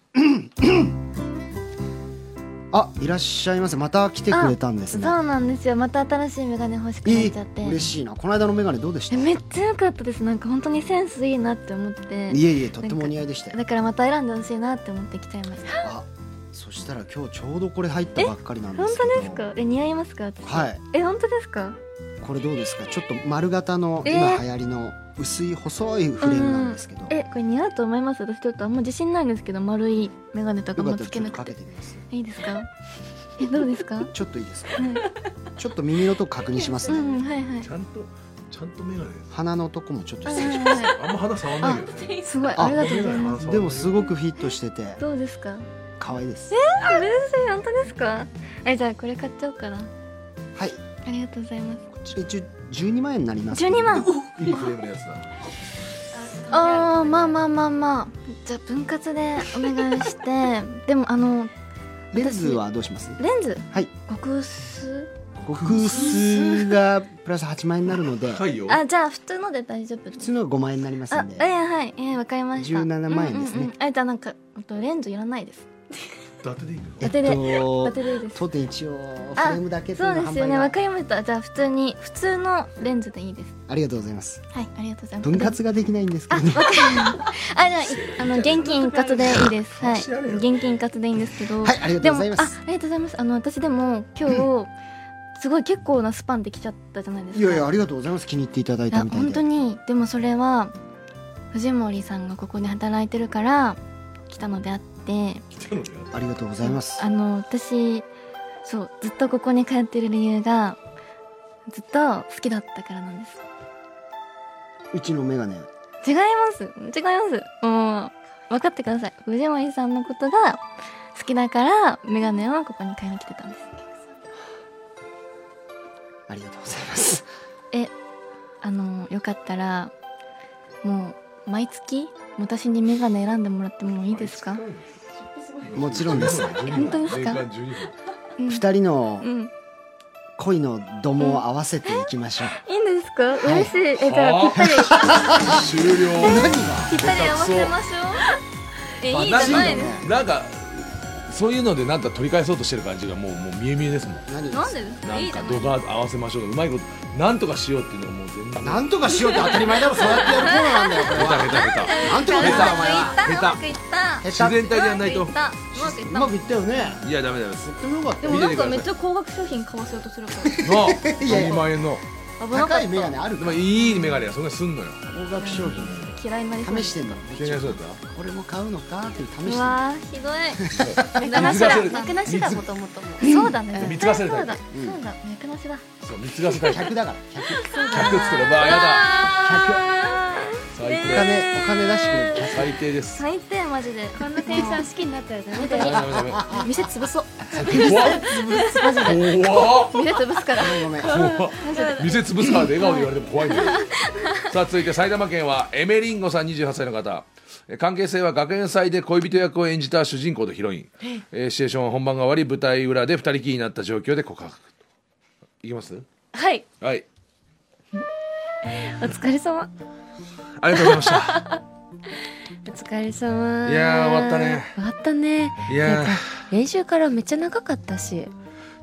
あいらっしゃいませまた来てくれたんです
そう
ね
なんですよまた新しいメガネ欲しく
え
なっちゃって、
ー、嬉しいなこの間のメガネどうでした
えめっちゃ良かったですなんか本当にセンスいいなって思って
いえいえとってもお似合いでしたよ
だからまた選んでほしいなって思ってきちゃいました
あそしたら今日ちょうどこれ入ったばっかりなんで
本
すけど
当ですかえ似合いますか私
はい
え本当ですか
これどうですかちょっと丸型の
え
今流行りの薄い細いフレームなんですけど、
えこれ似合うと思います私ちょっとあんま自信ないんですけど丸いメガネとか
よか
も
ったらち
つけ
ょっ
な
と
く
かけ
て
てみます
いいですかえどうですか
ちょっといいですか、ちょっと耳のとこ確認します
う
ね、
んはい はい
ちゃんとちゃんとメガネ
鼻のとこもちょっと
は
失
い
礼し
はいは
あんま肌触んないけどね
いすごい
あ
ありがとうございます
ますでもすごくフィットしてて
どうですか
可愛いです
え本当ですかえじゃあこれ買っちゃおうかな
はい
ありがとうございます
こちら一応12万円になります
12万
いいフレームのやつだ
あーまあまあまあまあじゃあ分割でお願いして でもあの
レンズはどうします
レンズ
はい
極薄
極数がプラス8万円になるので
高いよ
あじゃあ普通ので大丈夫
普通のが5万円になります
あ
んで
ええはいええわかりました
17万円ですね
うんうんうんあじゃあなんかあとレンズいらないです
伊達でいいんだよ
えっ
当てで
と
当てでいいです
当店一応フレームだけとい
そ
の
うう
販
ですよ
売
ねわ
が
かりましたじゃあ普通に普通のレンズでいいです
ありがとうございます
はいありがとうございます
分割ができないんですけどね
あじゃあいあの現金一括でいいですはい
知らねえよ
現金一括でいいんですけど
はいありがと
で
う
も
ご
あ
ざいます
ありがとうございますあの私でも今日すごい結構なスパンできちゃったじゃないですか
いやいやありがとうございます気に入っていただい
いや
たみたい
本当
で
にでもそれは藤森さんがここで働いてるから来たのであって
来たのね
ありがとうございます
あの私そうずっとここに通ってる理由がずっと好きだったからなんです
うちのメガネ
違います違いますもう分かってください藤森さんのことが好きだからメガネをここに買いに来てたんです
ありがとうございます
あのよかったらもう毎月私にメガネ選んでもらってもいいですか
もちろんです
本当です
年
か
間12分
うん
二人の
うん
恋の度も合わせていきましょう
いいんですか
い
嬉しいえじゃあぴったり
終了
何
ぴったり合わせましょう。えいいじゃないです。
が
なんかそういうのでなんか取り返そうとしてる感じがもうもう見え見えですもん
何
なん
が
でですか。
ないん
いじ
か
ゃない
度。が合わせましょううまいことなんとかしようっていうのがもう全然
なんとかしようって当たり前だろそうやってやるコーナーなんだよこれ
下手
は
下手下
なんてこと言ったお前は
手
うまくいった。
手自然体でやんない
い
と
った。うまくいっ
う
た。
まくいったよね
いやダメダメです
とってもよかっ
で
た
も
よ
なんかめっちゃ高額商品買わせようとするか
なあ
いやいや
2万円の
ら。危なか
高
っ
いメガネある
で
か
も
ら
いいメガネはそんなにすんのよ
高額商品
た。嫌いになりそう。
試してんの
急にそうだっ
これも買うのかっていう試してん
う
の
わーひどい。
た
目覚ましだ。
水
目
が
覚ましだもともとも。そうだね。
見つかせるタ
そ
イプ
うだ。そうだ。目覚ましだ。
そう見つがせたい100
100だから
つけろまあやだ
100
最
お
低
金お金出してくれ
最低です
最低マジで。こんなテンション好きになったらダメだ
ダメ
よ。
ダメダメ
店潰そう。
怖っ怖っ
店潰すから。
ごめん
怖っ店潰すからで笑顔で言われても怖いんだよさあ続いて埼玉県はエメリンゴさん28歳の方えー関係性は学園祭で恋人役を演じた主人公とヒロイン、えーシチュエーションは本番が終わり舞台裏で二人きりになった状況で告白いきます
はい
はい
お疲れ様
ありがとうございました
お疲れ様
いやー終わったね
終わったね
いやー
なんか練習からめっちゃ長かったし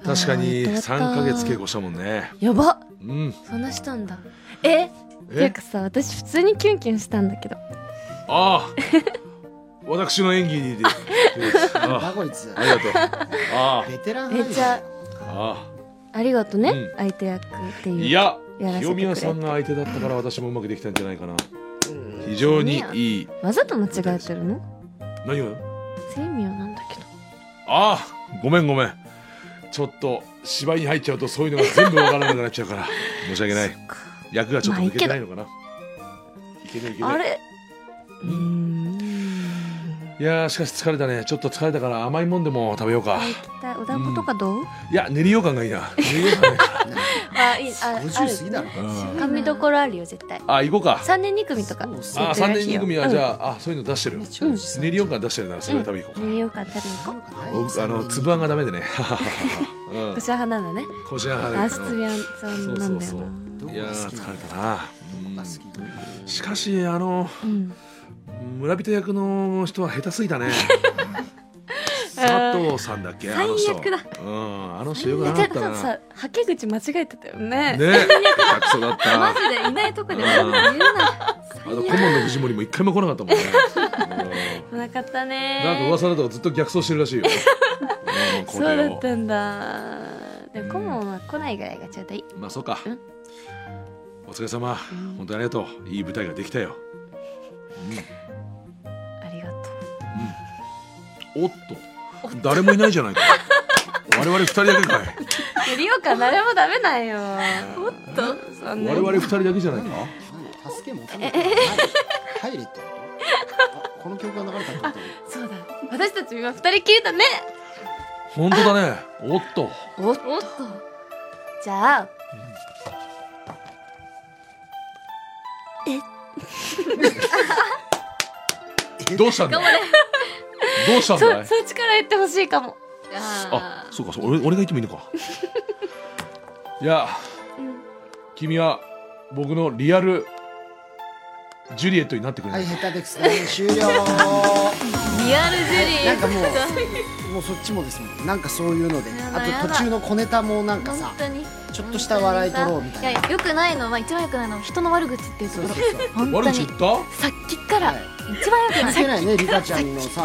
確かに
あーやっと終
3
わった
ヶ月稽古したもんね
やばっ
うん
そんなしたんだえっていう
え
かさ私普通にキュンキュンしたんだけど
ああ私の演技 にで
バ
あ
こいつ
あありがとうあ
ベテラン
めっちゃ
ああ
ありがとね、
うん
相手役っていう
あ
い
いや
やらせてくれ
清宮さんが相手だったから私もうまくできたんじゃないかな非常にいい
わざと間違えてるの
何が
セミオなんだけど
ああごめんごめんちょっと芝居に入っちゃうとそういうのが全部わからなくなっちゃうから申し訳ない役がちょっと抜けてないのかな、いけないいけない
あれうーん
いやーしかし疲れたねちょっと疲れたから甘いもんでも食べようか
行きたいお団子とかどう、
いや練りようかんがいいな練りようかんがいい
あいいああ
50過ぎだろ
なうん
髪どころあるよ絶対
あ行こうか
三年二組とか
そう
あ
絶
三
対ら
年
しい
二
よ
組はじゃあ,、あそういうの出してるよ
うん
練りようかん出してるならそれを食べに行こうか、
見ようか食べに行こう
おあのつぶあんがダメでねうん
こしゃはなんだね
こじゃ
あ
は
すつびあんさんなんだよな
うんいやー疲れたな
好
うんしかしあの
うん
村人役の人は下手すぎたね佐藤さんだっけあの人
最悪
うんあの人よく
え
な
じ
か
ゃ
っ
あ
たな
ささはけ口間違えてたよ
ね
ね
え下手くそだったあ
マジでいないとこで
うん
言うな
と顧問の藤森も一回も来なかったもん ねうん
来なかったね
なんか噂だとずっと逆走してるらしいようんこ
そう
れ
だ
を
ったんだでも顧問は来ないぐらいがちょうどいい
まあそうか、
うん
お疲れ様、本当にありがとういい舞台ができたよ
ありがと
おっと誰もいないじゃ ないか我々二人だけかいう
リオか誰も食べないよおっとそんな
我々二人だけじゃないか
助け求めてない入れってことあこの曲が流れたってこと
そうだ私たち今二人きりだね
本当だねおっと
おっとじゃあ
どうしたんだいどうしたん
そ
だい
そっちから言ってほしいかも
あそうかそう俺俺が言ってもいいのかいや、君は僕のリアルジュリエットになってくれ
は
ないい、
下手ですね終了
リアルジェリー
なんかもうもうそっちもですもんなんかそういうので
やだや
あ
だ
と途中の小ネタもなんかさ
本当に
ちょっとした笑い取ろうみたいな
やよくないのは一番よくないのは人の悪口っていうと
そ
こ
う
ろ
そうそう
本当
悪
に
口言った
さっきから、
はい
一番よくない
関係ないねリカちゃんのさ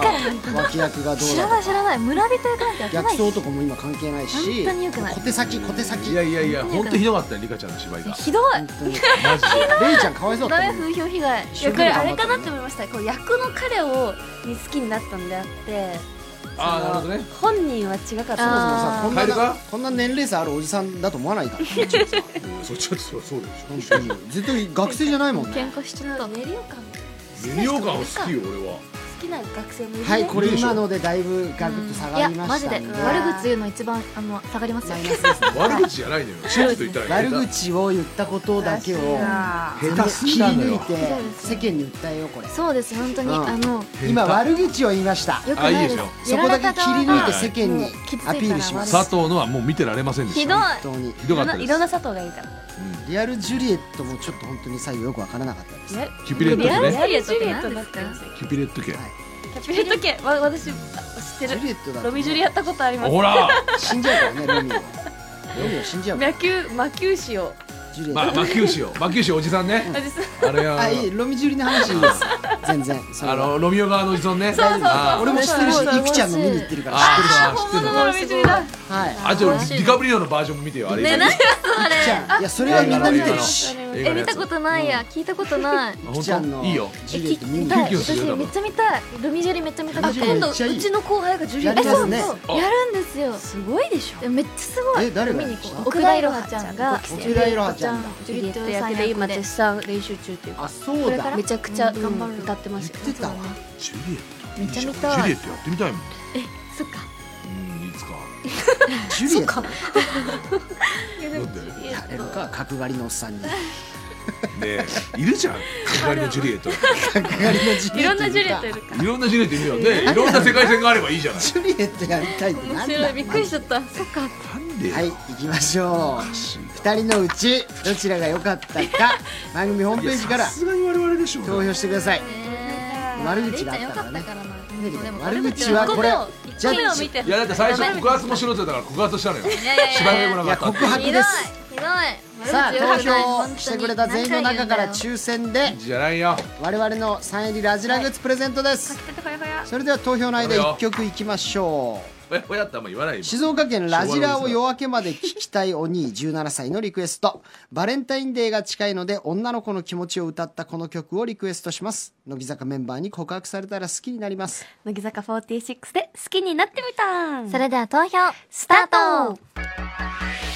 脇役がどう
知ら
だ
ない
と
知らない村人役なんてやって
か逆
ない
走男も今関係ないし
本当に良くない
小手先小手先
いやいやいや本当にひどかったよリカちゃんの芝居が
ひどい
本当に
マジで
レイちゃんかわいそうだ
ダ
っ
メ
たもん
風評被害
一
い
生
やこ
懸命
れ
頑
あ
張
れ
ったの
かな
に
って思いましたこう役の彼をに好きになったんであって
ああなるほどね
本人は違かっ
そもそ
た
もさこんな
カエル
な
か
こんな年齢差あるおじさんだと思わないから
そっちはそうそうでし
本当に絶対学生じゃないもんね
喧嘩しちゃったメリオ感
ょミ
好
ニオカ好きよ俺は
きな学生もいる
はいこれ
いいでしょ
今のでだいぶガクッと下
い
が
や
りま
マ
し
ジ
た
で
ん
悪口言うの一番あの下がりますよ
マイナスですね
悪口じゃないのよちょっと言ったら
悪口を言ったことだけを
下手すぎなのよ
切り抜いて世間に訴えようこれ
そうです本当に、
うん
あのよ
今悪口を言いました
く
あ
ない
い
い
で
ですす
よ
そこだけ切り抜いて世間に
やられ
ア
た側はもう
ピールします
佐藤のはもう見てられませんでした
ひどい
本当に
ひどかったで
い
す
ろんな佐藤がいるから
リアルジュリエットもちょっと本当に最後よくわからなかったです
キュピレット
リア
家
ルジ
ね
ュリエットって何ですか
キュピレット家
キュピレット系わ私あ知って
ジ
る
ュリエットだと
ロミジュリやったことあります
ほら
死んじゃうからねロミオロミオ死んじゃうから
魔球魔球師を
ジュリエット、
まあ魔球師よ魔球師おじさんね
私
あれは
あいいロミジュリの話いいです全然それ
あ
は
のロミオ側のおじさんね
そうそうそう
あ
俺も知ってるし
そうそうそう
イクちゃんの見に行ってるから知ってるし
あー知
本
ってる
物のロミジュリだ
はい
あちょディカプリオのバージョンも見てよあれ
ね何
イクちゃんいやそれはみんな見てるし
映
え
画の
見
やつ
たことないや、聞いたことない
あ
イクちゃん
本
の
当いいよ
ジュリエット見に
見
行
た
キ
い
ュンす
私
るよ
めっちゃ見たいルミジュリめっちゃ見た
あ
く
ジ
て
ュリエッ
今
ト
度
めっ
う
ちゃいい
ちの後輩がジュリエ
や
ット
りますね
そうやるんですよ
すごいでしょ
えめっちゃすごい
え誰がやる
見
の
に行こう奥田いろはちゃんが
奥田いろはちゃんだ
ジュリエット役で今
今
絶
絶賛練習中っていう
あそうだ
めちゃくちゃ
頑張る
歌ってま
言
す
ってたわ
ジュリエット
めっちゃ見
ジュ
た
リエ
い
ットやってみたいもん
そっか
うんいつか
ジュリエット
なんで
やれるか角刈りのおっさんに
ねえいるじゃん隣のジュリエット
角刈りのジュリエットい
いろんなジュリエットい
るか
る
いろんなジュリエットいるよねいろんな世界線があればいいじゃない
ジュリエットやりたいってなん
面
だ
白いびっくりしちゃったそっか
なんでよ
はい行きましょう2人のうちどちらが良かったか番組ホームページから
さすがに我々でしょ
投票してください悪口があったからね悪口はこれジャ
目を
ッ
見
ジ
て
いやだって最初告発もしろって言ったから告発したのよ芝居も来
い
な
や
かっ
告
たって
白です
ひどい
さあ
悪口は
投票してくれた全員の中から抽選で
じゃないよ
我々のサイン入りラジラグッズプレゼントですそれでは投票の間1曲いきましょう
親親ってあんま言わないよ
静岡県ラジラを夜明けまで聞きたいお兄17歳のリクエストバレンタインデーが近いので女の子の気持ちを歌ったこの曲をリクエストします乃木坂メンバーに告白されたら好きになります
乃木坂46で好きになってみた
それでは投票スタート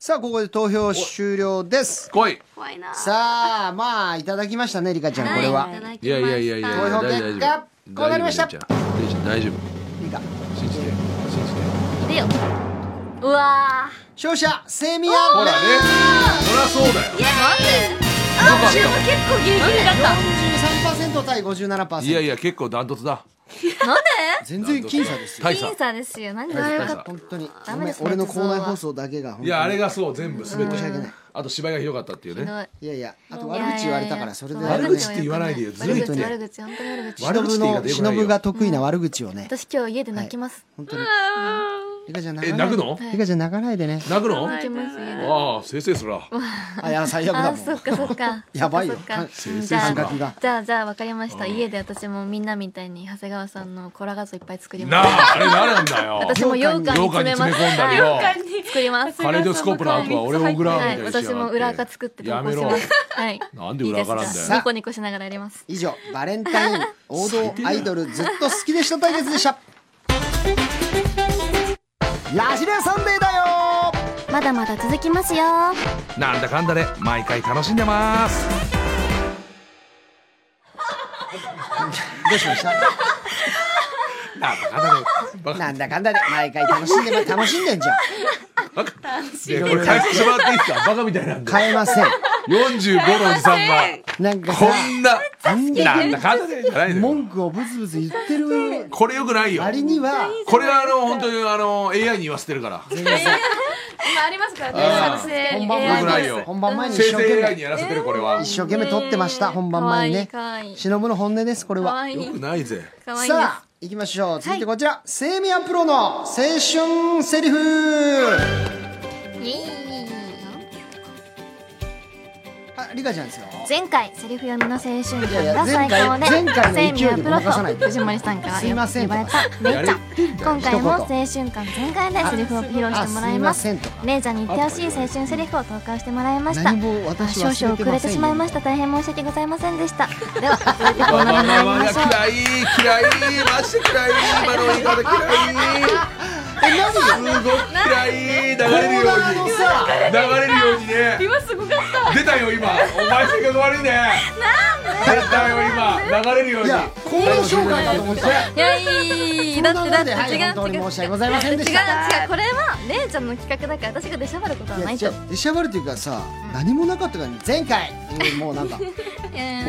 さあここで投票終了です
来い
怖いな
さあまあいただきましたねリカちゃんこれは、
いやいやいやいや
投票結果こうなりました
大丈夫大丈夫
リカ
信じて信じて
うわ
勝者セミ
ほ
ア
ら
ン
ね
です
そりゃそうだよよかっ
ー結構ギリギリだっ
43%
た
対57%
たいやいや結構ダントツだ
全然僅差ですよ
大
僅
差
差ですよ何が
大
よ
差
かっ
大差
本当にご
メ
め
で
ん
すね
俺の校内放送だけが本当に
いやあれがそう全部すべて
申し訳ない
あと芝居がひどかったっていうね
いやいやあと悪口言われたからそれで
悪口って言わないでよずるい
悪
って
口悪口本当に悪口
悪口って言い方よくないよ
忍が得意な悪口をね、
私今日家で泣きます
本当に。リカちゃん泣
え
かない
泣くの
リカちゃん泣かないでね。
泣くの
泣きます家で
ああせいせいすら
あ、いや、最悪だ
あ
も
そっ
ん。
かそっか
やばいよ
そっかそっか
うん
じゃ
感
あ
覚が。
じゃあじゃあ分かりました家で私もみんなみたいに長谷川さんのコラ画像いっぱい作り
な
ます
ああれ誰なんだよ
私も羊羹に
羊
詰
羹に
めます
詰め込んだりよ
作り ます
カレドスコープの後は俺を裏み
は
たい
い、
にしやがって
私も裏垢作って投
や
稿
め
し
ろ
ます。はい。
なんで裏垢なんだよ
いいですかニコニコしながらやります。
以上、バレンタイン王道アイドルずっと好きでした対決でした。ラジレサンデーだよ
まだまだ続きますよ
なんだかんだで毎回楽しんでます
どうしました
なんだかんだでバカ
なんだかんだで毎回楽しんでま楽しんでんじゃん
でこれ返してもらっていいですかバカみたいなんで
変えません
45のおじさんが
なんかさ
こんななんだかんだでじゃないのよ
文句をブツブツ言ってる
これよくないよ
割には
これはあの本当にあの AI に言わせてるから
今ありますから
あー
ね作成
本番
良
AI
くない
前
よ
に本番前に一
生
生懸
成 AI
命
にやらせてるこれは
一生懸命撮ってました本番前にね
かわいい
忍の本音ですこれ
か
は
わいい
よくないぜ
かわいいです
さあ行きましょう続いてこちら、セイミアンプロの青春セリフあリカちゃんですよ
前回セリフ読みの青春
いやいや
感が最高
前
で
回前回の勢いでごまかさないで
セミアプロと藤森さんから
すいません
呼ばれた姉ちゃん今回も青春感全開でセリフを披露してもらいま
あ
す
すいませんとか
姉ちゃんに言ってほしい青春セリフを投函してもらいました
何も
あ
私
少
は
々遅れてしまいま
し
した大変申し訳ございませんでした では続いてコ
わ
ー
が
ナーに参り
ままが
ま
嫌
しょう
い嫌いマジで嫌い今の言い方嫌
たえ何
いすごく嫌い流れる
コ
よ
ーナー
う
の
に
さ
流れるようにね今すごかった出たよ今お前性格悪いねなんで出たよ今流れるよう
い
に
やコーナー紹介かと思って
いやいいだってだって
はい
違
本
う
当
違う違う違う違う違
に
う
申し訳ございませんでした
これは姉ちゃんの企画だから私が出しゃばることはい
や
ない
違
と
う出しゃばるというかさ、何もなかったから前回、うんもう なんか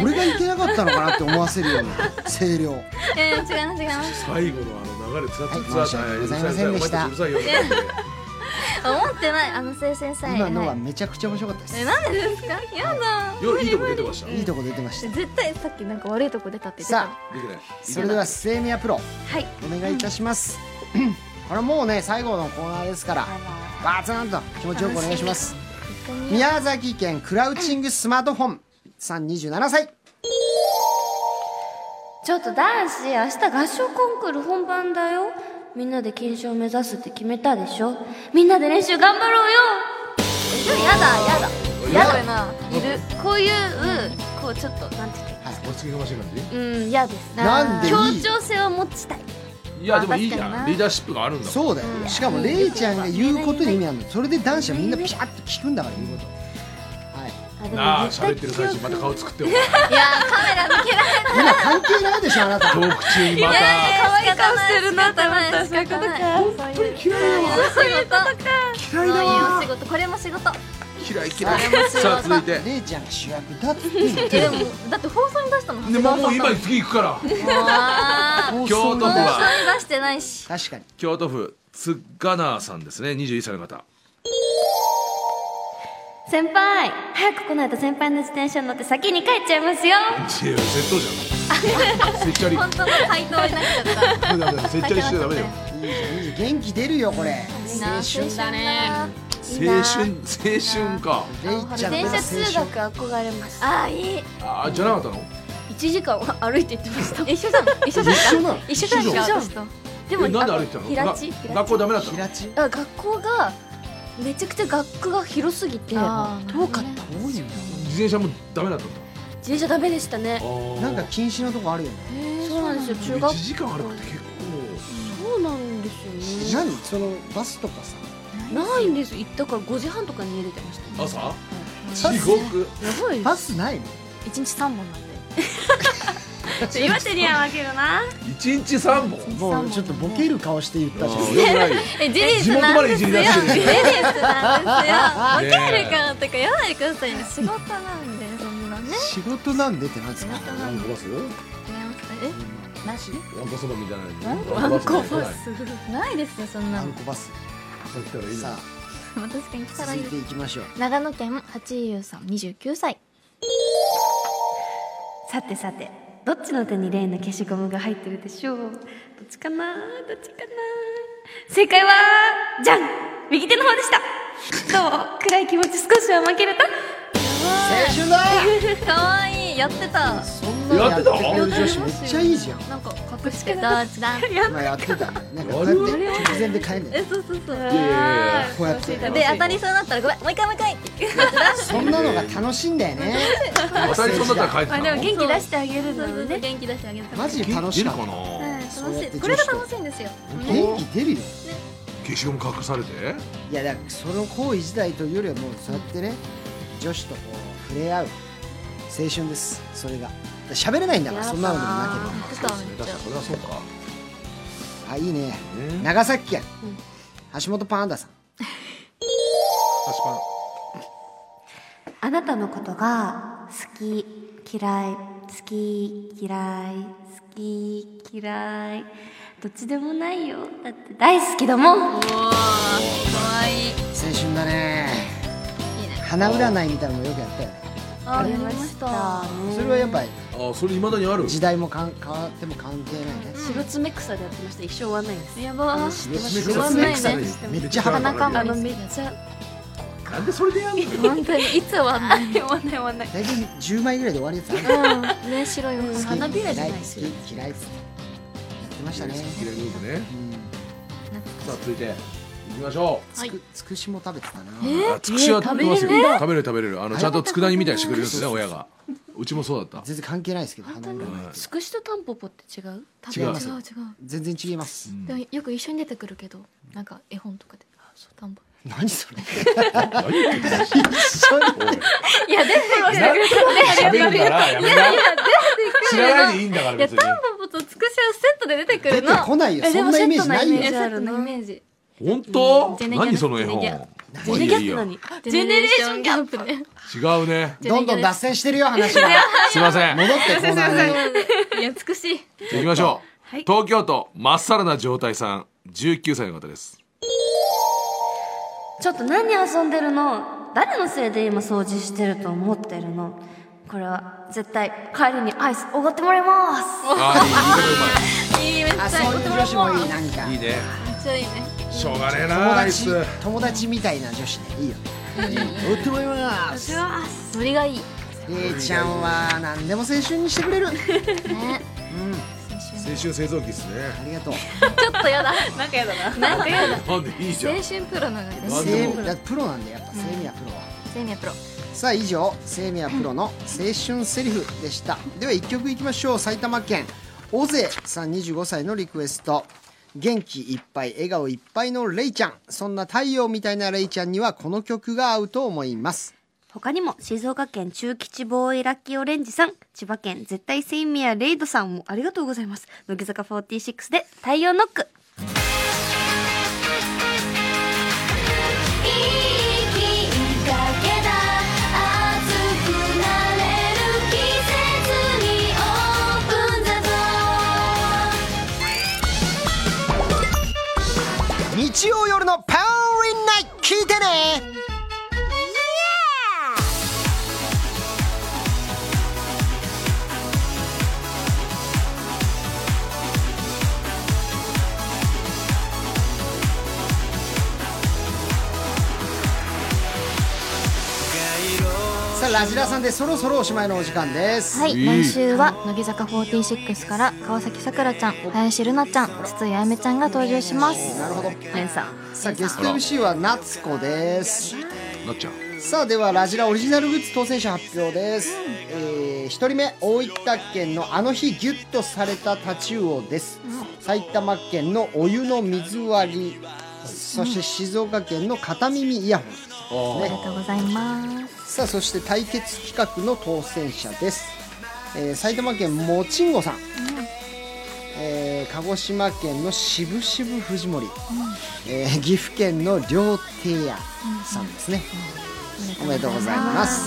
俺がいけなかったのかなって思わせるような声量
えー違います違います
最後のあの流れつらつ
は
ら
い申し訳ございませんでした
うるさいようるさいよ
思ってないあの青春さえ
今の
な
はいめちゃくちゃ面白かったです、
えなんでですかやだ
よいいとこ出てました
いいとこ出てました
絶対さっきなんか悪いとこ出たって言ってた
さあ
できない
それではセイミアプロ
はい
お願いいたします、これもうね最後のコーナーですからバツンと気持ちよくお願いします宮崎県クラウチングスマートフォンさん27歳
ちょっと男子、明日合唱コンクール本番だよ。みんなで金賞目指すって決めたでしょみんなで練習頑張ろうよ
やだやだやだないるこういうこうちょっとなんて言っ
お付けがましい感
てうん嫌です
なんでいい
協調性は持ちたい
じいやでもいいじ
まあ確かに
ゃ
なん
リーダーシップがあるんだもん
そうだよしかもレイちゃんが言うことに意味あるのそれで男子はみんなピシャッと聞くんだから言うことはい
なあ喋ってる最中また顔作ってお前
いやーカメラ向けられない
今関係ないでしょあな た
トーク中にまた
可愛い顔してるなと思った仕方ない本当に嫌いだわそういうことか嫌いだわいいお仕事これも仕事
嫌い嫌いさあ続いて
レイちゃんが主役だって言って
えで
る
もだって放送に出したの
でも
長谷川
も
さ
うん今次行くから
あ
放
京
送
都
に
府
出し
は
ー出してないした
確かに
京都府つがなーさんですね21歳の方
先輩、早く来ないと先輩の自転車に乗って先に帰っちゃいますよ
いやいや窃盗じゃん せっちゃり
本当の回答になっちゃっ
せっちゃりしちゃダメだよ
いいじゃんいいじゃん元気出るよこれ
た
青春だね
ね
青春青春か
レイちゃんの青
電車通
春
学憧れますあーいい
あーじゃなかったの
一時間は歩いて行ってました一緒じゃん一緒じゃん
一緒なの
一緒じゃん
一緒じゃん
私と でも
えなんで歩いてたの
平地
が学校ダメだったの
平地
あ学校がめちゃくちゃ学区が広すぎて遠
あ
か
ー
っ
な
た
るほどね
多いよね
自転車もダメだったんだ
自転車ダメでしたね
あー
なんか禁止のとこあるよね
そうなんですよ中学
1時間歩くって結構
そうなんですよね
何そのバスとかさ
ないんです行ったから5時半とかに家出てました
朝地獄
やばい
バスないの
一日三本なんで
岩手には負けるな。
一日三本
もうちょっとボケる顔して言っ
あ
たじゃん
ーよくないよ
え事
地
実
元
な
ま
ん
で
で
い
す
じ
よ
り出
事
してる
実なんですよ
ねえ
分けるからとか言わないでくださいね仕事なんでそんなね
仕事なんでってなんですか
何伸ばす
えなし
ワンコそばみたいな
ワンコバスないですよそんな
あん
の
こバス
そう来たらいい
さ
な
あ
まあ確かに来たら
続
い
い
い
ていきましょう
長野県八井優さん29歳
さてさて、どっちの手に例の消しゴムが入ってるでしょうどっちかなどっちかな正解は、じゃん右手の方でしたどう暗い気持ち少しは負けると
青春だ
可愛いやってた
そんなのやってくれる女子めっちゃいいじゃん
なんか隠してダーチだ
今やってたねなんかこうやって直前で帰んね
えそうそうそう
いやいやい
こうやって
で当たりそうだったらごめんもう一回もう一回って
そんなのが楽しいんだよね
や当たりそうだったら帰ってたの
元気出してあげるのね元気出してあげる
マジで楽しかっ
出る
た
かな
はい楽
そうやっ
していこれが
女子と
楽しいんですよ
元気出るよ
消しゴム隠されて
いやだからその行為自体というよりはもうそうやってね女子とこう触れ合う青春ですそれがだから喋れないんだからそんなのでもなけれ
そうですねだからそれはそうか
ばあいいね
ね
長崎県、橋本パンダさん
確か
あなたのことが好き嫌い好き嫌い好き嫌いどっちでもないよだって大好きだもん
青春だね花占いみたいなのもよくやったよね
ありました
それはやっぱり
ああそれ未だにある
時代もかん変わっても関係ないね、
白爪草でやってました一生終わんないんです
やば ー
知
らないねめっちゃ
鼻
仲間
あのめっちゃ
なんでそれでやんのよ
本当にいつ終わんない
大体10枚ぐらいで終わるやつある
うんね白いもの花びらじゃない
好
し
き嫌い好き嫌いっつってやってましたね、
嫌いグループね
うん
さあ続いて行きましょう
つくつくしも食べてたな、
あつくしは食べますよ食べる食べれるあのちゃんと佃煮みたいにしてくれるんですね親がうちもそうだった
全然関係ないですけど花占い
はい
つくしとタンポポって違う
違う
違う違う
全然違います、
でもよく一緒に出てくるけどなんか絵本とかであそう田んぼ
何それ
何言ってんだ
いやでもね
喋るからやめな知らないでいいんだから別に
タンポポとつくしはセットで出てく
出
る
て
の
こないよそんなイメージないよ
セットのイメージ
本当
ジェネギャ
何その絵本
ジェネ
まあいいやいいや
ジェネレーションギャップ
プね
違うね
どんどん脱線してるよ話が
すいません
戻ってコーナーに
いやつくし
行きましょう、東京都まっさらな状態さん19歳の方です
ちょっと何遊んでるの誰のせいで今掃除してると思ってるのこれは絶対帰りにアイスおごってもらいます
ああ
あそういう女子もいいなんか
いい言い方うまいいいね
ちょいいね
しょうがねえ
友
なあい
達
つ
友達みたいな女子ねいいよねおってもいます
ノリがいい
えいちゃんは何でも青春にしてくれるあ
ね
青春製造機っすね
りがとう
なんかやだ
なんでいいじゃん
青春プロのがね
なん
セ
で
イ
も
ミだってプロなんでやっぱセイミヤプロは
セミアプロ
さあ以上セイミヤプロの青春セリフでしたでは1曲いきましょう埼玉県尾瀬さん25歳のリクエスト元気いっぱい笑顔いっぱいのレイちゃんそんな太陽みたいなレイちゃんにはこの曲が合うと思います
他にも静岡県中吉ボーイラッキーオレンジさん千葉県絶対セイミアレイドさんもありがとうございます乃木坂46で太陽ノック
いいきっかけだ熱くなれる季節にオープンだぞ
日曜夜のパウリンナイト聞いてねさあラジラさんでそろそろおしまいのお時間です、
はい、
いい
来週は乃木坂46から川崎さくらちゃん林瑠奈ちゃん筒井あやめちゃんが登場します
なるほど
レンさん
さあゲスト MC は夏子です
なっちゃん
さあではラジラオリジナルグッズ当選者発表です、えー、1人目大分県のあの日ギュッとされたタチウオです、埼玉県のお湯の水割りそして静岡県の片耳イヤホンです
あ
ね
ありがとうございます
さあそして対決企画の当選者です、えー埼玉県もちんごさん、えー鹿児島県のしぶしぶ藤森、えー岐阜県の両手屋さんですね、おめでとうございます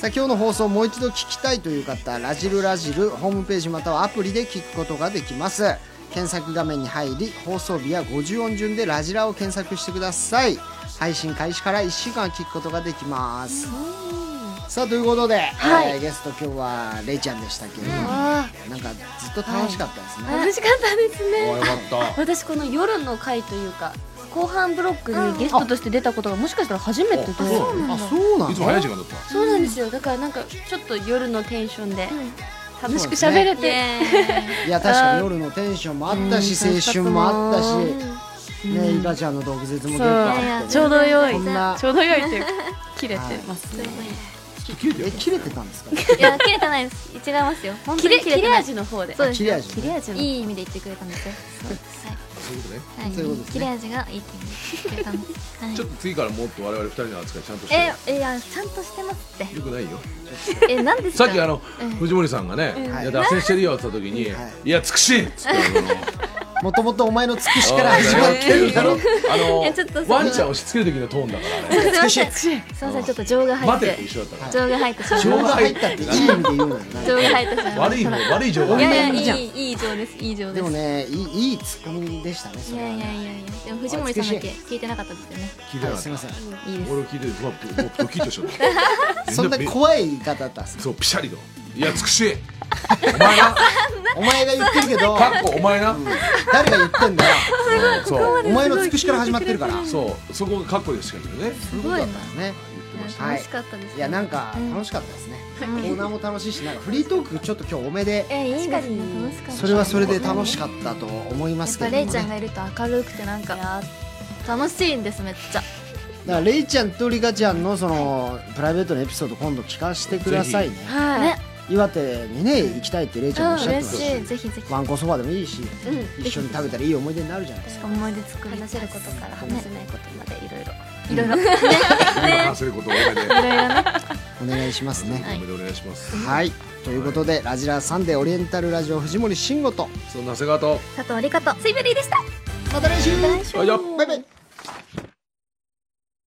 さあ今日の放送をもう一度聞きたいという方「ラジルラジル」ホームページまたはアプリで聞くことができます検索画面に入り放送日や50音順で「ラジラ」を検索してください配信開始から1週間聞くことができますさあということで、えーゲスト今日はれいちゃんでしたけれども、なんかずっと楽しかったですね、
楽しかったですね
あよかった
私この夜の回というか後半ブロックにゲストとして出たことがもしかしたら初めてで
そう
あそうない
つも
の
早い時間だった
そうなんですよだからなんかちょっと夜のテンションで楽しく
そうですね
喋れて、
いや確かに夜のテンションもあったし、青春もあったし、ねいかちゃんの 毒舌も結構あってね、
ちょうど良い
こんな
ちょうど良いっていうか切れてますね
き切れて
え
る
切れてたんですか
いや切れてないです違いますよ本当
切
に
れ
切
切
れて
れ
ない
味の方で
そうです
切
よ
れ味
切れ味の
いい意味で言ってくれたんですよ
そういうことね
はい
そういうことですね
切れ味がいいって言ってくれたんですはい
ちょっと次からもっと我々二人の扱いちゃんとしてよ
えいやちゃんとしてますって
よくないよ
えなんです
さ
か
っきあの藤森さんがね「いや脱線してるよ」って言った時に
はい
「いやつくし!」っつってあの
もともとお前のつくしから
あー
始まってるだろ
あの
やちょっとそれは
ワンちゃんを押し付ける時のトーンだからね
すいません
つ
すいませんちょっと情が入っ
待てってて一緒だったから
情が入ってしまい
情
ま
が入ったっていい意味で言うのよな
した情が入ってしまいま
悪
し
い方悪い情報
たい
が
や
悪い
い
じゃ
や
ん
いいいい情ですいい情
で
で
も
す
ねいいいいツッコミでしたねそ
い
れは
やいや
ね
いやいやでも藤森さんだけ聞いてなかったですよね
聞いてな
は
か
い
っ
すいません
た
いいです
俺聞いてるうわドドドキッとしちゃった
そんな
み
怖い言い方だったんです
そうピシャリの「いやつくし!」お前な
お前が言ってるけど
かっこお前な
誰が言ってんだよ
そう
お前のつくしから始まってるから
そうそこがかっこいいですけどね
すごいだったよねはい
楽しかったです
いやなんか楽しかったですねコーナーも楽しいしなんかフリートークちょっと今日多めで
えいいですね楽しかった
それはそれで楽しかったと思いま
や
す
っ
け
ぱ
ど
レ
ね
イちゃんがいると明るくてなんか楽しいんですめっち
だ
ゃ
からレイちゃんとリカちゃんのそのプライベートのエピソード今度聞かせてくださいね
はい、
ね
岩手にね行きたいってレイちゃんもおっしゃってます
嬉しいぜひぜひ
わんこそばでもいいし
うん
一緒に食べたらいい思い出になるじゃないですか
思い出作り
話せることから話せないことまでいろいろ
いろいろね
今話せることを俺で
いろいろね
お願いしますね
おめでお願いします
はいということでラジラサンデーオリエンタルラジオ藤森慎吾と
その長谷川と
佐藤理香と水ベリーでした
また来週
あじゃあ
バイバイ